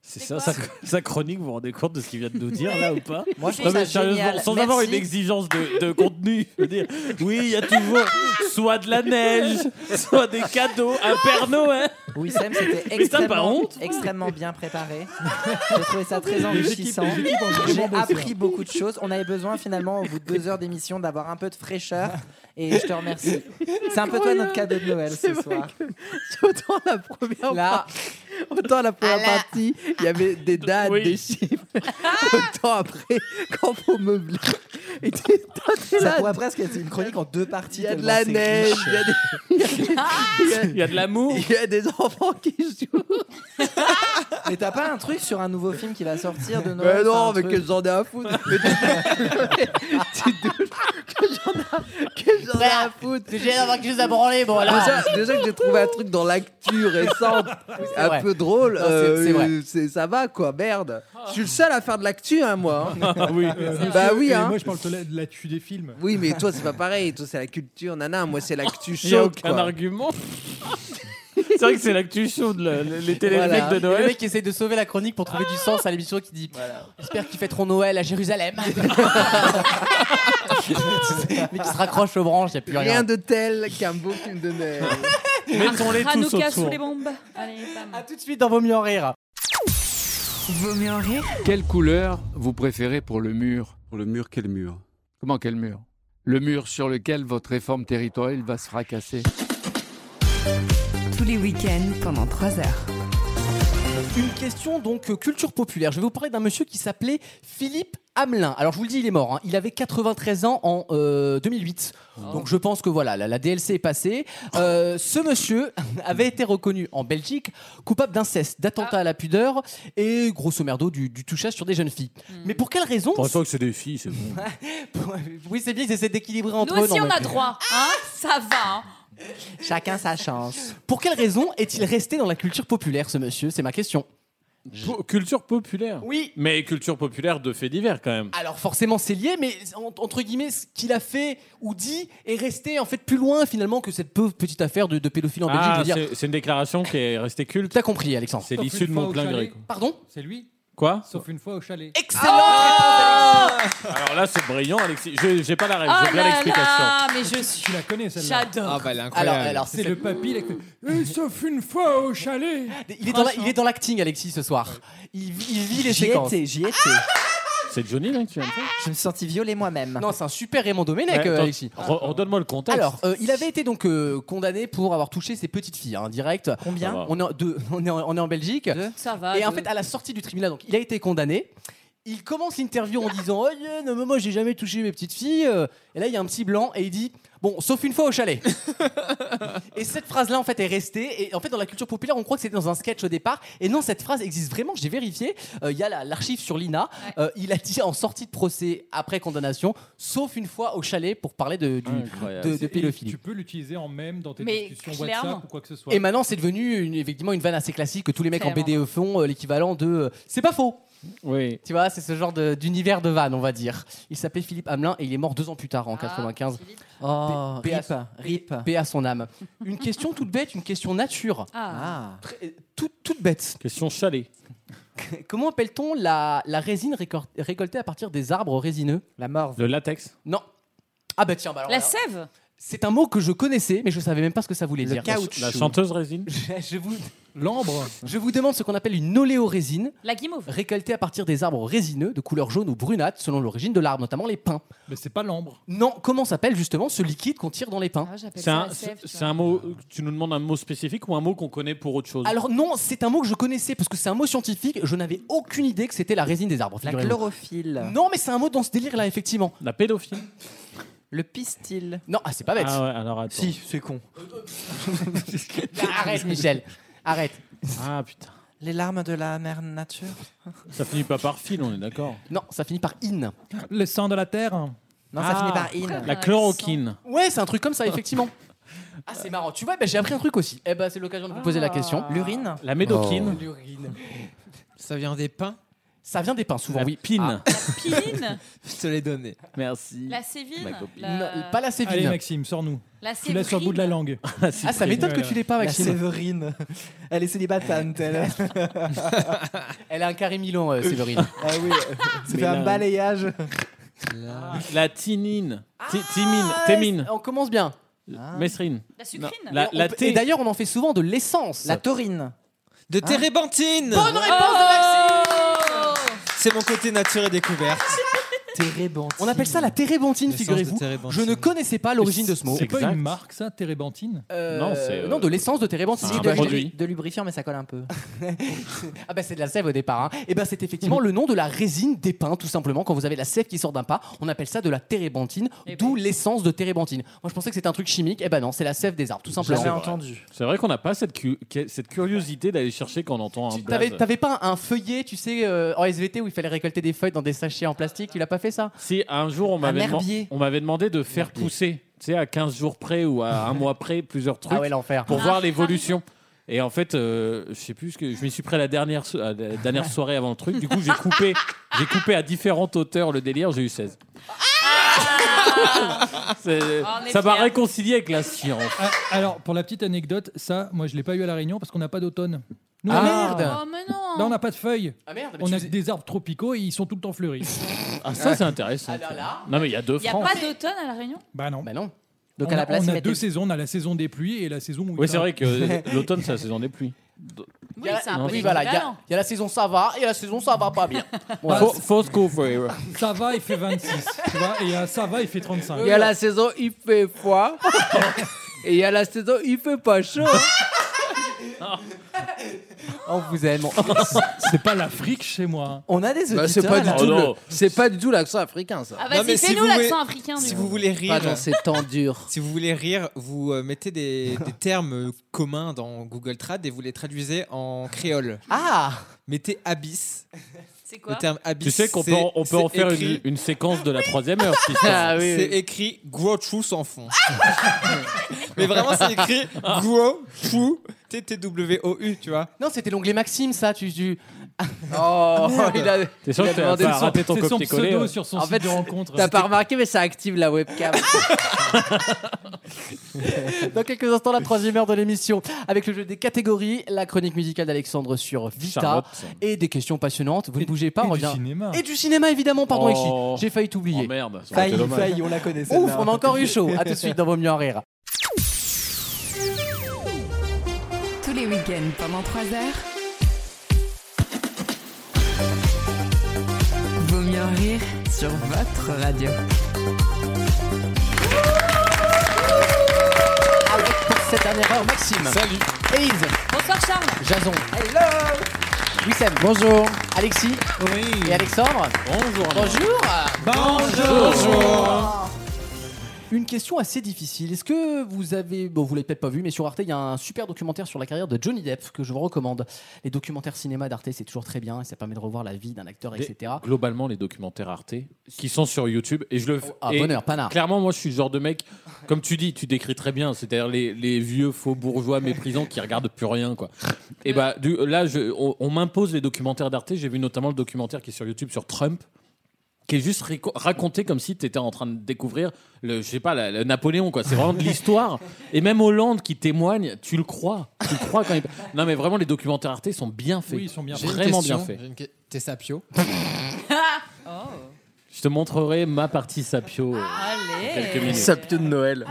C'est ça, sa, sa chronique, vous vous rendez compte de ce qu'il vient de nous dire là ou pas
Moi, je
Non,
trouve
mais
ça
sérieusement,
génial.
sans avoir
Merci.
une exigence de, de contenu, je veux dire, oui, il y a toujours soit de la neige, soit des cadeaux, un Père Noël.
Wissem, c'était
Mais t'as pas
extrêmement,
honte
extrêmement bien préparé. J'ai trouvé ça très
Les équipes-
enrichissant.
les équipes ont
J'ai
vraiment bossé,
appris
hein.
beaucoup de choses. On avait besoin finalement, au bout de deux heures d'émission, d'avoir un peu de fraîcheur. Et je te remercie. C'est un peu toi notre cadeau de Noël ce soir.
Autant la première,
Là.
par- autant la première partie, il y avait des dates, des chiffres.
Ah.
autant après, quand faut meubler. Et t'es- toi, t'es
Ça
là,
pourrait presque être une chronique en deux parties.
Il y a de
tellement
Ah,
la
c'est
neige,
riche.
il y a des- il y a des- il y a de l'amour. Il y a des enfants qui jouent.
Mais t'as pas un truc sur un nouveau film qui va sortir de Noël
Mais non,
enfin, un
mais que
truc-
j'en ai à foutre. Mais tu- tu- que j'en ai, que j'en ai à foutre.
J'ai l'air d'avoir quelque chose à branler, bon alors.
Déjà, déjà que j'ai trouvé un truc dans l'actu récente, un
vrai.
peu drôle.
Non, c'est- c'est vrai.
euh, c'est- ça va quoi, merde. Je suis le seul à faire de l'actu, hein, moi. hein.
Ah
bah oui,
Ah, Et
hein.
Euh, Moi, je parle de la- de la tue des films.
Oui, mais toi, c'est pas pareil. Toi, c'est la culture, nana. Moi, c'est l'actu
Il y a
chaude.
aucun
quoi.
argument. c'est vrai que c'est l'actu chaude, le- le- les télé
Voilà.
mecs de Noël.
Ah. Le mec qui essaie de sauver la chronique pour trouver du
Ah.
sens à l'émission qui dit J'espère qu'ils fêteront Noël à Jérusalem. mais qui se raccroche aux branches, il n'y a plus rien.
Rien de tel qu'un beau film de Noël.
Mettons-les tous
Hanouka
autour.
sous les bombes. Allez, bam.
Tout de suite dans Vaut mieux en rire.
Vaut mieux en rire
Quelle couleur vous préférez pour le mur Pour le mur, quel mur Comment quel mur Le mur sur lequel votre réforme territoriale va se fracasser.
tous les week-ends pendant 3 heures.
Une question donc euh, culture populaire. Je vais vous parler d'un monsieur qui s'appelait Philippe Hamelin. Alors je vous le dis, il est mort. hein. Il avait 93 ans en euh, 2008. Donc je pense que voilà, la, la DLC est passée. Euh, ce monsieur avait été reconnu en Belgique coupable d'inceste, d'attentat à la pudeur et grosso merdo du, du touchage sur des jeunes filles. Mais pour quelle raison
Tant que c'est des filles, c'est bon.
Oui, c'est bien, ils essaient d'équilibrer entre
Nous
eux.
aussi,
non,
on a
mais-
droit. Hein Ça va. hein.
Chacun sa chance.
Pour quelle raison est-il resté dans la culture populaire, ce monsieur C'est ma question.
Po- culture populaire.
Oui.
Mais culture populaire de faits divers quand même.
Alors forcément c'est lié, mais en- entre guillemets, ce qu'il a fait ou dit est resté en fait plus loin finalement que cette pauvre petite affaire de, de pédophile en Belgique.
Ah,
Je veux dire,
c'est- c'est une déclaration qui est restée culte.
T'as compris, Alexandre.
C'est
Sauf
l'issue
une
de
fois
mon
au
plein gré.
chalet.
quoi.
Pardon
C'est lui Ah
Quoi
Sauf une fois au chalet.
Excellent
Alors là, c'est brillant, Alexis. Je- J'ai pas la rêve,
Ah,
Oh
j'ai bien
là
l'explication.
là, mais je suis.
Tu la connais celle-là
J'adore.
Ah bah, elle est incroyable. Alors, alors,
c'est
c'est-
le papy. là, qui fait, Eh, Sauf une fois au chalet.
il est dans la- il est dans l'acting Alexis ce soir. Il, vit- il vit les
J'y
séquences.
étais, j'y étais.
C'est Johnny là que tu viens de faire
Je me suis senti violé moi-même.
Non, c'est un super Raymond Domenech,
Ouais,
euh,
attends,
Alexis.
re- Redonne-moi le contexte.
Alors, euh, il avait été donc euh, condamné pour avoir touché ses petites filles, hein, direct.
Combien Ça va.
on est, en, deux. on, est en, on est en Belgique.
Ça va.
Et en
je-
fait, à la sortie du tribunal, donc, il a été condamné. Il commence l'interview en disant Oh, yeah, non, mais moi, j'ai jamais touché mes petites filles. euh. Et là, il y a un petit blanc et il dit Bon, sauf une fois au chalet. et cette phrase-là, en fait, est restée. Et en fait, dans la culture populaire, on croit que c'était dans un sketch au départ. Et non, cette phrase existe vraiment. J'ai vérifié. Euh, Il y a la- l'archive sur l'INA. Euh, il a dit en sortie de procès, après condamnation, sauf une fois au chalet pour parler de, du, de, de
C'est-
pédophilie.
Tu peux l'utiliser en même dans tes
Mais
discussions
clairement.
WhatsApp ou quoi que ce soit.
Et maintenant, c'est devenu une- effectivement une vanne assez classique que tous les mecs en
Clairement.
BDE font, euh, l'équivalent de euh, c'est pas faux. Oui. Tu vois, c'est ce genre de- d'univers de, vanne, on va dire. Il s'appelait Philippe Hamelin et il est mort deux ans plus tard, en
Ah,
95.
Oh,
P- paix à
rip, rip.
Paix à son âme. Une question toute bête, une question nature.
Ah.
Très- toute, toute bête.
Question chalet.
Comment appelle-t-on la, la résine récor- récoltée à partir des arbres résineux
La morve.
Le latex.
Non. Ah bah tiens, bah alors,
La
alors,
sève
c'est un mot que je connaissais, mais je savais même pas ce que ça voulait
Le
dire.
caoutchouc. La chanteuse résine
je vous...
L'ambre.
Je vous demande ce qu'on appelle une oléorésine.
La guimauve.
récoltée à partir des arbres résineux de couleur jaune ou brunâtre selon l'origine de l'arbre, notamment les pins.
Mais c'est pas l'ambre.
Non, comment s'appelle justement ce liquide qu'on tire dans les
Ah,
pins
C'est un, c'est- c'est un mot. Tu nous demandes un mot spécifique ou un mot qu'on connaît pour autre chose
Alors non, c'est un mot que je connaissais parce que c'est un mot scientifique, je n'avais aucune idée que c'était la résine des arbres.
La
figurez-vous.
chlorophylle.
Non, mais c'est un mot dans ce délire-là, effectivement.
La pédophile
Le pistil.
Non, ah, c'est pas bête.
Ah ouais, alors attends.
Si, c'est con.
Bah, Arrête, Michel. Arrête.
Ah putain.
Les larmes de la mère nature.
Ça finit pas par fil, on est d'accord.
Non, ça finit par in.
Le sang de la terre.
Non,
Ah,
ça finit par in.
La chloroquine.
Ouais, c'est un truc comme ça, effectivement. Ah, c'est marrant. Tu vois, ben, j'ai appris un truc aussi. Oh. Eh ben, c'est l'occasion de vous poser la question.
L'urine.
La médoquine.
L'urine.
Ça vient des Ah pains
Ça vient des pins, souvent, oui.
Pine.
Piline
Je te l'ai donné.
Merci.
La sévine
Ma copine.
Non,
la...
pas la sévine.
Allez, Maxime, sors-nous.
La
Tu l'as sur le bout de la
séverine.
langue.
Ah, ça m'étonne que tu l'aies pas,
La
Maxime.
Séverine. Elle est célibatante, elle.
Elle a un carré Milan, euh, Séverine.
Ah oui, c'est
Mais
un
là-
balayage.
Ah,
La tinine. Ti- Timine. Témine.
On commence bien.
Mesrine.
La sucrine.
La,
la
thé. Ah. Et d'ailleurs, on en fait souvent de l'essence. La Hein
taurine.
De térébenthine. Oh
Bonne réponse de Maxime
C'est mon côté nature et découverte.
On appelle ça la térébenthine,
L'essence de
figurez-vous.
térébenthine.
Je ne connaissais pas l'origine de ce mot.
C'est pas une marque, ça, térébenthine
Non, c'est, euh, non, de l'essence de térébenthine.
Si,
de, lubri- de lubrifiant, mais ça colle un peu.
ah bah c'est de la sève au départ. hein. Et ben c'est effectivement le nom de la résine des pins, tout simplement. Quand vous avez la sève qui sort d'un pas, on appelle ça de la térébenthine,
Eh
d'où
ben.
l'essence de térébenthine. Moi je pensais que c'était un truc chimique. Et ben non, c'est la sève des arbres, tout simplement.
C'est vrai. C'est vrai qu'on n'a pas cette, cu- que- cette curiosité d'aller chercher quand on entend un
T'avais,
blaze.
t'avais pas un, un feuillet, tu sais, euh, en SVT où il fallait récolter des feuilles dans des sachets en plastique Tu l'as pas fait ça
Si un jour on m'avait, deman-
herbier.
on m'avait demandé de faire pousser, tu sais, à 15 jours près ou à un mois près, plusieurs trucs.
Ah ouais, l'enfer.
Pour
Ah.
voir l'évolution. Et en fait, euh, je sais plus, ce que je m'y suis prêt la dernière, so- à la dernière soirée avant le truc. Du coup, j'ai coupé, j'ai coupé à différentes hauteurs le délire, j'ai eu 16. C'est-
On est
ça m'a
fiers.
réconcilié avec la science.
Ah, alors, pour la petite anecdote, ça, moi, je l'ai pas eu à La Réunion parce qu'on n'a pas d'automne. Nous,
Ah,
on-
merde.
Oh, mais non.
Là, on n'a pas de feuilles.
Ah, merde, mais
on
tu
a
faisais-
des arbres tropicaux et ils sont tout le temps fleuris.
Ah, ça, c'est intéressant. Non, mais il y a deux
Il n'y a
francs.
pas d'automne à La Réunion
Bah non.
Bah non.
Donc,
on
à la
a-
place,
on
ils
a
mettaient-
deux saisons. On a la saison des pluies et la saison où.
Oui, c'est vrai que l'automne, c'est la saison des pluies.
Oui, c'est
un peu
Oui, voilà, il y, a-
équivalent.
il y a la saison ça va et la saison ça va pas bien. Bon,
Faux- Fausse cover.
Ça va, Ah, il fait 26. tu vois, et à ça va, il fait 35.
Il y a la saison il fait froid et il y a la saison il fait pas chaud.
hein. On Oh, vous aime.
C'est pas l'Afrique chez moi.
On a des
Bah, c'est pas du tout le- c'est pas du tout l'accent africain ça.
bah
Ah, vas-y, fais-nous l'accent africain.
Si
du
vous
coup.
voulez rire,
Pas dans ces temps durs.
Si vous voulez rire, vous euh, mettez des, des termes euh, communs dans Google Trad et vous les traduisez en créole.
Ah
Mettez abyss.
C'est
Le terme
Ah,
abyss.
Tu sais qu'on peut,
c'est-
en- on peut en
c'est
faire
écrit-
une, une séquence de la troisième heure. si ça.
Ah,
C'est écrit gros trou sans fond. Mais vraiment, c'est écrit gros trou T-T-W-O-U, tu vois.
Non, c'était l'onglet Maxime, ça. Tu, tu-
Oh,
merde.
il a.
T'es sûr
il a
que t'as
demandé
pas
le son.
raté ton C'est son copier-coller, pseudo ouais. sur son
En
site
fait,
de rencontre.
T'as
C'était-
pas remarqué, mais ça active la webcam.
Dans quelques instants, la troisième heure de l'émission. Avec le jeu des catégories, la chronique musicale d'Alexandre sur Vita
Charlotte.
et des questions passionnantes. Vous ne bougez pas, on revient.
cinéma.
Et du cinéma, évidemment, pardon,
Oh.
Exi. J'ai failli t'oublier.
Oh merde, ça aurait été
failli,
dommage.
failli, on la connaît.
celle-là.
Ouf, on a encore eu chaud. À tout de suite dans Vaut mieux en rire.
Tous les week-ends pendant 3 heures. Vaut mieux en rire sur votre radio.
Avec pour cette dernière heure, Maxime.
Salut.
Élise.
Bonsoir Charles.
Jason. Hello. Wissem. Bonjour. Alexis. Oui. Et Alexandre.
Bonjour.
Bonjour.
Bonjour. Bonjour.
Une question assez difficile. Est-ce que vous avez, bon, vous l'avez peut-être pas vu, mais sur Arte, il y a un super documentaire sur la carrière de Johnny Depp que je vous recommande. Les documentaires cinéma d'Arte, c'est toujours très bien et ça permet de revoir la vie d'un acteur,
Des-
etc.
Globalement, les documentaires Arte qui sont sur YouTube et je le fais.
Oh,
ah,
et
bonheur, panard.
Clairement, moi, je suis le genre de mec, comme tu dis, tu décris très bien, c'est-à-dire les, les vieux faux bourgeois méprisants qui regardent plus rien, quoi. Et bah, du- là, je- on, on m'impose les documentaires d'Arte. J'ai vu notamment le documentaire qui est sur YouTube sur Trump. Qui est juste rico- raconté comme si tu étais en train de découvrir le, je sais pas, la- le Napoléon, quoi. C'est vraiment de l'histoire. Et même Hollande qui témoigne, tu le crois. Tu le crois quand il... Non, mais vraiment, les documentaires Arte sont bien faits.
Oui, ils sont bien
J'ai une
Vraiment bien
question,
faits.
j'ai une que- T'es sapio
Je te montrerai ma partie sapio. euh,
Allez.
dans quelques minutes. Ah.
Sapio de Noël.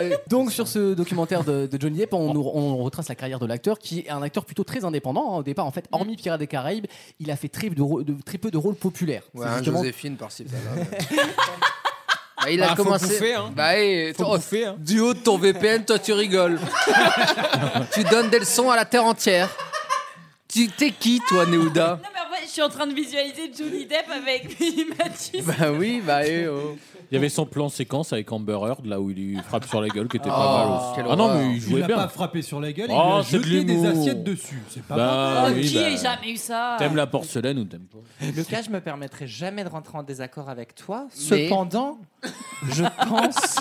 euh, Donc sur ce documentaire de, de Johnny Depp, on, nous- on retrace la carrière de l'acteur, qui est un acteur plutôt très indépendant. hein. au départ, en fait, hormis Pirates des Caraïbes, il a fait très, de rô- de- très peu de rôles populaires.
Ouais, hein,
C'est
un
justement-
Joséphine par-ci par-là. Bah, il a
Bah, faut
commencé.
bouffer, hein.
Bah, et-
Faut
oh,
bouffer, hein.
Du haut de ton VPN, toi tu rigoles. tu donnes des leçons à la terre entière. Tu t'es qui toi, Néouda
Non, mais en fait, je suis en train de visualiser Johnny Depp avec Matisse.
Bah oui, bah eh, oh.
Il y avait son plan séquence avec Amber Heard, là où il lui frappe sur la gueule, qui était
Oh,
pas mal aussi.
quelle
Ah non,
horreur.
mais il jouait
l'a
bien.
pas frappé sur la gueule.
Oh,
il
c'est
lui a
de
jeté des
l'humour.
assiettes dessus. C'est pas
Bah,
mal.
oui,
Qui
bah,
ait jamais eu ça
T'aimes la porcelaine ou t'aimes pas
Lucas, je me permettrai jamais de rentrer en désaccord avec toi.
Mais-
Cependant, je pense,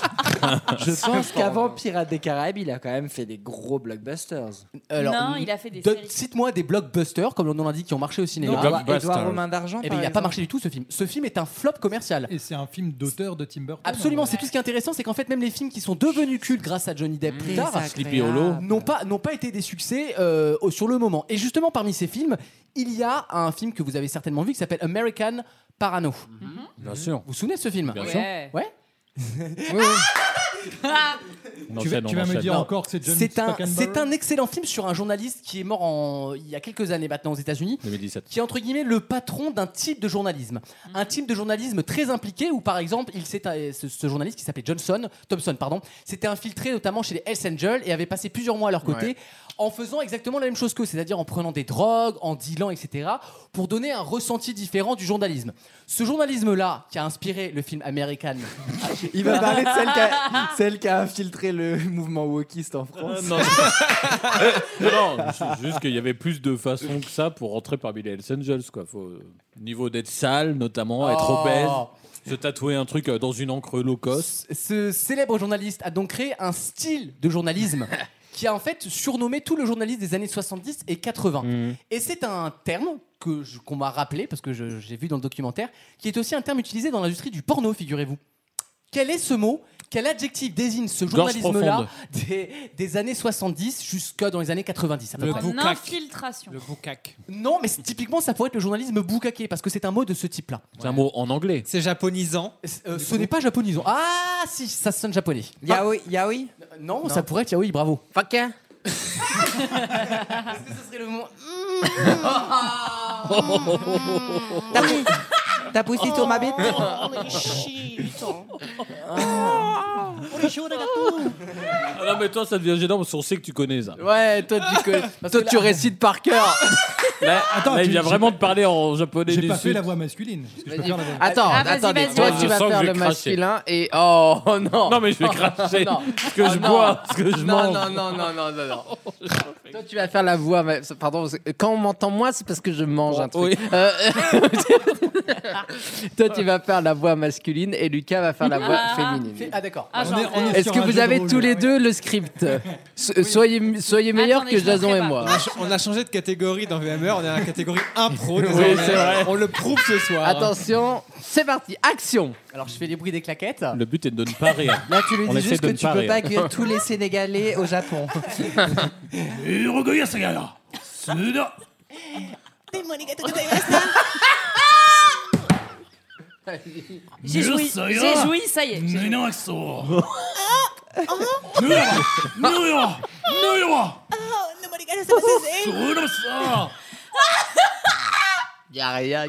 je pense qu'avant Pirates des Caraïbes, il a quand même fait des gros blockbusters.
Non, il a fait des
donne-
séries.
Cite-moi des blockbusters, comme le nom l'indique, qui ont marché au cinéma.
Non, Des Edouard- blockbusters. Edouard Romain d'Argent,
Eh ben, il
par
n'a pas
exemple.
marché du tout ce film. Ce film est un flop commercial.
Et c'est un film d'auteur de Tim Burton.
Absolument, c'est tout ce qui est intéressant, c'est qu'en fait même les films qui sont devenus cultes grâce à Johnny Depp plus
Mmh,
tard
c'est Sleepy agréable. Hollow.
n'ont pas n'ont pas été des succès euh, au- sur le moment. Et justement parmi ces films, il y a un film que vous avez certainement vu qui s'appelle American Parano.
Mmh.
Bien sûr.
Vous vous souvenez de ce film
Bien
sûr. Ouais.
Ouais.
On
Tu vas-
enchaîne,
tu
on
vas me
enchaîne.
dire
Non.
encore que c'est John
C'est un,
Stackenbauer
c'est un excellent film sur un journaliste qui est mort en, il y a quelques années maintenant aux États-Unis, qui est entre guillemets le patron d'un type de journalisme.
Mm.
Un type de journalisme très impliqué où par exemple, il s'est, euh, ce, ce journaliste qui s'appelait Johnson, Thompson, pardon, s'était infiltré notamment chez les Hells Angels et avait passé plusieurs mois à leur côté
Ouais.
en faisant exactement la même chose qu'eux, c'est-à-dire en prenant des drogues, en dealant, etc., pour donner un ressenti différent du journalisme. Ce journalisme-là, qui a inspiré le film American,
Il va parler de celle qui, a, celle qui a infiltré le mouvement wokiste en France.
Euh, non. non, non, c'est juste qu'il y avait plus de façons que ça pour rentrer parmi les Hells Angels. Quoi. Faut, euh, niveau d'être sale, notamment, être
Oh.
obèse, se tatouer un truc euh, dans une encre low cost.
ce célèbre journaliste a donc créé un style de journalisme qui a en fait surnommé tout le journaliste des années 70 et 80.
Mm.
Et c'est un terme que je- qu'on m'a rappelé, parce que je- j'ai vu dans le documentaire, qui est aussi un terme utilisé dans l'industrie du porno, figurez-vous. Quel est ce mot Quel adjectif désigne ce
Gorge
journalisme-là
profonde.
des, des années 70 jusqu'à dans les années 90 à peu
Le
près
En boucac. infiltration. Le
boucac. Non, mais c'est- typiquement, ça pourrait être le journalisme boucaqué, parce que c'est un mot de ce type-là.
C'est un mot en anglais.
C'est japonisant. ce n'est pas japonisant. Ah, si, ça sonne japonais. Yaoi, yaoi non, ça pourrait être yaoi, bravo. Faka
ce serait le mot
Hmm.
Ah.
T'as pou- T'as poussé sur ma bite
Oh,
Ah non, mais toi, ça devient gênant parce qu'on sait que tu connais ça.
Ouais, toi, tu, connais- toi, tu récites par cœur.
Là,
Attends,
là, il
tu-
vient
j'ai
vraiment de parler en japonais
J'ai
du
pas fait
Sud.
la voix masculine. parce que je peux faire la voix-
Attends,
Ah, vas-y,
attendez,
vas-y,
toi
vas-y.
tu
Je
vas
sens que
faire
je
le
vais cracher.
masculin et oh oh, non.
Non, mais je vais cracher.
non.
Ce que je
non.
bois, ce que je
non,
mange.
Non non non non non non. toi tu vas faire la voix. mais- Pardon, c'est- quand on m'entend moi, c'est parce que je mange un truc. Euh, toi tu vas faire la voix masculine et Lucas va faire la voix féminine.
Ah, d'accord.
Ah, On est- on est Est-ce sur que un vous jeu de avez rôle, tous les là, deux le script So- Soyez, soyez meilleurs que Jason et moi.
On a, ch- on a changé de catégorie dans VMR, on est à la catégorie impro.
Oui,
désormais.
c'est vrai.
On le prouve ce soir.
Attention, c'est parti, action.
Alors, je fais les bruits des claquettes.
Le but est de ne pas rire.
Là, tu lui
On
dis
essaie
juste
de
que
ne
tu
pas
peux
rire.
pas accueillir tous les Sénégalais au Japon.
J'ai joui, j'ai joui, Ah, ça y est. j'ai joui.
Y'a rien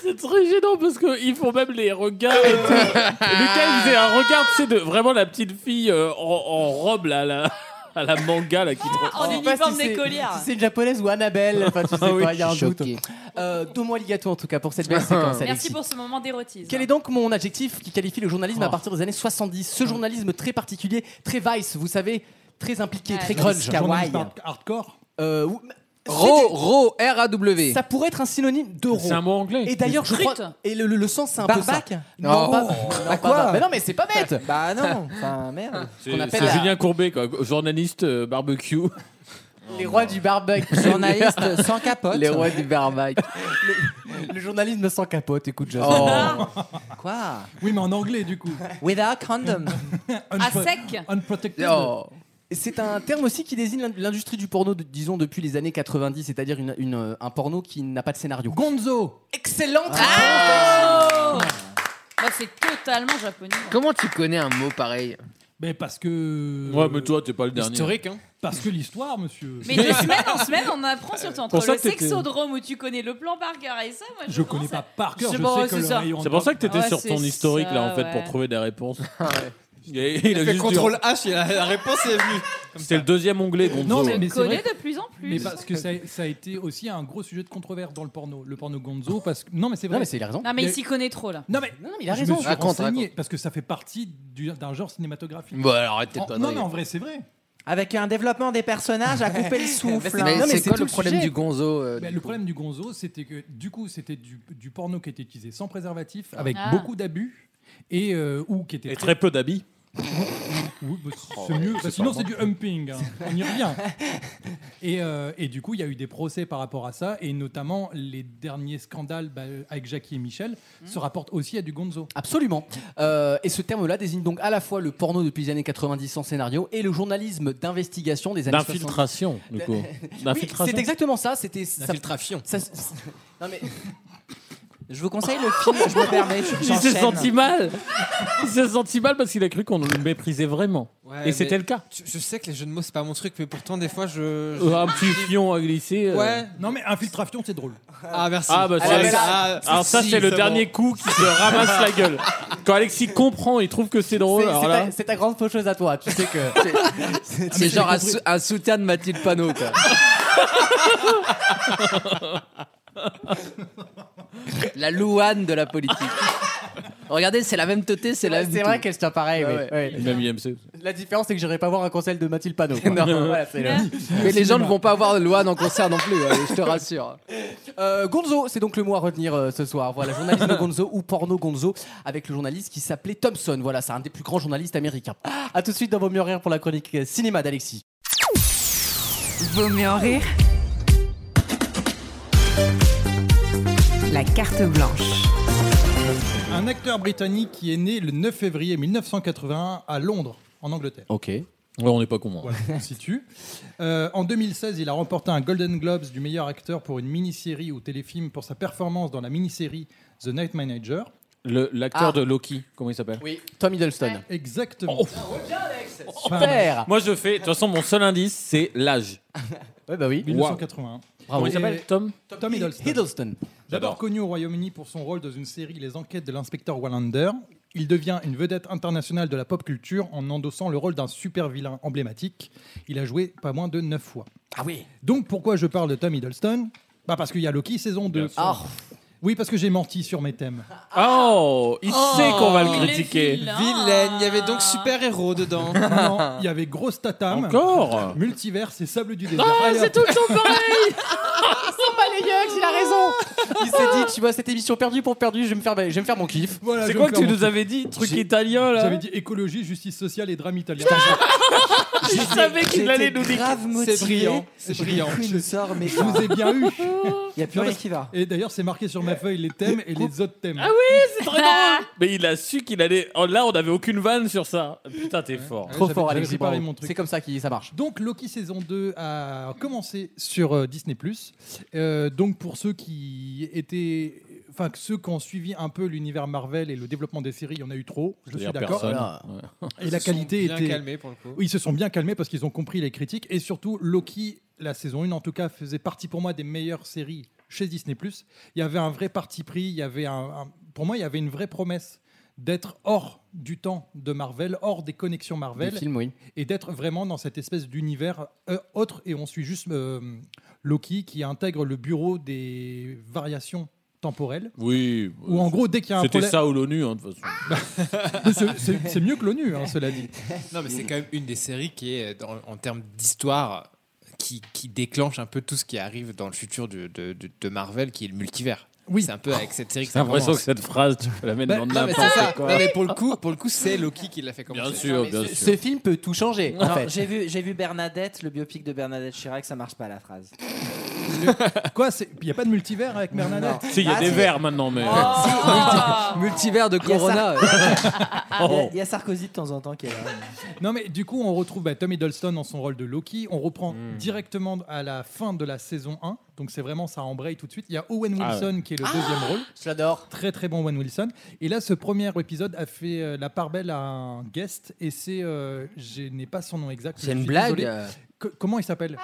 C'est très gênant parce qu'ils font même les regards. et tout. Lucas, il faisait un regard, tu sais, de vraiment la petite fille euh, en, en robe, là, à la, à la manga, là, qui te
En
Je sais pas
uniforme
si c'est-
d'écolière.
Si c'est une japonaise ou Annabelle, enfin, tu sais
Ah oui,
pas, il y a un
je suis
doute.
choqué.
Euh, Tomo Aligato, en tout cas, pour cette belle séquence.
Merci
Alexis.
pour ce moment d'érotisme.
Quel est donc mon adjectif qui qualifie le journalisme à partir des années 70 Ce journalisme très particulier, très vice, vous savez, très impliqué, très grunge.
Journaliste hard- Hardcore
Euh, ou-
Ro,
c'est-
ro, R-A-W.
Ça pourrait être un synonyme de ro.
C'est un mot anglais.
Et d'ailleurs, je crois.
Brut.
Et le, le- le sens, c'est un
Barbac
peu ça.
Non.
pas-
Oh.
non,
Bah
pas
quoi
bar- Mais non, mais c'est pas bête.
Bah non, enfin merde.
C'est
qu'on appelle
c'est
la-
Julien Courbet, quoi, journaliste euh, barbecue.
Les rois du barbecue.
Journaliste sans capote.
Les rois du barbecue. le, le journalisme sans capote, écoute, Jason.
Quoi
Oui, mais en anglais du coup.
Without condom.
À sec.
Unprotected.
Oh. Et C'est un terme aussi qui désigne l'ind- l'industrie du porno, de- disons, depuis les années 90, c'est-à-dire une- une, euh, un porno qui n'a pas de scénario.
Gonzo
Excellente Ah.
Oh Bah, c'est totalement japonais.
Comment tu connais un mot pareil Ben,
Mais parce que.
Ouais, mais toi, t'es pas le dernier.
Historique,
hein.
Parce que l'histoire, monsieur.
Mais de semaine en semaine, on apprend surtout entre
Pour ça
le
que t'étais-
sexodrome où tu connais le plan par cœur et ça, moi je,
Je connais pas par cœur,
C'est
je
bon,
sais
c'est
que le
ça.
rayon
C'est pour ça que t'étais
Ouais,
sur
c'est
ton historique, là, en
ça,
fait,
ouais.
pour trouver des réponses. Il a- il a
fait
juste dû-
contrôle H, et la, la réponse est venue.
C'était le deuxième onglet, Gonzo.
Non,
Je
mais c'est
connais
vrai.
de plus en plus.
Mais parce que ça, ça a été aussi un gros sujet de controverse dans le porno, le porno Gonzo. Parce que non, mais c'est vrai.
Non, mais c'est- il a raison.
Non, mais il s'y connaît trop là.
Non mais,
il a
je
raison.
me suis
Raconte,
renseigné, parce que ça fait partie du- d'un genre cinématographique.
Bah,
Bon, alors, arrête tes
En-
conneries.
Non mais en vrai c'est vrai.
Avec un développement des personnages à couper Ah, le souffle.
Mais c'est quoi le problème du gonzo euh,
Ben,
du
le
coup
problème du gonzo, c'était que du coup, c'était du, du porno qui était utilisé sans préservatif, avec
Ah.
beaucoup d'abus, et euh, ou qui était
Et très peu d'habits.
Oui, bah, c'est
Oh,
mieux.
c'est
bah, sinon,
pas
c'est du
moi.
humping. hein. On y revient. Et, euh, et du coup, il y a eu des procès par rapport à ça, et notamment les derniers scandales bah, avec Jackie et Michel
Mmh.
se rapportent aussi à du gonzo.
Absolument. Euh, et ce terme-là désigne donc à la fois le porno depuis les années 90 sans scénario et le journalisme d'investigation des années 70.
D'infiltration, du coup.
Oui,
D'infiltration.
c'est exactement ça. C'était ça-
Ah,
D'infiltration.
ça- ça- non mais.
Je vous conseille le film, je me permets. je-
Il s'est
j'enchaîne.
senti mal. Il s'est senti mal parce qu'il a cru qu'on le méprisait vraiment.
Ouais,
Et
mais
c'était le cas.
Je, je sais que les jeux de mots, c'est pas mon truc, mais pourtant, des fois, je. je-
Un petit fion à glisser. euh.
Ouais.
Non, mais infiltration, c'est drôle.
Ah, merci.
Ah bah ça,
Allez,
c'est-
là-
alors ça
si,
c'est le
bon.
dernier coup qui te ramasse la gueule. Quand Alexis comprend, il trouve que c'est drôle.
C'est-
alors
c'est
Oh là- Ah,
ta- C'est ta grande faucheuse à toi, tu sais que.
C'est Ah, genre un, sou- un soutien de Mathilde Panot. quoi. la louane de la politique. Regardez, c'est la même teuté, c'est la même.
C'est vrai qu'elle se tient pareil, Ah oui, oui.
Même IMC.
La différence, c'est que j'irai pas voir un concert de Mathilde Panot. quoi.
Non.
Voilà, c'est le-
Mais les gens ne vont pas voir Louane en concert non plus, hein, je te rassure.
Euh, Gonzo, c'est donc le mot à retenir euh, ce soir. Voilà, journalisme Gonzo ou porno Gonzo avec le journaliste qui s'appelait Thompson. Voilà, c'est un des plus grands journalistes américains. Ah, À tout de suite dans Vos mieux rire pour la chronique euh, cinéma d'Alexis.
Vaut mieux en rire. La carte blanche.
Un acteur britannique qui est né le 9 février 1981 à Londres, en Angleterre.
Ok.
on n'est pas con. hein.
Voilà, on se situe. Euh, en 2016, il a remporté un Golden Globes du meilleur acteur pour une mini-série ou téléfilm pour sa performance dans la mini-série The Night Manager.
Le- L'acteur
Ah.
de Loki, comment il s'appelle
Oui. Tom Hiddleston.
Exactement. Oh,
Super
Moi je fais, de toute façon mon seul indice c'est l'âge.
Ouais,
Ah
bah oui.
1981.
Comment il s'appelle Tom
Tom Hiddleston.
Hiddleston.
D'abord connu au Royaume-Uni pour son rôle dans une série Les Enquêtes de l'inspecteur Wallander, il devient une vedette internationale de la pop culture en endossant le rôle d'un super vilain emblématique. Il a joué pas moins de 9 fois.
Ah oui
Donc pourquoi je parle de Tom Hiddleston bah Parce qu'il y a Loki saison 2.
sûr. Ah.
Oui, parce que j'ai menti sur mes thèmes.
Oh, il sait qu'on va le critiquer.
Vilaine, il y avait donc super héros dedans.
Non, non, il y avait grosse tatame.
Encore
Multiverse et sable du désert.
Ah,
Allez,
c'est
hop.
tout le temps pareil
Ah
Sans balayeuse, il a raison. Il s'est dit, tu vois, cette émission perdue pour perdue, je vais me faire, ben, je vais me faire mon kiff.
Voilà,
C'est
je
quoi
vais
que
faire
tu
mon
nous
truc.
avais dit Truc
J'ai-
italien là
J'avais dit écologie, justice sociale et drame italien.
Je savais qu'il
J'étais
allait nous dire.
grave motivé. C'est brillant, c'est
J'ai
brillant.
cru nous sort, mais
Je vous ai bien eu.
Il n'y a plus
Non,
rien
parce-
qui va.
Et d'ailleurs, c'est marqué sur ma feuille les thèmes et les autres thèmes.
Ah oui, c'est très drôle Mais il a su qu'il allait. oh, là, on n'avait aucune vanne sur ça. Putain, t'es
Trop
fort.
Ah, j'avais- fort, j'avais Alexis, préparé bravo. mon truc.
C'est comme ça que ça marche.
Donc Loki saison 2 a commencé sur euh, Disney+. Euh, donc pour ceux qui étaient enfin que ceux qui ont suivi un peu l'univers Marvel et le développement des séries, il y en a eu trop, je suis
C'est-à-dire
d'accord.
personne. Ouais.
Et
Ils
la
se sont
qualité
bien
était
calmés, pour le coup.
Oui, ils se sont bien calmés parce qu'ils ont compris les critiques et surtout Loki la saison 1 en tout cas faisait partie pour moi des meilleures séries chez Disney+. Il y avait un vrai parti pris, il y avait un, un- pour moi il y avait une vraie promesse d'être hors du temps de Marvel, hors des connexions Marvel
Des films, oui.
et d'être vraiment dans cette espèce d'univers euh, autre. Et on suit juste euh, Loki qui intègre le bureau des variations temporelles.
Oui.
Ou en gros, dès qu'il y a un
C'était
problème-
ça ou l'ONU, hein, de toute façon.
C'est- C'est c'est mieux que l'ONU, hein, cela dit.
Non, mais c'est quand même une des séries qui est, euh, dans- en termes d'histoire, qui, qui déclenche un peu tout ce qui arrive dans le futur du- de, de- de Marvel, qui est le multivers.
Oui.
C'est un peu avec cette série que
J'ai
ça
l'impression que
commence.
cette phrase, tu peux la mettre
Bah,
dans
non, mais
n'importe
c'est ça.
quoi.
Non, mais pour le coup, pour le coup, c'est Loki qui l'a fait commencer.
Bien sûr, bien sûr.
Ce film peut tout changer. en
Non,
fait.
J'ai vu, j'ai vu Bernadette, le biopic de Bernadette Chirac, ça marche pas la phrase.
Quoi c'est- Il n'y a pas de multivers avec Bernadette
Si, il y a
Ah,
des
si.
verres maintenant, mais.
Oh.
Multivers de
Il y a Sar-
Corona.
Il
Oh.
y a- il y a Sarkozy de temps en temps qui est là.
Non, mais du coup, on retrouve bah, Tom Hiddleston dans son rôle de Loki. On reprend
Hmm.
directement à la fin de la saison 1. Donc, c'est vraiment ça embraye tout de suite. Il y a Owen
Ah
Wilson
ouais.
qui est le deuxième rôle.
J'adore.
Très, très bon Owen Wilson. Et là, ce premier épisode a fait euh, la part belle à un guest. Et c'est. euh, je n'ai pas son nom exact.
C'est
je
une
suis
blague,
désolé.
euh.
Que- Comment il s'appelle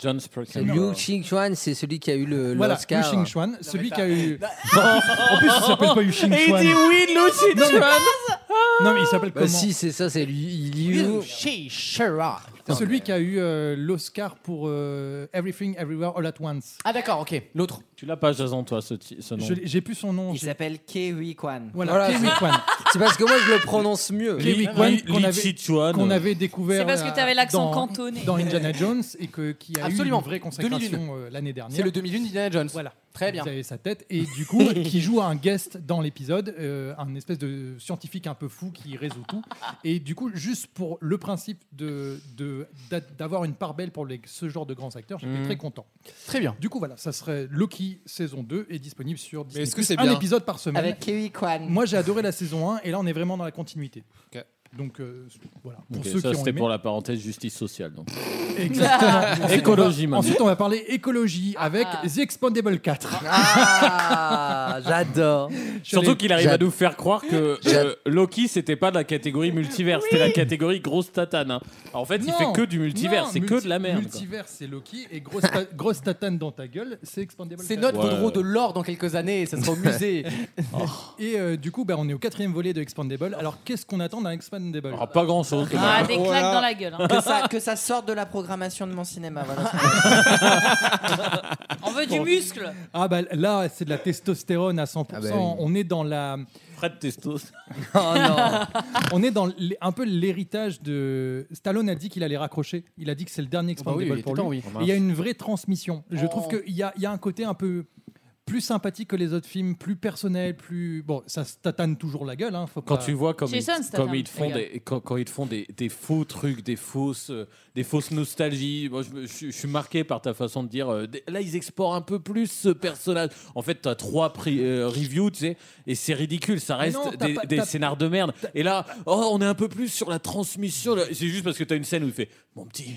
John
C'est
Sprocket.
Liu Xingchuan, c'est celui qui a eu le
Voilà,
Euh, l'Oscar.
Liu Xingchuan, celui
mais
qui a
t'as-
eu.
Non.
en plus, il s'appelle pas Liu Xingchuan.
Et il dit oui, Liu
Non, mais-
Xingchuan.
Non, mais il s'appelle
Bah
comment
si, c'est ça, c'est lui. Liu.
C'est Celui qui a eu euh, l'Oscar pour euh, Everything Everywhere All at Once.
Ah d'accord, ok. L'autre.
Tu l'as pas, Jason, toi, ce, ti- ce nom.
Je l'ai- J'ai plus son nom.
Il
j'ai-
s'appelle Kewi Kwan.
Voilà,
Voilà,
Kiwi Kwan.
C'est parce que moi je le prononce mieux.
Kiwi
Ah,
Kwan
oui.
qu'on
Lee
avait,
Chichuan.
qu'on avait découvert.
C'est parce que
euh,
t'avais l'accent
dans-
cantonais.
Dans Indiana Jones et que, qui a
Absolument.
eu une vraie consécration
2001.
euh, l'année dernière.
C'est le 2001 d'Indiana Jones.
Voilà.
Très bien.
Vous avez sa tête. Et du coup, qui joue un guest dans l'épisode, euh, un espèce de scientifique un peu fou qui résout tout. Et du coup, juste pour le principe d'avoir de, d'a- d'avoir une part belle pour les- ce genre de grands acteurs, j'étais
Mhm.
très content.
Très bien.
Du coup, voilà, ça serait Loki saison 2 est disponible sur Disney.
est-ce que c'est
Un
bien
épisode par semaine.
Avec Kewi Kwan.
Moi, j'ai adoré la saison 1 et là, on est vraiment dans la continuité. Donc euh, voilà. Pour
Ok,
ceux
ça,
qui ont
c'était
aimé.
pour la parenthèse justice sociale. Donc.
Exactement. Ensuite,
Écologie
on va-
maintenant.
Ensuite, on va parler écologie avec The Expandable 4.
Ah,
j'adore.
Surtout qu'il arrive à nous faire croire que euh, Loki, c'était pas de la catégorie multivers, c'était la catégorie grosse tatane. hein. En fait, il fait que du multivers, c'est que de la merde. quoi.
Multivers, c'est Loki et grosse, ta- grosse tatane dans ta gueule, c'est Expandable.
C'est notre
Vaudreau
Vaudreau de l'or dans quelques années, ça sera au musée.
Et euh, du coup, bah, on est au quatrième volet de Expandable. Alors, qu'est-ce qu'on attend d'un Expandable
Pas grand chose.
Ah, des claques dans la gueule. hein.
Que ça, que ça sorte de la programmation de mon cinéma. Voilà.
On veut du
Bon.
muscle.
Ah bah là, c'est de la testostérone à 100%.
Ah bah oui.
On est dans la...
Fred Testos.
On est dans l'hé- un peu l'héritage de... Stallone a dit qu'il allait raccrocher. Il a dit que c'est le dernier
Ah
bah oui,
Expandable
il était
pour
temps,
lui.
oui.
Et Il y a une vraie transmission. Je
Oh.
trouve qu'il y a, il y a un côté un peu plus sympathique que les autres films, plus personnel, plus... Bon, ça se tatane toujours la gueule. Hein, faut
Quand
pas-
tu vois comme,
Jason
ils,
Statham,
comme ils te font
regarde.
des quand, quand ils te font des, des faux trucs, des fausses euh, des fausses nostalgies. Moi, je, me- je- je suis marqué par ta façon de dire. euh, des- là, ils exportent un peu plus ce personnage. En fait, t'as trois prix, euh, reviews, tu sais, et c'est ridicule. Ça
Mais
reste
non, t'as
des,
pas-
des
t'as-
scénars de merde. Et là, oh, on est un peu plus sur la transmission. là. C'est juste parce que t'as une scène où il fait, mon petit,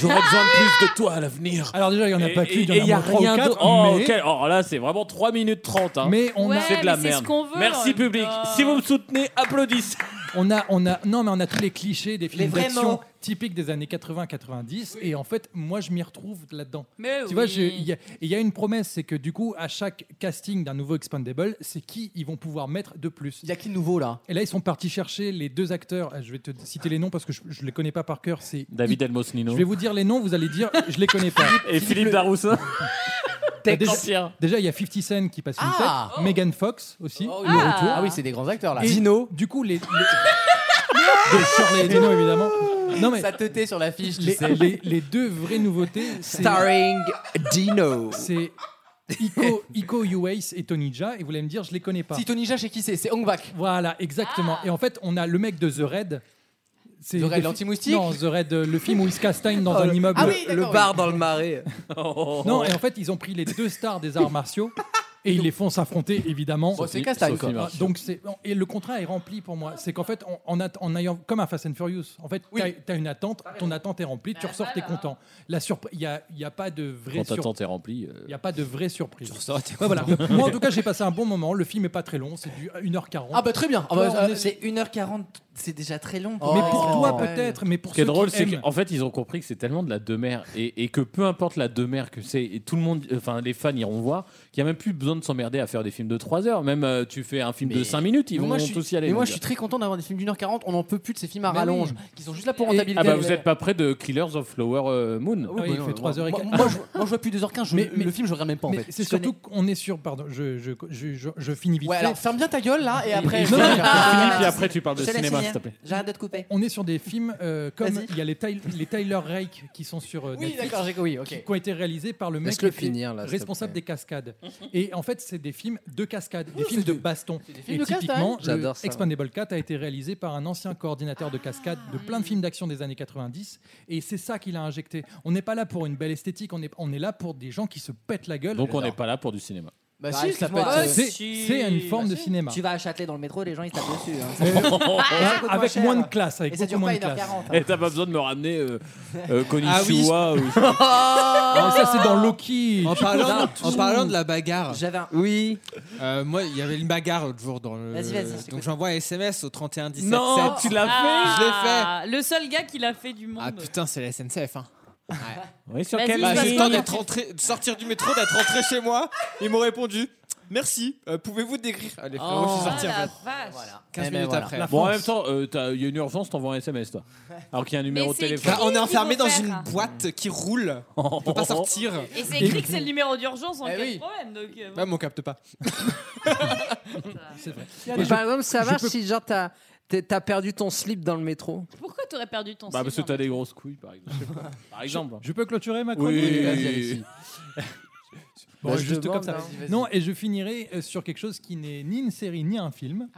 j'aurais besoin de plus de toi à l'avenir.
Alors déjà, il y en a
Et-
pas qu'une, il y en
et
a
y
moins trois ou
rien
quatre,
d'autre. Oh,
mais-
quel- oh, là, c'est vraiment 3 minutes 30. hein.
Mais on a-
C'est de la
Ouais, mais c'est
merde.
ce qu'on veut, hein, en
Merci,
même
public.
temps.
Si vous me soutenez, applaudissez.
On a, on a, non, mais on a tous les clichés des
Les
films
vrais mots.
d'action typiques des années 80-90. Et en fait, moi, je m'y retrouve là-dedans.
Mais
tu
oui.
vois, j'ai- il y, a- il y a une promesse, c'est que du coup, à chaque casting d'un nouveau Expandable, c'est qui ils vont pouvoir mettre de plus. Il
y a qui de nouveau là
Et là, ils sont partis chercher les deux acteurs. Ah, Je vais te citer les noms parce que je, je les connais pas par cœur. C'est
David Elmosnino.
Je vais vous dire les noms. Vous allez dire, je les connais pas.
Et Philippe Daroussin.
Bah,
Tech Empire.
Déjà, déjà, il y a 50 Cent qui passe une
Ah.
tête. Megan Fox aussi.
Oh,
le
ah.
retour.
Ah oui, c'est des grands acteurs, là.
Dino. Du coup, les. les... de Charlie et Dino, évidemment. Non, mais.
Ça teutait sur l'affiche, tu
Les,
sais.
les- les deux vraies nouveautés. c'est-
Starring Dino.
C'est Iko, Iko Uwais et Tony Jaa. Et vous allez me dire, je les connais pas.
Si Tony Jaa, chez qui c'est C'est Hong Bak.
Voilà, exactement. Et en fait, on a le mec de The Red. C'est
The
le
Raid,
fi-
l'anti-moustique
Non, The Red, euh, le film où il se castagne dans
Oh,
un
le-
immeuble.
ah oui, Le d'accord, bar oui. dans le marais.
Non, et en fait, ils ont pris les deux stars des arts martiaux et ils les font s'affronter, évidemment.
Bon, c'est Sophie- castagne, quoi. Sophie Marceau.
Donc, c'est, non, et le contrat est rempli pour moi. C'est qu'en fait, on- en, att- en ayant, comme un Fast and Furious, en fait, t'as, t'as une attente, ton attente est remplie, tu ressors, t'es content. La surprise, il n'y a, il y a pas de vraie
Quand t'attends,
surprise.
t'es rempli. euh,
Il n'y a pas de vraie surprise.
t'es
Ouais, voilà.
content.
Moi, en tout cas, j'ai passé un bon moment. Le film est pas très long, c'est du 1h40.
Ah bah, très bien. Ah bah,
Ouais, on
euh,
est-
C'est 1h40, c'est déjà très long.
Oh,
Mais
un
pour toi,
festival.
peut-être, mais pour
Ce qui est
ceux
drôle,
qui
c'est
aiment-
qu'en fait, ils ont compris que c'est tellement de la demeure et, et que peu importe la demeure que c'est, et tout le monde, enfin, les fans iront voir, qu'il n'y a même plus besoin de s'emmerder à faire des films de 3 heures. Même euh, tu fais un film de 5 minutes, ils
Mais
vont
moi, je suis-
tous y aller.
Mais moi,
donc.
je suis très content d'avoir des films d'1h40. On n'en peut plus de ces films à
Mais
rallonge
oui.
qui sont juste là pour
Et- Ah
rentabiliser.
Ah bah, vous n'êtes pas près de Killers of Flower euh, Moon.
Ah
oui, il fait 3 heures et
Moi,
quart.
moi, je, moi, je vois plus 2h15. je-
Mais- mais-
le film, je regarde même pas en
Mais
fait.
c'est
Je connais-
surtout qu'on est sur. Pardon, je, je, je, je, je finis vite.
Ouais,
fait.
alors ferme bien ta gueule là et après.
Non, non, non,
Philippe, et après, tu parles de
Je te laisse
cinéma,
finir.
s'il te plaît.
J'arrête de te couper.
On est sur des films euh, comme il y a les, Tyl- les Tyler Rake qui sont sur euh,
Oui,
Netflix,
d'accord, j'ai- oui, ok.
qui, qui ont été réalisés par le mec
Laisse-le
qui était
finir, là, s'il te
responsable
plaît.
des cascades. Et en fait, c'est des films de cascades, des films de baston.
films
Et
de cascades.
typiquement, le
J'adore ça.
Expandable 4 a été réalisé par un ancien coordinateur de cascades de plein de films d'action des années 90. Et c'est ça qu'il a injecté. On n'est pas là pour une belle esthétique, on est, on est là pour des gens qui se pètent la gueule.
Donc, on n'est pas là pour du cinéma.
Bah,
si, ça peut
excuse-moi,
être-
c'est-
Bah,
C'est une forme de cinéma.
Ah, Tu vas à Châtelet dans le métro, les gens ils se tapent dessus. hein.
Mais-
Ça coûte
Ah, Avec
cher.
moins de classe, avec
Et ça
beaucoup
dure
moins
pas
de classe.
1h40.
Et t'as pas besoin de me ramener euh, euh,
Ah oui.
Konichiwa ou-
Ah, ça, c'est dans Loki.
En parlant,
Tout.
en parlant de la bagarre.
J'avais un-
Oui. Euh, moi, il y avait une bagarre l'autre jour dans le.
Vas-y, vas-y, je t'écoute.
Donc j'envoie un SMS au 31 17
Non, tu l'as
Je l'ai fait.
Ah, Le seul gars qui l'a fait du monde.
Ah putain, c'est la SNCF. Hein. Ouais.
Oui, sur
Vas-y,
quelle
Bah,
vas-y.
le temps d'être rentré, de sortir du métro, d'être rentré chez moi, ils m'ont répondu. Merci. euh, Pouvez-vous décrire Allez, frérot,
Oh,
je suis sorti. en fait. 15
Eh ben,
minutes
voilà.
après.
Bon, en même temps, euh, t'as- il y a une urgence, t'envoies un SMS, toi. Alors qu'il y a un numéro de
c'est
téléphone.
qui
on est
qui
enfermé
vont
dans
faire
une boîte qui roule. On peut pas sortir.
Et c'est écrit que c'est le numéro d'urgence en
Eh
cas
oui.
de problème. Donc,
Bah,
euh,
Ah,
Même on capte pas.
C'est vrai.
Et je-
Par exemple, ça
je
marche
peux-
si genre t'as t'es- t'as perdu ton slip dans le métro.
pourquoi t'aurais perdu ton
Bah, parce que
slip,
t'as des grosses couilles, par exemple. Par exemple.
Je peux clôturer ma chronique
Oui,
Vas-y,
oui.
Alexis. Bon,
Bah, je
juste
demande,
comme ça.
hein. Vas-y, vas-y.
Non, et je finirai euh, sur quelque chose qui n'est ni une série ni un film.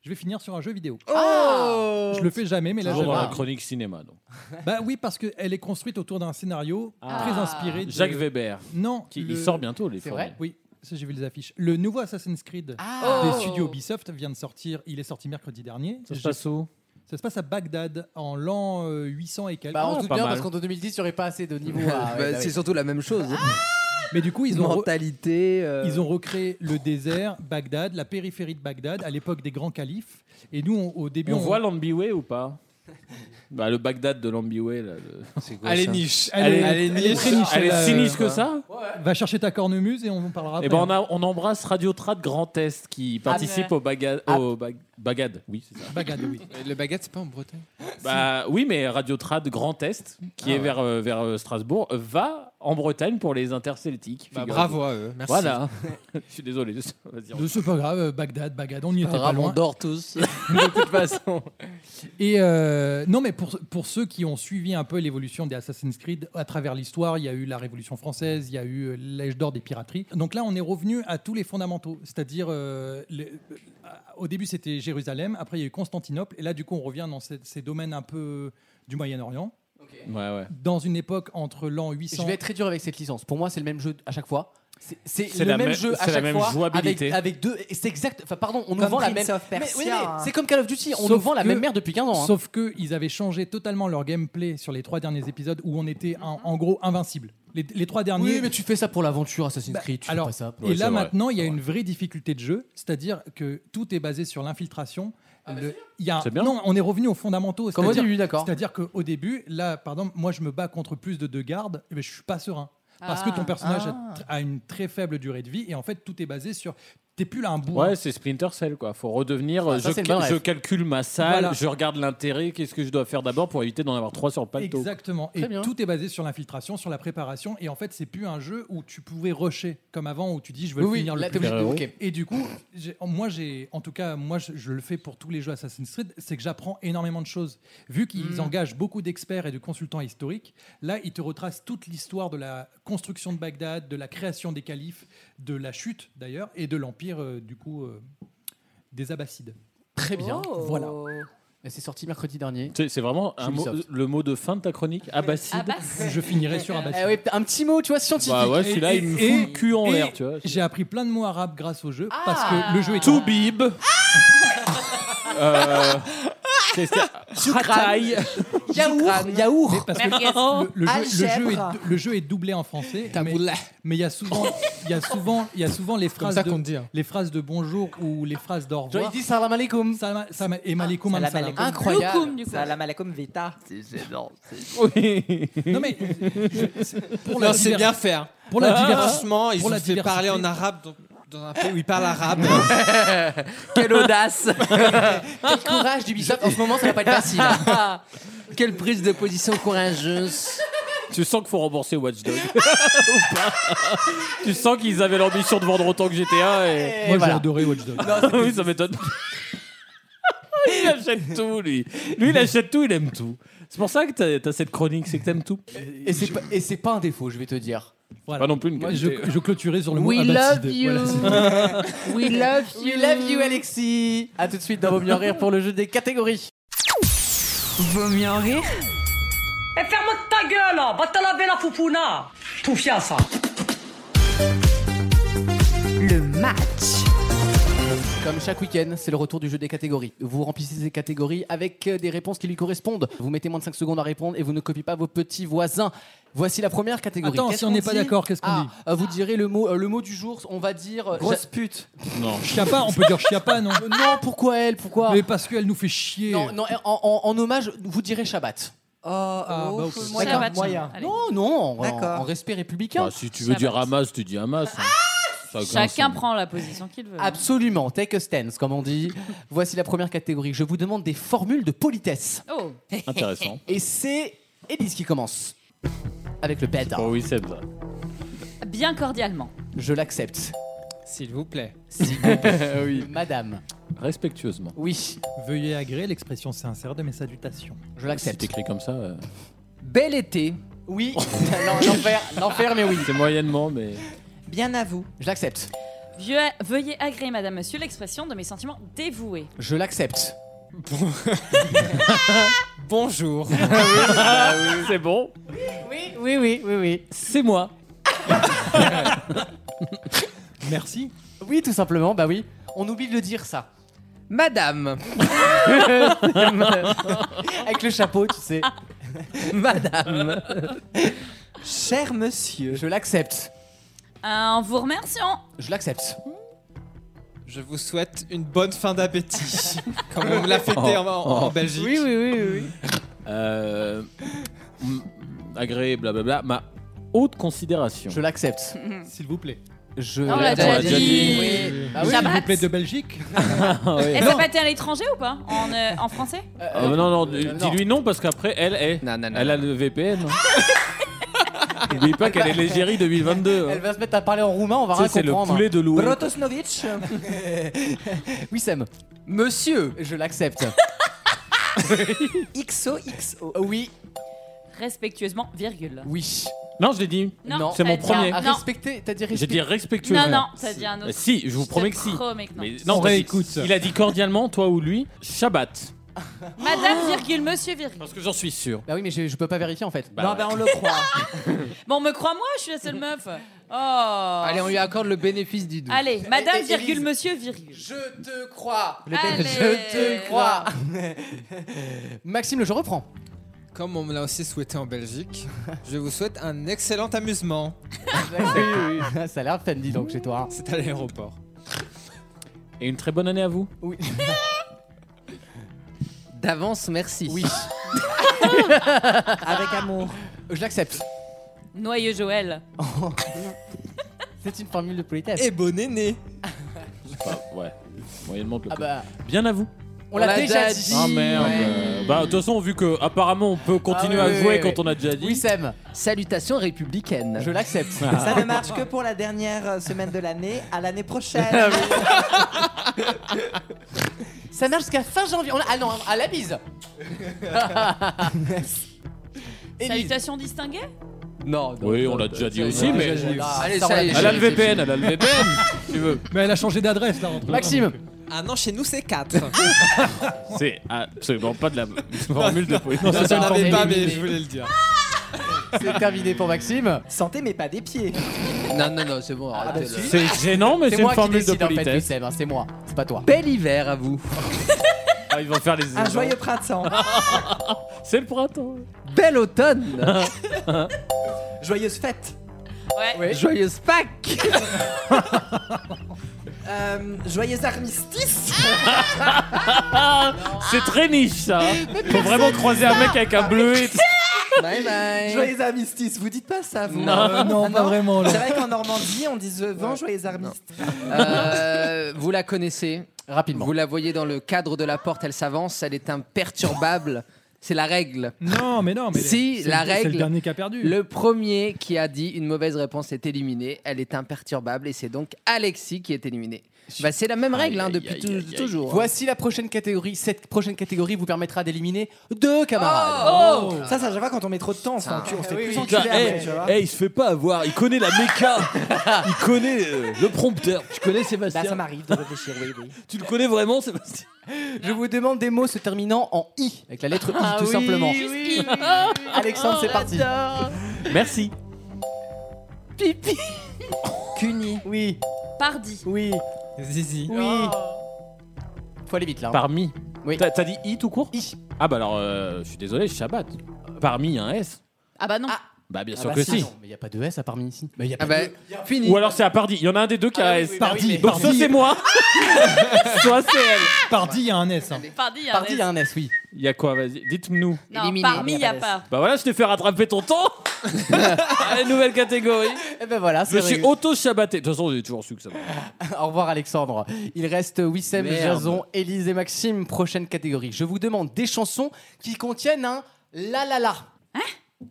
Je vais finir sur un jeu vidéo.
Oh
je le fais jamais, mais là
Toujours
j'avais
dans la
un-
chronique cinéma, donc.
Bah oui, parce qu'elle est construite autour d'un scénario
Ah.
très inspiré. De...
Jacques Weber.
Non.
Qui- il sort bientôt, les C'est formes. vrai
Oui. Ça, j'ai vu les affiches. Le nouveau Assassin's Creed
Ah.
des
Oh.
studios Ubisoft vient de sortir. Il est sorti mercredi dernier.
Ça se
J'ai-
passe où
Ça se passe à Bagdad en l'an euh, 800 et quelques.
Bah,
Ah,
on se doute bien parce qu'en 2010, il n'y aurait pas assez de niveau à.
Bah, c'est surtout
la même chose.
Ah Mais du coup, ils ont
mentalité.
Ils ont recréé le désert, Bagdad, la périphérie de Bagdad, à l'époque des grands califes. Et nous, on- au début,
On voit l'Ambiway ou pas bah, le Bagdad de l'Ambiway, là. C'est
Elle est niche.
Elle,
Elle
est,
est-
elle
elle est
niche.
très niche,
Elle est
celle-là,
si
euh,
niche que ça
va chercher ta cornemuse et on en parlera après.
Et ben on, a- on embrasse Radio Trad Grand Est qui participe
mais-
au, baga-
Ah.
au bag- Bagad. Oui, c'est ça.
Bagdad, oui.
Le baguette, c'est pas en Bretagne
Bah oui, mais Radio Trad Grand Est, qui est
Ah ouais.
vers, euh, vers euh, Strasbourg, euh, va en Bretagne pour les interceltiques.
Bah,
figurez-vous.
bravo à eux, merci.
Voilà. Je suis désolé. Vas-y,
De ce pas grave, euh, Bagdad, Bagdad, on n'y était pas
Grave, on
loin.
dort tous, de toute façon.
Et euh, non, mais pour, pour ceux qui ont suivi un peu l'évolution des Assassin's Creed à travers l'histoire, il y a eu la Révolution française, il y a eu euh, l'âge d'or des pirateries. Donc là, on est revenu à tous les fondamentaux, c'est-à-dire euh, les- euh, au début c'était Jérusalem, après il y a eu Constantinople, et là du coup on revient dans ces, ces domaines un peu du Moyen-Orient.
Ouais, ouais.
Dans une époque entre l'an 800.
Je vais être très dur avec cette licence. Pour moi, c'est le même jeu à chaque fois. C'est-
C'est
C'est le
la
même
même-
jeu à
c'est la
chaque
même
fois
jouabilité.
avec, avec deux. et C'est exact. Enfin, pardon, on nous
Comme
vend la
Prince
même.
of
Mais-
Persia,
oui, mais
hein.
c'est comme Call of Duty. On
Sauf
nous vend la
que-
même merde depuis 15 ans. hein.
Sauf que ils avaient changé totalement leur gameplay sur les trois derniers épisodes où on était en, en gros invincible. Les, les trois derniers. Bah,
Oui, mais tu fais ça pour l'aventure Assassin's Creed. Tu
alors,
fais pas ça. pour-
et là maintenant, il y a une vraie difficulté de jeu, c'est-à-dire que tout est basé sur l'infiltration. Le- il y a-
Ah, bah, C'est bien.
Non, on est revenu aux fondamentaux.
Comme au
c'est-à-dire-
début, d'accord.
C'est-à-dire qu'au début, là, pardon, moi je me bats contre plus de deux gardes, mais je suis pas serein. Parce que ton
Ah.
personnage
Ah.
a, a une très faible durée de vie et en fait tout est basé sur. T'es plus là un bourrin.
Ouais, c'est Splinter Cell, quoi. Faut redevenir. euh,
ça,
je,
c'est le bon
ca- je
rêve.
calcule ma salle,
Voilà.
je regarde l'intérêt, qu'est-ce que je dois faire d'abord pour éviter d'en avoir trois sur le paletot.
Exactement. Et tout est basé sur l'infiltration, sur la préparation. Et en fait, c'est plus un jeu où tu pouvais rusher comme avant, où tu dis je veux
Oui, oui,
le finir
là,
le
t'es
plus
obligé de-
vite.
ok.
Et du coup, j'ai- moi, j'ai, en tout cas, moi, je, je le fais pour tous les jeux Assassin's Creed, c'est que j'apprends énormément de choses. Vu qu'ils
Mm.
engagent beaucoup d'experts et de consultants historiques, là, ils te retracent toute l'histoire de la construction de Bagdad, de la création des califes, de la chute d'ailleurs, et de l'empire euh, du coup euh, des Abbassides.
Très bien.
Voilà.
Mais C'est sorti mercredi dernier.
C'est c'est vraiment un mot-
Ubisoft.
le mot de fin de ta chronique Abbasside.
Je finirai sur Abbasside.
Eh oui, un petit mot, tu vois, scientifique.
Bah ouais, celui-là, il me fout le cul en
et
l'air, tu vois.
J'ai appris plein de mots arabes grâce au jeu parce
Ah.
que le jeu est.
Tout bib. Euh, qu'est-ce qu'il y a Rataille.
Yaourt. Yaourt.
Parce que le, le jeu, le jeu est,
Algèbre.
le jeu est doublé en français, mais mais il y a souvent, il y a souvent, il y a souvent les phrases
ça
de
qu'on dit, hein.
les phrases de bonjour ou les phrases d'au
Genre,
revoir.
il dit salam alaikum.
Salam, salam- et malikum
Ah,
hein,
Salam
salam.
alaikum.
Incroyable. Loukoum, du coup.
Salam alaikum vita. C'est
gênant,
Non mais je- c'est- pour la
Non, c'est
diver-
bien faire.
Pour la
Ah.
diversité,
Franchement, ils
pour
ont
la
fait
diversité.
parler en arabe dans, dans un pays où ils parlent arabe.
Quelle audace Quel courage d'Ubisoft En ce moment, ça va pas être facile. hein.
Quelle prise de position courageuse.
Tu sens qu'il faut rembourser Watch Dogs. Ou pas tu sens qu'ils avaient l'ambition de vendre autant que GTA. Et...
Moi, j'ai adoré Watch Dogs.
oui, ça m'étonne. il achète tout, lui. Lui, il achète tout, il aime tout. C'est pour ça que t'as- t'as cette chronique, c'est que t'aimes tout.
Et c'est pas, et c'est pas un défaut, je vais te dire.
Pas non plus une
Moi, je,
qualité.
je clôturais sur le mot
We
abbasside.
love you.
Voilà, c'est-
We love you. We love you, Alexis. À tout de suite dans Vaut mieux en rire pour le jeu des catégories. Vaut mieux en rire
Et Eh, ferme ta gueule, là. va te laver la foufouna. Tout fier ça.
Le match. Comme chaque week-end, c'est le retour du jeu des catégories. Vous remplissez ces catégories avec euh, des réponses qui lui correspondent. Vous mettez moins de 5 secondes à répondre et vous ne copiez pas vos petits voisins. Voici la première catégorie.
Attends,
Qu'est-ce
si on
qu'on
n'est pas
dit
d'accord, qu'est-ce qu'on
Ah,
dit
euh, Vous direz le mot, euh, le mot du jour, on va dire. euh,
Grosse
j'a-
pute.
Non.
Chiapa, on peut dire Chiapa, non
Euh, Non, pourquoi elle Pourquoi
Mais parce qu'elle nous fait chier.
Non, non, en, en- en hommage, vous direz Shabbat.
ah, bah, ok.
Oh, Moyen,
Shabbat,
moyen.
allez.
Non, non, en,
D'accord.
en respect républicain.
Bah, si tu veux dire Hamas, tu dis Hamas. hein. Ça grince,
Chacun
hein.
prend la position qu'il veut.
Absolument, take a stance, comme on dit. Voici la première catégorie. Je vous demande des formules de politesse.
Oh.
Intéressant.
Et c'est Elise qui commence. Avec le bête.
Oh oui, c'est ça.
Bien cordialement.
Je l'accepte.
S'il vous plaît.
S'il vous plaît. Madame.
Respectueusement.
Oui.
Veuillez agréer l'expression sincère de mes salutations.
Je
Si t'écris comme ça. euh,
Bel été.
Oui. L'enfer, l'enfer, mais oui.
C'est moyennement, mais.
Bien à vous.
Je l'accepte.
Vieux- veuillez agréer, madame, monsieur, l'expression de mes sentiments dévoués.
Je l'accepte.
Bonjour.
C'est bon.
Oui, oui, oui, oui, oui.
C'est moi.
Merci.
Oui, tout simplement, bah oui. On oublie de le dire ça.
Madame.
Avec le chapeau, tu sais.
Madame.
Cher monsieur.
Je l'accepte.
Euh, en vous remerciant.
Je l'accepte.
Je vous souhaite une bonne fin d'appétit. comme on l'a fêté en, en-
Oh.
en Belgique.
Oui, oui, oui. Oh. Euh, mm, agréé, blablabla. Ma haute considération.
Je l'accepte.
S'il vous plaît.
Je
On l'a déjà dit.
Oui. Ah oui,
Shabbat.
s'il vous plaît, de Belgique.
Ah, oui.
Elle s'appelle à l'étranger ou pas en, euh, en français
Ah, bah non, non, dis-lui non parce qu'après, elle est. elle a le VPN. hein. N'oublie pas qu'elle est l'égérie 2022. hein.
Elle va se mettre à parler en roumain, on va
Tu
rien
sais, c'est le
comprendre.
poulet de Louis.
Brotosnovitch. oui, Sam. Monsieur. Je l'accepte.
XO, XO.
Oui.
Respectueusement, virgule.
Oui.
Non, je l'ai dit.
Non,
c'est mon
t'as dit un-
premier.
non.
Respecter, t'as dit
J'ai
respecter.
dit respectueux. Euh,
Non, non, t'as dit un autre.
Si, je vous
te
promets que si.
promets que non.
Mais
On
t'as dit-
réécoute.
Il a dit cordialement, toi ou lui, Shabbat.
Madame virgule, monsieur virgule.
Parce que j'en suis sûr.
Bah oui, mais je, je peux pas vérifier en fait.
Bah ouais.
Ah ben, on le croit.
Bon, me crois-moi, je suis la seule meuf. Oh.
Allez,
Allez,
on lui accorde le bénéfice du doute.
madame
Et- et-
virgule,
Élise.
monsieur virgule.
Je te crois.
Le
Allez.
bénéfice.
Je te crois. Maxime, le je reprends.
Comme on me l'a aussi souhaité en Belgique, je vous souhaite un excellent amusement.
Ça a l'air fun, dis donc, chez toi.
C'est à l'aéroport.
Et une très bonne année à vous.
Oui.
D'avance, merci.
Oui.
Avec amour.
Je l'accepte.
Noyeux Joël.
C'est une formule de politesse.
Et bon aîné
Bah, ouais, moyennement que le
Ah
coup.
bah,
Bien à vous.
on, l'a déjà dit.
Ah merde. euh, Bah, de toute façon, vu que apparemment on peut continuer
Ah, oui,
à jouer
oui,
quand on a déjà dit.
Oui, Sam.
Salutations républicaines.
Je l'accepte.
Ah.
Ça ne marche que pour la dernière euh, semaine de l'année. À l'année prochaine.
Ça marche jusqu'à fin janvier. On a- Ah non, à la bise. Élise.
Salutations distinguées
Non, Ah,
Oui, on l'a déjà dit aussi, mais.
Allez,
Ça, on
ça
l'a
y est,
déjà
Elle a le
dit.
VPN, elle a le VPN, si tu veux.
Mais elle a changé d'adresse là. entre-
Maxime.
Ah non, chez nous c'est 4.
C'est absolument pas de la formule de police.
non, ça,
c'est
j'en
pas
avais pas, mais
éliminé.
je voulais le dire.
C'est terminé pour Maxime.
Santé, mais pas des pieds.
Non, non, non, c'est bon, arrêtez-le.
C'est gênant, mais
Ah, bah, C'est
c'est une
moi qui
formule de
décide en fait,
politesse.
Wissem, hein, c'est moi, c'est pas toi.
Bel hiver à vous.
Ah, ils vont faire les
Un joyeux printemps.
C'est le printemps.
Bel automne.
Joyeuse fête.
Ouais.
Joyeuse Pâques.
Euh, joyeux armistice.
C'est très niche ça. hein. Faut vraiment croiser un mec avec un bleu.
Bye bye.
Joyeux armistice. Vous dites pas ça, vous
Euh, non,
Ah,
pas
non.
vraiment. là.
C'est vrai qu'en Normandie, on dit souvent joyeux armistice.
Euh, vous la connaissez.
Rapidement.
Vous la voyez dans le cadre de la porte, elle s'avance, elle est imperturbable. C'est la règle.
Non, mais non. Mais
Si,
c'est- C'est
la
le
règle.
dernier qui a perdu.
Le premier qui a dit une mauvaise réponse est éliminé. Elle est imperturbable et c'est donc Alexis qui est éliminé. Bah, c'est la même règle hein, depuis tou- toujours. hein.
Voici la prochaine catégorie. Cette prochaine catégorie vous permettra d'éliminer deux camarades.
Oh
Ça, ça, j'avoue quand on met trop de temps, on se fait enculer, on
Eh
se fait plus enculer après, tu vois.
Eh, il se fait pas avoir. Il connaît la méca. Il connaît euh, le prompteur. Tu connais Sébastien
Bah, ça m'arrive de réfléchir, oui, oui.
Tu le connais vraiment, Sébastien
Je vous demande des mots se terminant en i, avec la lettre i
Ah
Ah
tout simplement. Alexandre,
Oh,
c'est parti.
Merci.
Pipi.
Cuny.
Oui,
Pardi.
oui,
Zizi.
oui. Faut aller vite là. hein.
Parmi.
Oui.
T'as t'as dit I tout court
I.
Ah bah alors, euh, je suis désolé, Shabbat. Parmi un S
Ah bah non.
Bah bien
Ah
sûr
bah
que
si.
si.
non, mais y a pas de S à parmi ici. Mais y a
Ah
pas
bah, fini.
Ou alors c'est à Pardi. Il y en a un des deux qui a
Ah
un
oui,
S.
oui, bah oui, mais-
Donc soit
Pardi.
c'est moi, soit c'est elle.
Pardi, il y a un S. hein.
Pardi, il y a un
Parti,
S.
y a un S, oui.
Il y a quoi Vas-y, dites-nous.
Non,
Éliminé.
parmi, il y a
Il y a
pas.
Bah voilà, je t'ai fait rattraper ton temps. Allez, nouvelle catégorie.
Et ben voilà,
Je
c'est
suis
réglé.
auto-chabatté. De toute façon, j'ai toujours su que ça.
Au revoir Alexandre. Il reste Wissem,
Merde.
Jason, Élise et Maxime. Prochaine catégorie. Je vous demande des chansons qui contiennent un la la la.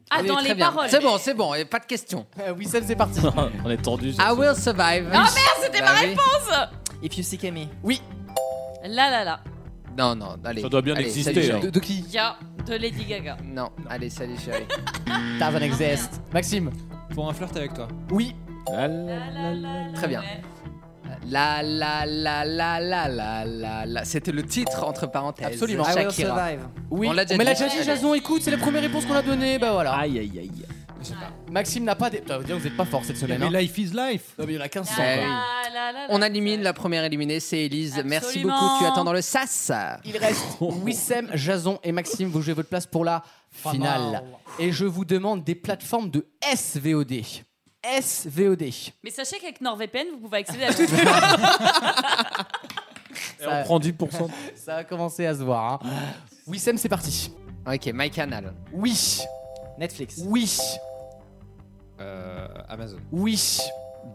Ah,
Oui,
dans
très
les
bien.
paroles.
C'est bon, c'est bon, et pas de question.
Euh, Wissem, c'est parti.
On est tendu.
I will survive.
Ah merde, c'était ma
Bah oui.
réponse
If you seek me.
Là, là, là.
Non, non, allez.
Ça doit bien
Allez,
exister,
salut,
hein.
chérie.
De, de qui
Il y a de Lady Gaga.
Non, allez, salut chérie.
Tarzan exist. Maxime.
Pour un flirt avec toi.
Oui.
La, la, la, la,
Très bien.
ouais.
La la la la la la la la. C'était le titre entre parenthèses.
Absolument.
I will
Shakira.
survive.
Oui.
On l'a déjà
Mais l'a
dit.
déjà dit,
Allez.
Jason. Écoute, c'est la première réponse qu'on a donnée. Bah voilà.
Aïe aïe aïe.
Maxime n'a pas des. Putain, vous dire, vous êtes pas fort cette semaine.
Mais
hein.
life is life.
Non, mais il y en a 1500.
Ouais.
quand même.
On élimine la première éliminée, c'est Elise. Merci
Absolument.
beaucoup, tu attends dans le sas.
Il reste
Oh.
Wissem, Jason et Maxime. Vous jouez votre place pour la finale. Et je vous demande des plateformes de SVOD. SVOD.
Mais sachez qu'avec NordVPN, vous pouvez accéder à tout.
Ça-
on prend 10%.
Ça a commencé à se voir. hein. Wissem, c'est parti.
Ok, My Canal.
Oui.
Netflix.
Oui. Euh,
Amazon.
Oui.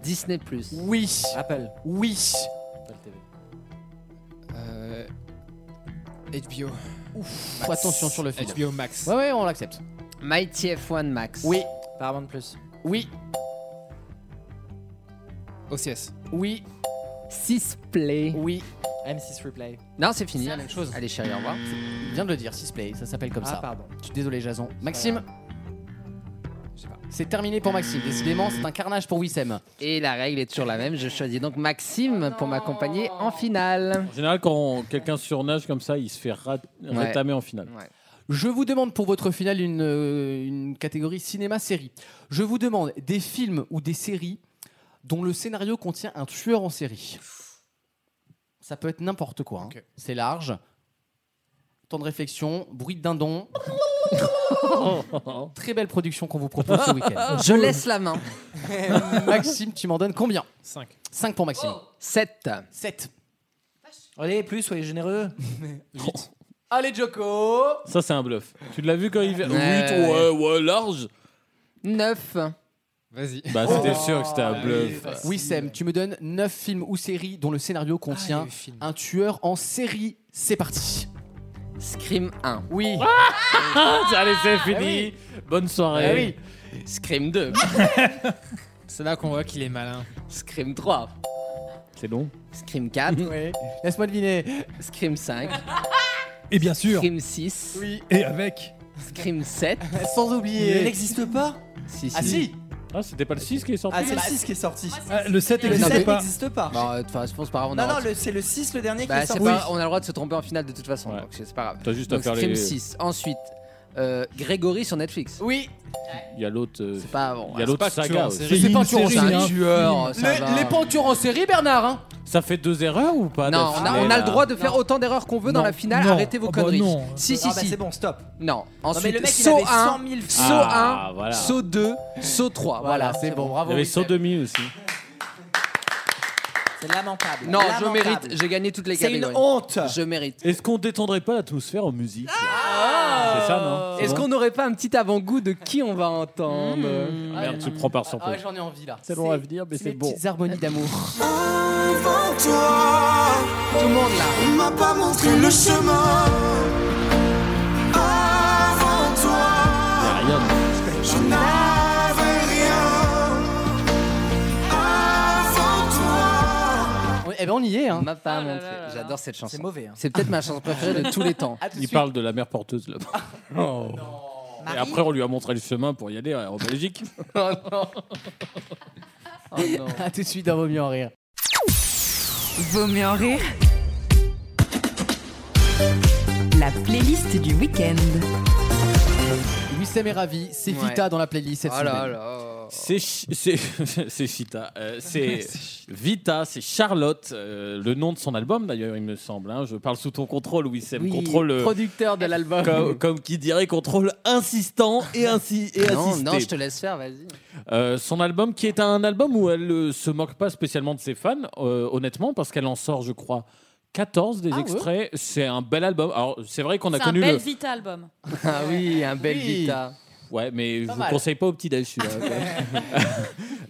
Disney
Oui.
Apple.
Oui.
Euh,
HBO.
Ouf,
Max. attention sur le fil.
HBO Max.
Ouais, ouais, on l'accepte.
Mighty F1 Max.
Oui.
Paramount Plus.
Oui.
OCS.
Oui.
6 Play.
Oui.
M6 Replay.
Non, c'est fini.
C'est la même chose.
Allez, chérie, au revoir.
Il vient de le dire, Sisplay, ça s'appelle comme
Ah,
ça.
pardon.
Je suis désolé, Jason. Maxime C'est terminé pour Maxime. Décidément, c'est un carnage pour Wissem.
Et la règle est toujours la même, je choisis donc Maxime pour m'accompagner en finale.
En général, Ah, quand quelqu'un surnage comme ça, il se fait rat-
Ouais.
rétamer en finale.
Je vous demande pour votre finale une, euh, une catégorie cinéma-série. Je vous demande des films ou des séries dont le scénario contient un tueur en série. Ça peut être n'importe quoi. hein. C'est large. Temps de réflexion, bruit de dindon. Très belle production qu'on vous propose ce week-end.
Je laisse la main.
Maxime, tu m'en donnes combien
5.
5 pour Maxime.
7.
7.
Allez, plus, soyez généreux.
Allez, Joko
Ça, c'est un bluff. Tu l'as vu quand il fait
Ouais,
8
ouais,
ouais, ouais, large
9.
Vas-y.
Bah, c'était sûr que c'était un bluff.
Oh. Oui, Sam, tu me donnes 9 films ou séries dont le scénario
Ah,
contient un tueur en série. C'est parti.
Scream 1.
Oui.
Allez, c'est
Ah
fini.
oui.
Bonne soirée.
Scream 2.
C'est là qu'on voit qu'il est malin.
Scream 3.
C'est long.
Scream 4.
Laisse-moi deviner.
Scream 5.
Et bien sûr.
Scream 6.
Oui.
Et avec.
Scream 7.
Sans oublier.
Il n'existe pas
Si,
Ah si
Ah, c'était pas le 6 qui est sorti
Ah, c'est le 6 qui est sorti.
le 7
Le 7
mais-
n'existe pas.
Bon, euh, enfin, je pense pas grave. on a
Non,
le
non,
droit de-
le- c'est le 6 le dernier qui
Bah,
est
c'est
sorti.
pas- on a le droit de se tromper en finale de toute façon, donc c'est c'est pas grave.
T'as juste à
donc,
faire
Scream
les-
6. Ensuite, euh, Grégory sur Netflix.
Oui.
Il y a l'autre. euh,
C'est pas bon.
Il y a l'autre saga aussi.
C'est pas un tueur en
C'est
série.
un
hein.
tueur, ça
Les,
va.
les pas un tueur en série, Bernard. hein.
Ça fait deux erreurs ou pas
Non,
Daphné,
on a, on a
là
le droit de faire autant d'erreurs qu'on veut dans
Non,
la finale,
non.
arrêtez vos
Oh bah
conneries.
non.
Si, si,
Ah, bah,
si.
c'est bon, stop.
Non, ensuite,
mais le mec, il
saut
avait
1,
100 000
saut 1,
Ah, voilà.
saut 2, saut 3. Voilà,
Voilà, c'est bon,
Il
bravo.
y avait
Wissem.
saut demi aussi.
C'est lamentable.
Non, je
Lamentable.
mérite, j'ai gagné toutes les
C'est une
catégories.
honte.
Je mérite.
Est-ce qu'on détendrait pas l'atmosphère en musique Ah C'est ça,
Euh,
non C'est
Est-ce
bon
qu'on n'aurait pas un petit avant-goût de qui on va entendre
Merde, tu me prends par surprise.
Ah, j'en ai envie là.
C'est long à venir, mais c'est bon.
Petites harmonies d'amour.
Toi,
Tout le monde là.
on m'a pas montré le chemin. Avant toi, je n'avais rien. Avant toi.
On- Eh ben, on y est. Hein.
On m'a pas
Oh
montré. J'adore cette chanson.
C'est mauvais. hein.
C'est peut-être ma chanson préférée de tous les temps.
À tout de
Il
suite.
parle de la mère porteuse là-bas. Et après, on lui a montré le chemin pour y aller euh, en Belgique.
Oh À tout de suite dans Vaut mieux en rire.
Vaut mieux en rire. La playlist du week-end.
Wissem est ravi. C'est
Ouais.
Vita dans la playlist cette
Oh là
semaine.
là.
C'est chi- c'est- c'est Chita. euh, c'est Vita, c'est Charlotte, euh, le nom de son album d'ailleurs, il me semble. hein. Je parle sous ton contrôle, Wissem.
Oui,
contrôle, euh,
producteur de l'album.
comme, comme qui dirait, contrôle insistant et, ainsi, et
non,
assisté.
non, je te laisse faire, vas-y.
Euh, son album qui est un album où elle euh, se moque pas spécialement de ses fans, euh, honnêtement, parce qu'elle en sort, je crois, 14 des
Ah ouais
extraits. C'est un bel album. Alors, c'est vrai qu'on a
C'est un
connu
bel
le.
Vita album.
Ah oui, un bel
Oui.
Vita.
Ouais, mais je vous
mal.
conseille pas au petit déj celui-là.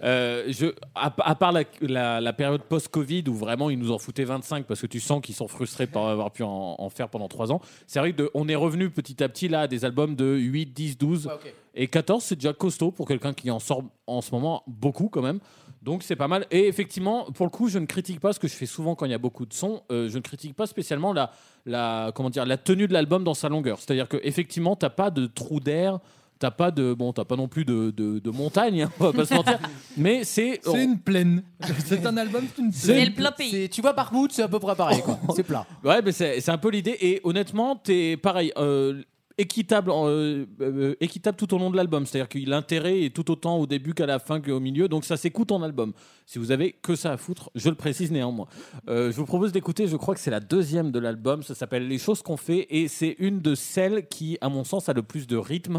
Euh, je, à, à part la, la- la période post-Covid où vraiment ils nous en foutaient 25 parce que tu sens qu'ils sont frustrés par avoir pu en, en faire pendant 3 ans, c'est vrai qu'on est revenu petit à petit là à des albums de 8, 10, 12 et 14, c'est déjà costaud pour quelqu'un qui en sort en ce moment beaucoup quand même. Donc c'est pas mal. Et effectivement, pour le coup, je ne critique pas ce que je fais souvent quand il y a beaucoup de sons. euh, je ne critique pas spécialement la, la, comment dire, la tenue de l'album dans sa longueur. C'est-à-dire qu'effectivement, t'as pas de trou d'air. T'as pas de bon, t'as pas non plus de, de, de montagne, hein, on va pas se mentir. Mais c'est
Oh.
C'est une plaine. C'est un album, c'est une
C'est
Et
plaine.
le ploppy.
C'est- Tu vois, par bout, c'est à peu près pareil. quoi. C'est plat.
ouais, mais c'est c'est un peu l'idée. Et honnêtement, t'es pareil. euh, équitable, en, euh, euh, équitable tout au long de l'album. C'est-à-dire que l'intérêt est tout autant au début qu'à la fin qu'au milieu. Donc ça s'écoute en album. Si vous avez que ça à foutre, je le précise néanmoins. Euh, je vous propose d'écouter, je crois que c'est la deuxième de l'album. Ça s'appelle Les choses qu'on fait. Et c'est une de celles qui, à mon sens, a le plus de rythme.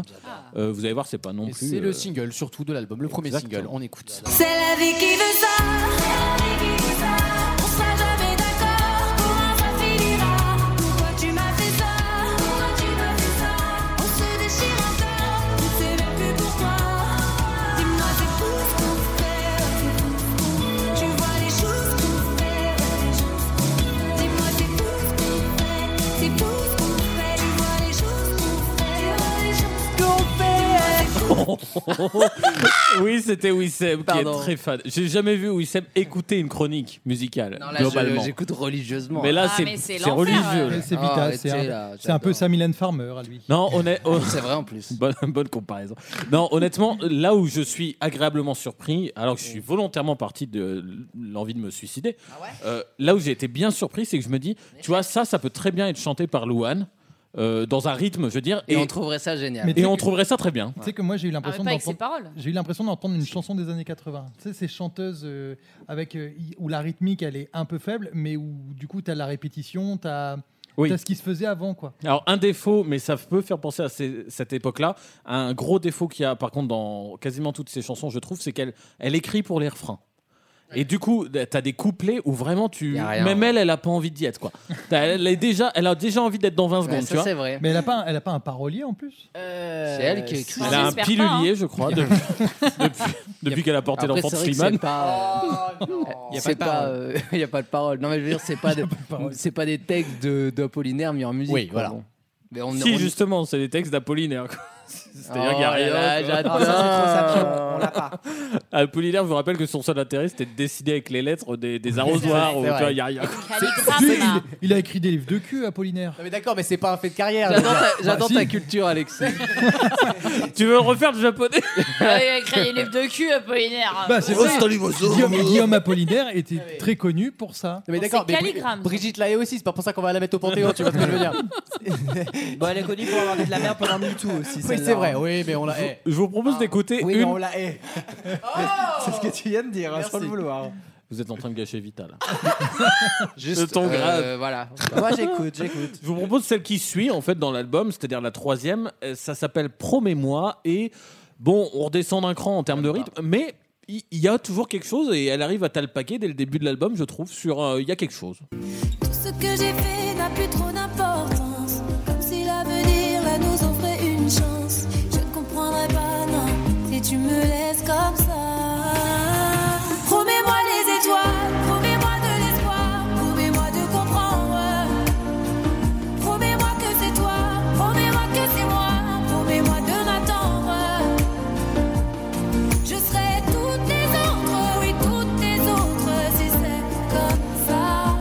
Euh, vous allez voir, c'est pas non plus. euh,
c'est le
single surtout de l'album, le premier single. On écoute.
C'est la vie qui veut ça. On sera jamais d'accord. Pour un ça finira. Pourquoi tu m'as fait ça Pourquoi tu m'as fait ça On se déchire encore. Je ne sais même plus pourquoi. Dis-moi, c'est tout ce qu'on fait. c'est tout ce qu'on- Tu vois les choses qu'on fait. les choses qu'on- Dis-moi, c'est tout ce qu'on fait. C'est tout ce qu'on fait. Tu vois les choses qu'on fait. Tu vois les choses qu'on fait.
oui, c'était Wissem qui
Pardon.
est très fan. J'ai jamais vu Wissem écouter une chronique musicale.
Non, là, je-
globalement.
j'écoute religieusement.
Mais là,
Ah,
c'est
mais c'est
c'est
l'enfer, euh.
religieux.
ouais.
là.
C'est Vita, c'est un- Ah, c'est un, peu Sam Mylène Farmer à lui.
Non, honnêtement.
C'est vrai en plus.
Bonne, bonne comparaison. Non, honnêtement, là où je suis agréablement surpris, alors que je suis volontairement parti de l'envie de me suicider,
Ah
euh, là où j'ai été bien surpris, c'est que je me dis, tu vois, ça, ça peut très bien être chanté par Louane, euh, dans un rythme, je veux dire.
Et on trouverait ça génial.
et on trouverait ça très bien.
Tu sais que moi j'ai eu l'impression
Ah, mais pas avec
d'entendre-
ses paroles.
j'ai eu l'impression d'entendre une chanson des années 80. Tu sais ces chanteuses euh, avec euh, y- où la rythmique elle est un peu faible mais où du coup tu as la répétition, tu as,
Oui.
ce qui se faisait avant quoi.
Alors un défaut, mais ça peut faire penser à ces- cette époque-là, un gros défaut qu'il y a par contre dans quasiment toutes ces chansons, je trouve, c'est qu'elle elle écrit pour les refrains. Et du coup, t'as des couplets où vraiment tu,
rien,
même elle, elle a pas envie d'y être quoi. T'as- Elle est déjà, elle a déjà envie d'être dans 20 secondes, tu vois.
Mais elle a pas un, elle a pas un parolier en plus.
Euh,
C'est elle qui a écrit.
Elle a un
hein.
pilulier, je crois, de- depuis, depuis qu'elle a porté
Après,
l'enfant de
c'est vrai que
Slimane.
c'est pas, euh, Il n'y a, pas, euh, y a pas de parole. Non, mais je veux dire, c'est pas, des- c'est pas des textes de- d'Apollinaire mis en musique.
Oui,
quoi,
voilà.
bon. Mais on-
si
on-
justement, c'est des textes d'Apollinaire. quoi. C'est-à-dire
Oh
qu'il y a
là
rien. quoi.
là,
Ah.
j'adore. Oh, ça, c'est trop
On l'a pas.
Apollinaire, je vous rappelle que son seul intérêt c'était de décider avec les lettres des, des arrosoirs. ou, tu vois, il y a rien.
Lui, il, il a écrit des livres de cul Apollinaire.
mais d'accord, mais c'est pas un fait de carrière. Bah,
J'adore
déjà.
ta- j'adore ta
culture, Alexis.
tu veux refaire le japonais
Ah, il a écrit des livres de cul, Apollinaire.
Bah, c'est
Bon,
vrai. Guillaume, Guillaume Apollinaire était très connu pour ça.
Ah, Mais d'accord, mais Bri- Brigitte Lahaye aussi, c'est pas pour ça qu'on va la mettre au Panthéon, tu vois ce que je veux dire.
Bon, elle est connue pour avoir mis de la merde pendant MeToo aussi.
Oui, c'est
hein.
vrai, oui, mais on la eh. hait.
Je vous propose
Ah.
d'écouter
Oui,
une.
mais on
eh,
la hait. c'est ce que tu viens de dire, hein, sans le vouloir.
Vous êtes en train de gâcher Vital.
Juste,
Le ton
euh,
grave.
voilà.
Moi, j'écoute, j'écoute.
Je vous propose celle qui suit en fait dans l'album, c'est-à-dire la troisième. Euh, Ça s'appelle Promets-moi et bon, on redescend d'un cran en termes de rythme, mais il il y, a toujours quelque chose et elle arrive à talpaquer dès le début de l'album, je trouve. Sur euh, il y a quelque chose.
Tout ce que j'ai fait n'a plus trop d'importance. Comme si l'avenir là nous offrait une chance. Je ne comprendrais pas, non, si tu me laisses comme ça. Promets-moi les étoiles, promets-moi de l'espoir, promets-moi de comprendre. Promets-moi que c'est toi, promets-moi que c'est moi, promets-moi de m'attendre. Je serai toutes les autres, oui, toutes les autres, si c'est comme ça.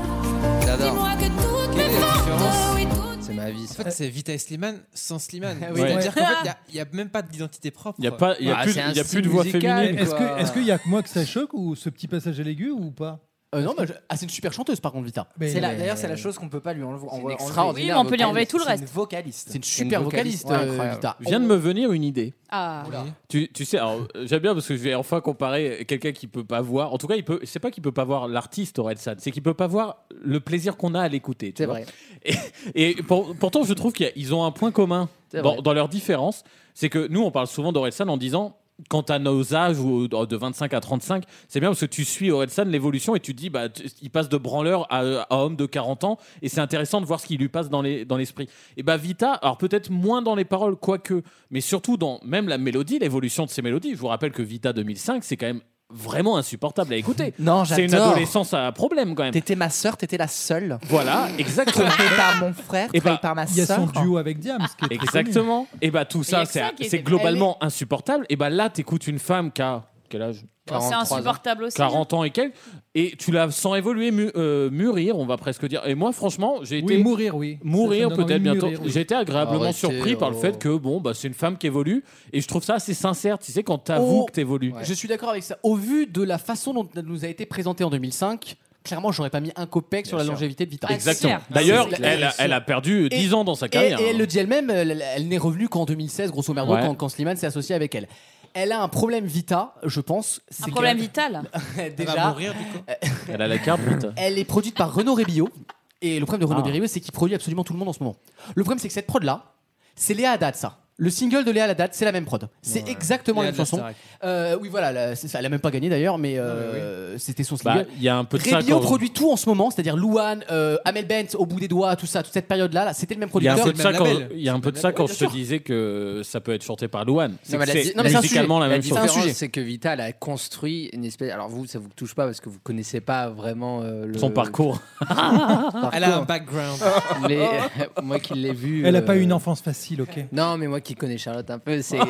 J'adore.
Dis-moi que toutes
Quelle est
mes
la
fortes,
différence
oui,
C'est ma vie. ça. Ah
En fait, c'est Vita et Slimane sans Slimane.
oui.
C'est-à-dire
Ouais.
qu'en fait, il n'y a, même pas d'identité propre.
Il y a pas- il y a
Ah,
plus,
c'est un
il y a plus
style
de voix
musical,
féminine.
Est-ce
quoi.
que est-ce qu'il y a que moi que ça choque ou ce petit passage à l'aigu ou pas
Euh, non, mais je- ah, c'est une super chanteuse par contre, Vita.
Mais-
C'est la-
mais-
D'ailleurs, c'est la chose qu'on peut pas lui enlever. enlever.
extraordinaire
Oui, mais on peut lui enlever tout le
C'est une
reste.
vocaliste.
C'est une super vocaliste,
ouais,
euh,
incroyable.
Vita.
Vient de me venir une idée.
Ah.
Tu, tu sais, alors, euh, j'aime bien parce que je vais enfin comparer quelqu'un qui peut pas voir. En tout cas, il peut. C'est pas qu'il peut pas voir l'artiste Orelsan, c'est qu'il peut pas voir le plaisir qu'on a à l'écouter. tu
C'est
vois.
vrai.
Et, et pour- pourtant, je trouve qu'ils ont un point commun
C'est
dans,
vrai.
dans leurs différences, c'est que nous, on parle souvent d'Orelsan en disant. Quant à nos âges, ou au- de 25 à 35, c'est bien parce que tu suis Orelsan l'évolution et tu dis, bah, tu- il passe de branleur à, à homme de 40 ans et c'est intéressant de voir ce qui lui passe dans les- dans l'esprit. et bah Vita, alors peut-être moins dans les paroles, quoique, mais surtout dans même la mélodie, l'évolution de ses mélodies. Je vous rappelle que Vita 2005, c'est quand même vraiment insupportable à écouter.
Non,
C'est une
j'adore.
adolescence à problème quand même.
T'étais ma sœur, t'étais la seule.
Voilà, exactement.
Trompée par mon frère,
Et
trompée
bah,
par ma
il y a son
sœur.
Duo avec Diams. qui est très
Exactement. Et bah tout ça,
que ça
c'est
qui était-
c'est globalement insupportable. Et bah là, t'écoutes une femme qui a quel âge
C'est insupportable aussi.
40 ans et quelques, et tu la sens évoluer, mu- euh, mûrir, on va presque dire. Et moi, franchement, j'ai
Oui,
été.
mourir, oui.
Mourir
Ça, ça me donne
peut-être
envie de
bientôt.
mûrir, oui.
J'ai été agréablement
Arrêtez,
surpris par le
oh.
fait que, bon, bah, c'est une femme qui évolue, et je trouve ça assez sincère, tu sais, quand t'avoues
Oh,
que t'évolues.
Je suis d'accord avec ça. Au vu de la façon dont elle nous a été présentée en 2005, clairement, j'aurais pas mis un copec sur la longévité de Vita.
Ah, Exactement. c'est clair. D'ailleurs,
C'est
elle a-
c'est
elle a
sûr.
perdu 10 ans dans sa
et-
carrière,
Et, elle
hein.
le dit elle-même, elle, elle n'est revenue qu'en 2016, grosso merdo,
Ouais.
quand, quand Slimane s'est associé avec elle. Elle a un problème Vita, je pense. c'est
Un
que-
problème vital.
Déjà,
Elle a la carte. putain.
elle est produite par Renaud Rébillot. Et le problème de Renaud
Ah.
Rébillot, c'est qu'il produit absolument tout le monde en ce moment. Le problème, c'est que cette prod là, c'est Léa Haddad, ça. Le single de Léa Haddad, c'est la même prod. C'est
Ouais.
exactement la
Léa
même
Haddad,
chanson.
Starac.
Euh, oui, voilà, la- c'est ça. Elle a même pas gagné d'ailleurs, mais euh, c'était son
Bah,
single.
Il y a un peu de ça.
Rébillot
quand-
produit tout en ce moment, c'est-à-dire Louane, euh, Amel Bent, Au bout des doigts, tout ça, toute cette période-là, là, c'était le même
Il y a
producteur.
un peu de ça quand, il y a un peu de ça quand je te disais que ça peut être chanté par Louane. C'est
Non, mais
que
la
c'est
di- non, mais c'est un
musicalement
sujet.
la même chose.
La différence, c'est que Vital a construit une espèce. Alors vous, ça vous touche pas parce que vous connaissez pas vraiment euh, le-
Son parcours.
Elle a un background.
Mais euh, moi qui l'ai vu.
Elle a
euh,
pas eu une enfance facile, ok.
Non, mais moi qui connais Charlotte un peu, c'est.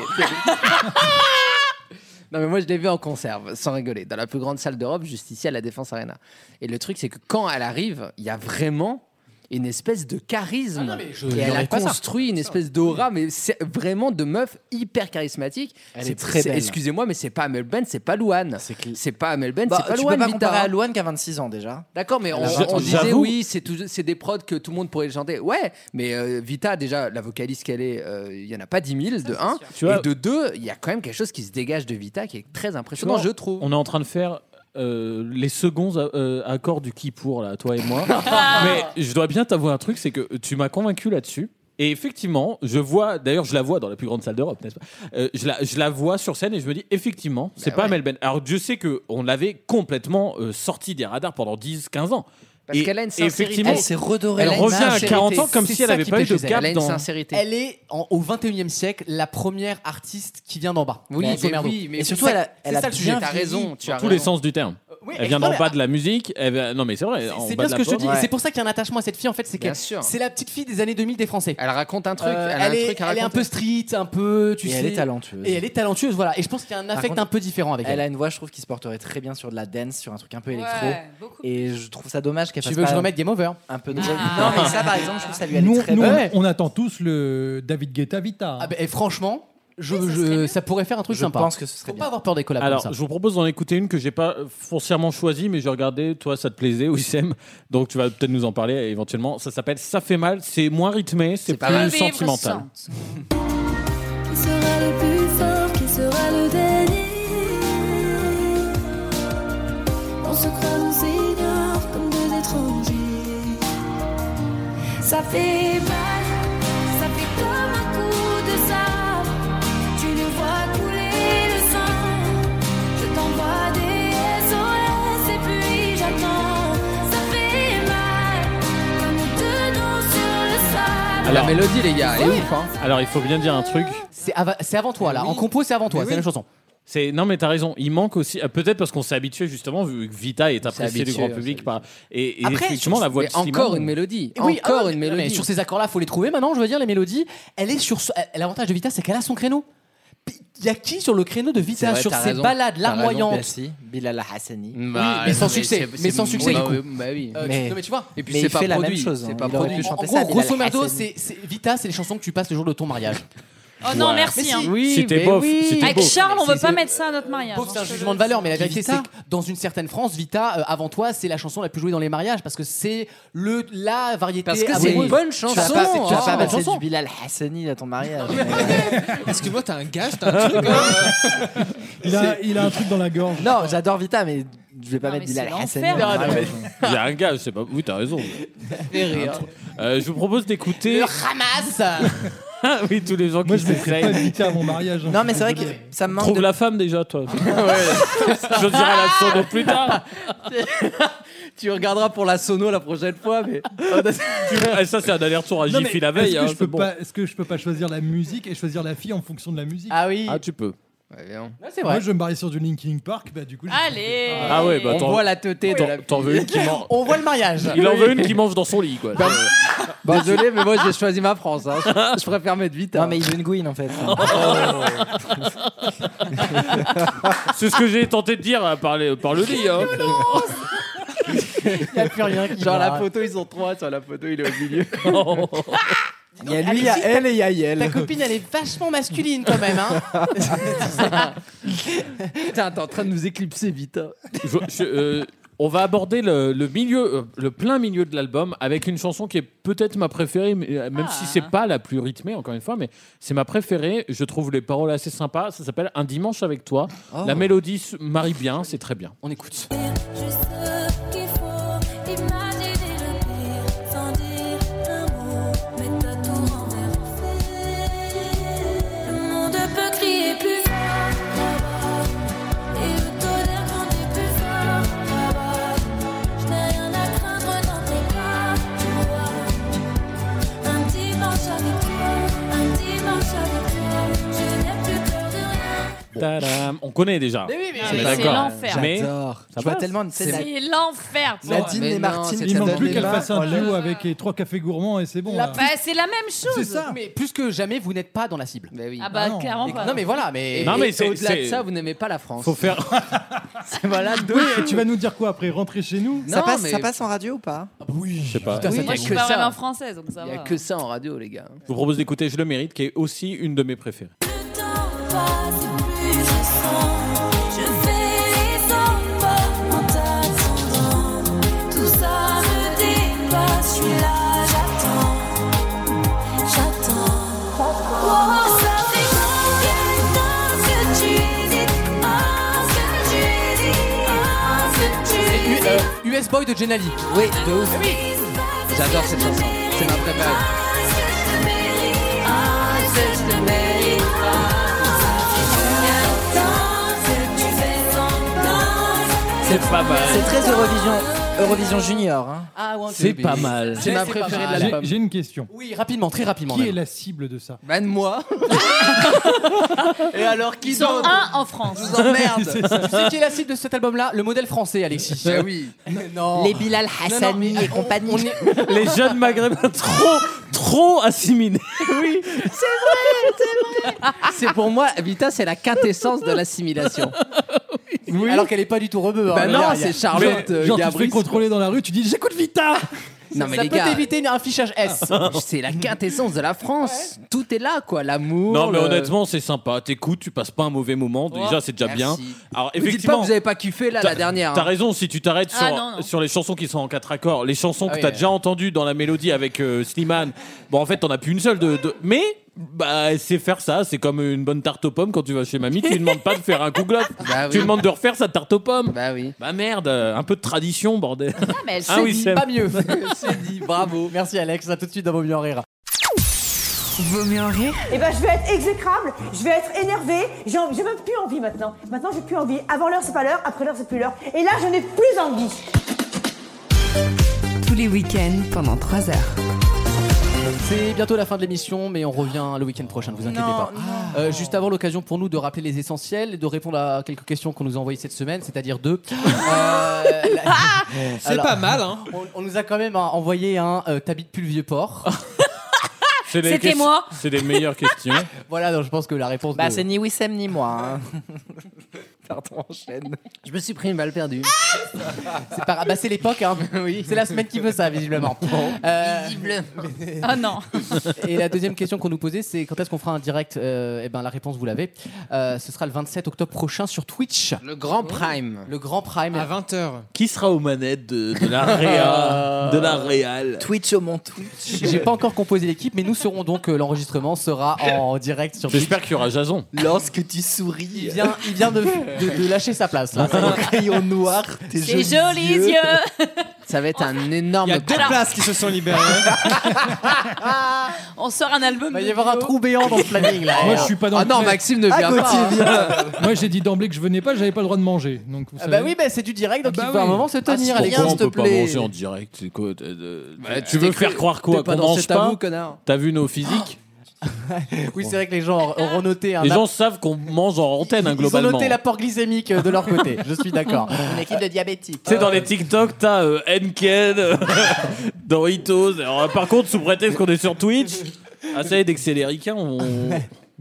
Non mais moi je l'ai vu en conserve, sans rigoler, dans la plus grande salle d'Europe, juste ici à la Défense Arena. Et le truc c'est que quand elle arrive, il y a vraiment une espèce de
Ah
charisme. et elle
n'aurais
a
pas ça.
construit une espèce d'aura, mais c'est vraiment de meuf hyper charismatique.
Elle
C'est-
est très
c'est-
belle.
Excusez-moi, mais c'est pas Amel Ben, c'est pas Louane. C'est pas Amel Ben,
Bah,
c'est pas
tu peux
Louane.
pas
Vita.
comparer à Luan qui a 26 ans déjà.
D'accord, mais on,
Elle a
on
20
disait
j'avoue.
oui, c'est tout- c'est des prods que tout le monde pourrait chanter. Ouais, mais euh, Vita, déjà, la vocaliste qu'elle est, euh, il y en a pas 10 000 de 1.
Tu vois-
et de 2, il y a quand même quelque chose qui se dégage de Vita qui est très impressionnant, je trouve.
On est en train de faire euh, les seconds euh, accords du qui pour, là, toi et moi. Mais je dois bien t'avouer un truc, c'est que tu m'as convaincu là-dessus. Et effectivement, je vois, d'ailleurs, je la vois dans la plus grande salle d'Europe, n'est-ce pas Euh, je, la, je la vois sur scène et je me dis, effectivement,
Bah
c'est pas Melben. Alors, Dieu sait qu'on l'avait complètement euh, sorti des radars pendant 10-15 ans.
Parce
Et
qu'elle a une sincérité.
effectivement,
Elle s'est redorée.
Elle
Elle a une
revient à
sincérité.
40 ans comme
C'est
si elle
ça
n'avait
qui
pas
fait
eu de
chez elle.
cap
Elle a une
dans.
sincérité.
Elle est en- au 21e siècle la première artiste qui vient d'en bas.
Oui,
Grosso
mais
merdo.
oui, mais
et
c'est
surtout,
ça-
elle a,
c'est
elle a
ça le sujet,
bien
t'as
vieilli.
raison, tu
dans
as
tous les sens du terme.
Euh,
elle vient d'en bas de la musique. Elle vient- Non, mais c'est vrai. en
C'est bien
bas de
ce
la
que je te
porte.
dis. Et c'est pour ça qu'il y a un attachement à cette fille, en fait. C'est
Bien
qu'elle-
sûr.
c'est la petite fille des années 2000 des Français.
Elle raconte un truc.
Euh,
elle
elle,
a un
est,
truc à
elle est un
raconter.
peu street, un peu, tu
Et
sais.
elle est talentueuse.
Et elle est talentueuse, voilà. Et je pense qu'il y a un affect un peu différent avec elle.
Elle a une voix, je trouve, qui se porterait très bien sur de la dance, sur un truc un peu électro.
Ouais,
et je trouve ça dommage qu'elle
Tu
fasse
veux que
pas
je remette Game Over
Un peu de Non, mais ça, par exemple, je trouve ça lui allait
Nous,
Eh
très
nous,
bien.
ben.
on attend tous le David Guetta Vita.
Ah, bah, et franchement, je, je- ça, pourrait faire un truc
Je
sympa.
pense que ce serait
Faut pas avoir peur des collabs
Alors,
comme ça.
je vous propose d'en écouter une que j'ai pas foncièrement choisie, mais j'ai regardé. Toi, ça te plaisait, Wissem. Donc, tu vas peut-être nous en parler euh, éventuellement. Ça s'appelle Ça fait mal. C'est moins rythmé, c'est
pas
plus
mal.
sentimental.
Qui sera le plus fort, qui sera le dernier On se croit, on s'ignore comme deux étrangers. Ça fait mal, ça fait comme un coup de sabre. Tu le vois couler le sang. Je t'envoie des SOS et puis j'attends. Ça fait mal, comme deux noms sur le sable.
La mélodie, les gars, elle est ouf. Hein. Ah,
Alors, il faut bien dire un truc.
C'est av- c'est avant toi, là. En compo, c'est avant toi. C'est la même chanson.
C'est non mais t'as raison. Il manque aussi ah, peut-être parce qu'on s'est habitué justement vu que Vita est appréciée du
habitué,
grand
on
public par et, et
Après,
effectivement
sur-
la voix de
mais
Slimane-
encore une mélodie.
euh, Et oui,
Encore
ah ouais,
une
mais-
mélodie.
mais sur ces accords-là, faut les trouver maintenant, je veux dire, les mélodies. Elle est sur. ce- elle- L'avantage de Vita, c'est qu'elle a son créneau. Il y a qui sur le créneau de
C'est
Vita,
vrai,
sur
t'as
ses
raison,
balades
t'as raison,
larmoyantes
Bercy, Bilal Hassani.
Oui, mais sans succès, mais sans succès.
bah
du
oui,
coup.
bah oui.
Euh,
Mais-
non, mais tu vois.
Et puis mais c'est il pas fait la produit, même chose, c'est hein, pas il aurait produit. pu
En-
chanter
en gros,
ça,
grosso
Bilal
merdo,
Hassani.
c'est c'est- Vita, c'est les chansons que tu passes le jour de ton mariage.
Oh non,
Ouais.
merci,
Mais si.
hein.
Oui,
C'était
mais
bof,
oui.
c'était
Avec
beau.
Charles, on
Mais
veut
c'est-
pas mettre ça à notre mariage.
Pauvre, c'est
hein,
un
je te
jugement
le-
de valeur, mais la vérité, c'est que dans une certaine France, Vita, euh, avant toi, c'est la chanson la plus jouée dans les mariages parce que c'est le la variété.
Parce que c'est
amoureuse.
une bonne
Tu
chanson,
vas pas-
hein.
Tu vas pas
Ah,
mettre
c'est
chanson.
Du Bilal Hassani à ton mariage.
Excuse-moi, t'as un gage, t'as un truc. hein
Il a, il a un truc dans la gorge.
Non, j'adore Vita, mais je vais pas mettre Bilal Hassani. à mon mariage.
Il y a un gars, je sais pas. Oui, t'as raison.
rire.
Euh, je vous propose d'écouter.
Ramasse.
oui, tous les gens qui s'essayent.
à mon mariage. hein.
Non, mais c'est vrai que ça me manque.
Trouve
de-
la femme déjà, toi. Je dirai la sono plus tard.
Tu regarderas pour la sono la prochaine fois, mais.
Eh, ça, c'est un aller-retour à
Non, mais
Jiffy la veille.
Est-ce
hein,
que, je
c'est
peux
bon.
pas- est-ce que je peux pas choisir la musique et choisir la fille en fonction de la musique
Ah oui.
Ah, tu peux.
c'est
Moi, je vais me barrer sur du Linkin Park. Bah, du coup, j'ai-
Allez
Ah ouais, bah,
On
t'en-
voit
la teuté de
t'en-
la-
T'en veux une qui mange.
On voit le mariage.
Il en veut une qui mange dans son lit, quoi. Euh,
Bah, Désolé, mais moi j'ai choisi ma France. hein. Je, je préfère mettre vite.
Non, mais il veut une gouine en fait.
C'est ce que j'ai tenté de dire euh, par, les- par le lit. hein.
Il y a plus rien qui
Genre
va.
la photo, ils sont trois. Sur la photo, il est au milieu.
Il y a
Ah,
lui, il y
Alexis,
a elle et il y a
Ta
Yel.
copine, elle est vachement masculine quand même. Hein.
Putain, t'es en train de nous éclipser vite.
Je- je- euh, On va aborder le, le milieu, euh, le plein milieu de l'album avec une chanson qui est peut-être ma préférée, mais, euh, même si c'est pas la plus rythmée encore une fois, mais c'est ma préférée. Je trouve les paroles assez sympas. Ça s'appelle Un dimanche avec toi.
Oh.
La mélodie se marie bien, c'est très bien. On écoute.
Ce qu'il faut, imaginer le pire sans dire un mot, mais de tout renverser. Le monde peut crier plus fort là-bas, et le tonnerre grandir plus fort là-bas. Je n'ai rien à craindre dans tes bras, tu vois. Un dimanche avec toi, un dimanche avec toi, je n'ai plus peur de rien.
Tadam. On connaît déjà.
Mais oui, mais
On est
c'est
d'accord.
l'enfer.
Mais
J'adore.
ça
Je vois
passe.
tellement de scènes.
C'est l'enfer. toi.
Nadine et Martine,
Il manque plus qu'elle
là,
fasse un
voilà.
duo avec les trois cafés gourmands et c'est bon. là.
Bah, c'est la même chose.
C'est ça. Mais plus que jamais, vous n'êtes pas dans la cible.
Ah bah, Ah non. clairement
Et-
pas.
Non, mais voilà, mais.
Et-
Non, mais
et
c'est-
au-delà de
c'est-
ça, vous n'aimez pas la France.
Faut faire-
voilà,
Oui, et tu vas nous dire quoi après Rentrer chez nous
ça, passe, ça passe en radio ou pas
Oui, je sais pas.
Putain, ça
Moi, je
t'a
suis
que
pas
ça.
vraiment française, donc ça
Il n'y a
va.
que ça en radio, les gars.
Je vous propose d'écouter Je le mérite, qui est aussi une de mes préférées.
Passe plus je sens, je vais sans pas en t'attendant. Tout ça me dépasse, je suis là, j'attends, j'attends. Oh, Ça fait combien de temps que tu hésites, ah, que tu hésites, ah, que tu
U-
hésites.
euh, US Boy de Jenali. Oui, de ouf.
J'adore cette chanson. C'est ma préférée.
Ah, que je te mérite, ah, ça fait combien de temps que tu fais semblant.
C'est pas mal.
C'est très Eurovision, Eurovision Junior. hein.
Ah, ouais,
C'est pas mal.
C'est ma préférée de l'album.
J'ai une question.
Oui, rapidement, très rapidement.
Qui
même.
est la cible de ça
Ben, moi. Et alors, qui
Ils sont
d'autre
un en France.
vous emmerde.
C'est ça. Tu sais qui est la cible de cet album-là Le modèle français, Alexis.
Ah oui.
Non.
Les Bilal Hassani et compagnie.
Les jeunes maghrébins trop, trop assimilés.
Oui, c'est vrai, c'est vrai. C'est pour moi, Vita, c'est la quintessence de l'assimilation.
Alors qu'elle est pas du tout rebeu. hein.
Bah non,
Il y a- il y a-
c'est Charlotte euh,
Genre, tu te fais
Gabris.
contrôler dans la rue, tu dis j'écoute Vita
Non mais
ça
les
peut
gars,
t'éviter une- un fichage S.
c'est la quintessence de la France. Tout est là, quoi. L'amour.
Non, mais
le- Oh,
honnêtement, c'est sympa. T'écoutes, tu passes pas un mauvais moment. Déjà, c'est déjà
Merci.
bien. Alors,
Vous dites pas
effectivement.
que vous avez pas kiffé là
T'as-
la dernière.
T'as
hein.
raison, si tu t'arrêtes sur,
Ah, non, non.
sur les chansons qui sont en quatre accords, les chansons
Ah
que
oui,
t'as
ouais.
déjà entendues dans la mélodie avec euh, Slimane, bon, en fait, t'en as plus une seule de. de- Mais, bah, c'est faire ça, c'est comme une bonne tarte aux pommes quand tu vas chez mamie, tu lui demandes pas de faire un kouglof, tu lui demandes de refaire sa tarte aux pommes.
Bah oui.
Bah merde, euh, un peu de tradition, bordel.
Ah, mais elle
Ah
s'est
oui,
dit.
Seb.
Pas mieux.
C'est dit, bravo.
Merci Alex, à tout de suite dans Vaut mieux en rire.
Vaut mieux en rire
Eh ben, je vais être exécrable, je vais être énervée, j'ai envie- j'ai même plus envie maintenant. Maintenant, j'ai plus envie. Avant l'heure, c'est pas l'heure, après l'heure, c'est plus l'heure. Et là, je n'ai plus envie.
tous les week-ends pendant 3 heures.
C'est bientôt la fin de l'émission, mais on revient le week-end prochain, ne vous inquiétez
Non,
pas.
Ah.
Euh, juste avant l'occasion pour nous de rappeler les essentiels et de répondre à quelques questions qu'on nous a envoyées cette semaine, c'est-à-dire deux. Euh, la-
C'est pas mal, hein.
On, on nous a quand même hein, envoyé un euh, T'habites plus le vieux port.
Ah, C'est des
C'était
questions-
moi.
C'est des meilleures questions.
voilà, donc je pense que la réponse.
Bah,
de-
c'est ni Wissem ni moi. hein. Pardon, enchaîne.
Je me suis pris une balle perdue.
C'est pas- bah, c'est l'époque, hein. c'est la semaine qui veut ça, visiblement. Euh,
Ah non.
Et la deuxième question qu'on nous posait, c'est quand est-ce qu'on fera un direct Euh, Eh ben, la réponse, vous l'avez. Euh, ce sera le 27 octobre prochain sur Twitch. Oh.
Le grand prime.
Le grand prime.
À 20h.
Qui sera aux manettes de, de la Réa De la Réal
Twitch au mon Twitch.
J'ai pas encore composé l'équipe, mais nous serons donc euh, l'enregistrement sera en direct sur Twitch.
J'espère qu'il y aura Jason.
Lorsque tu souris.
Il vient, il vient de, de- de lâcher sa place. Là.
crayon noir, tes
Tes jolis yeux.
Ça va être un énorme.
Il y a deux
Alors-
places qui se sont libérées.
On sort un album.
Il va y
de
avoir un
duo.
trou béant dans le planning là.
Moi, je suis pas dans
Ah
le
non,
club.
Maxime ne
Ah,
vient
Gauthier
pas. hein.
vient. Moi, j'ai dit d'emblée que je venais pas, j'avais pas le droit de manger. Donc, vous
Ah bah
savez.
oui, bah, c'est du direct, donc
Ah bah
il faut à un
oui.
moment se tenir.
Ah,
les
c'est
gars.
bien.
on
s'il te
peut pas
plaît.
manger en direct c'est quoi, de- de-
Bah,
Tu
t'es
veux
cru-
faire croire quoi
t'es pas
Qu'on
dans
mange
cet avou,
pas
connard.
T'as vu nos physiques
Oui, c'est vrai que les gens auront noté un
Les
app-
gens savent qu'on mange en antenne, hein,
Ils ont
globalement.
noté l'apport glycémique euh, de leur côté, je suis d'accord.
Une équipe de diabétiques.
Tu sais, dans les TikTok, t'as euh, Henken, euh, dans Itos. Alors, par contre, sous prétexte qu'on est sur Twitch, ah ça y est, dès que c'est les ricains, on,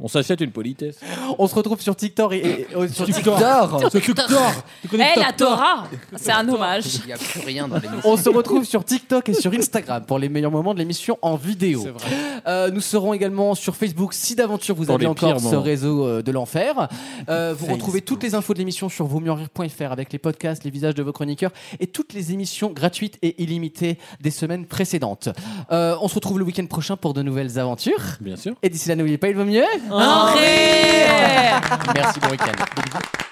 On s'achète une politesse.
On se retrouve sur TikTok et, et- et- sur
TikTok. Sur TikTok.
Tu
Eh,
connais
la
TikTok
Torah C'est un hommage.
Il n'y a plus rien dans les
On se retrouve sur TikTok et sur Instagram pour les meilleurs moments de l'émission en vidéo. Euh, nous serons également sur Facebook si d'aventure vous
Pour
avez
les
encore
pires
ce
moments.
réseau euh, de l'enfer. Euh, vous retrouvez toutes les infos de l'émission sur vosmieuxenrire.fr avec les podcasts, les visages de vos chroniqueurs et toutes les émissions gratuites et illimitées des semaines précédentes. Euh, on se retrouve le week-end prochain pour de nouvelles aventures.
Bien sûr.
Et d'ici là, n'oubliez pas, il vaut mieux
En rire
Merci, bon week-end.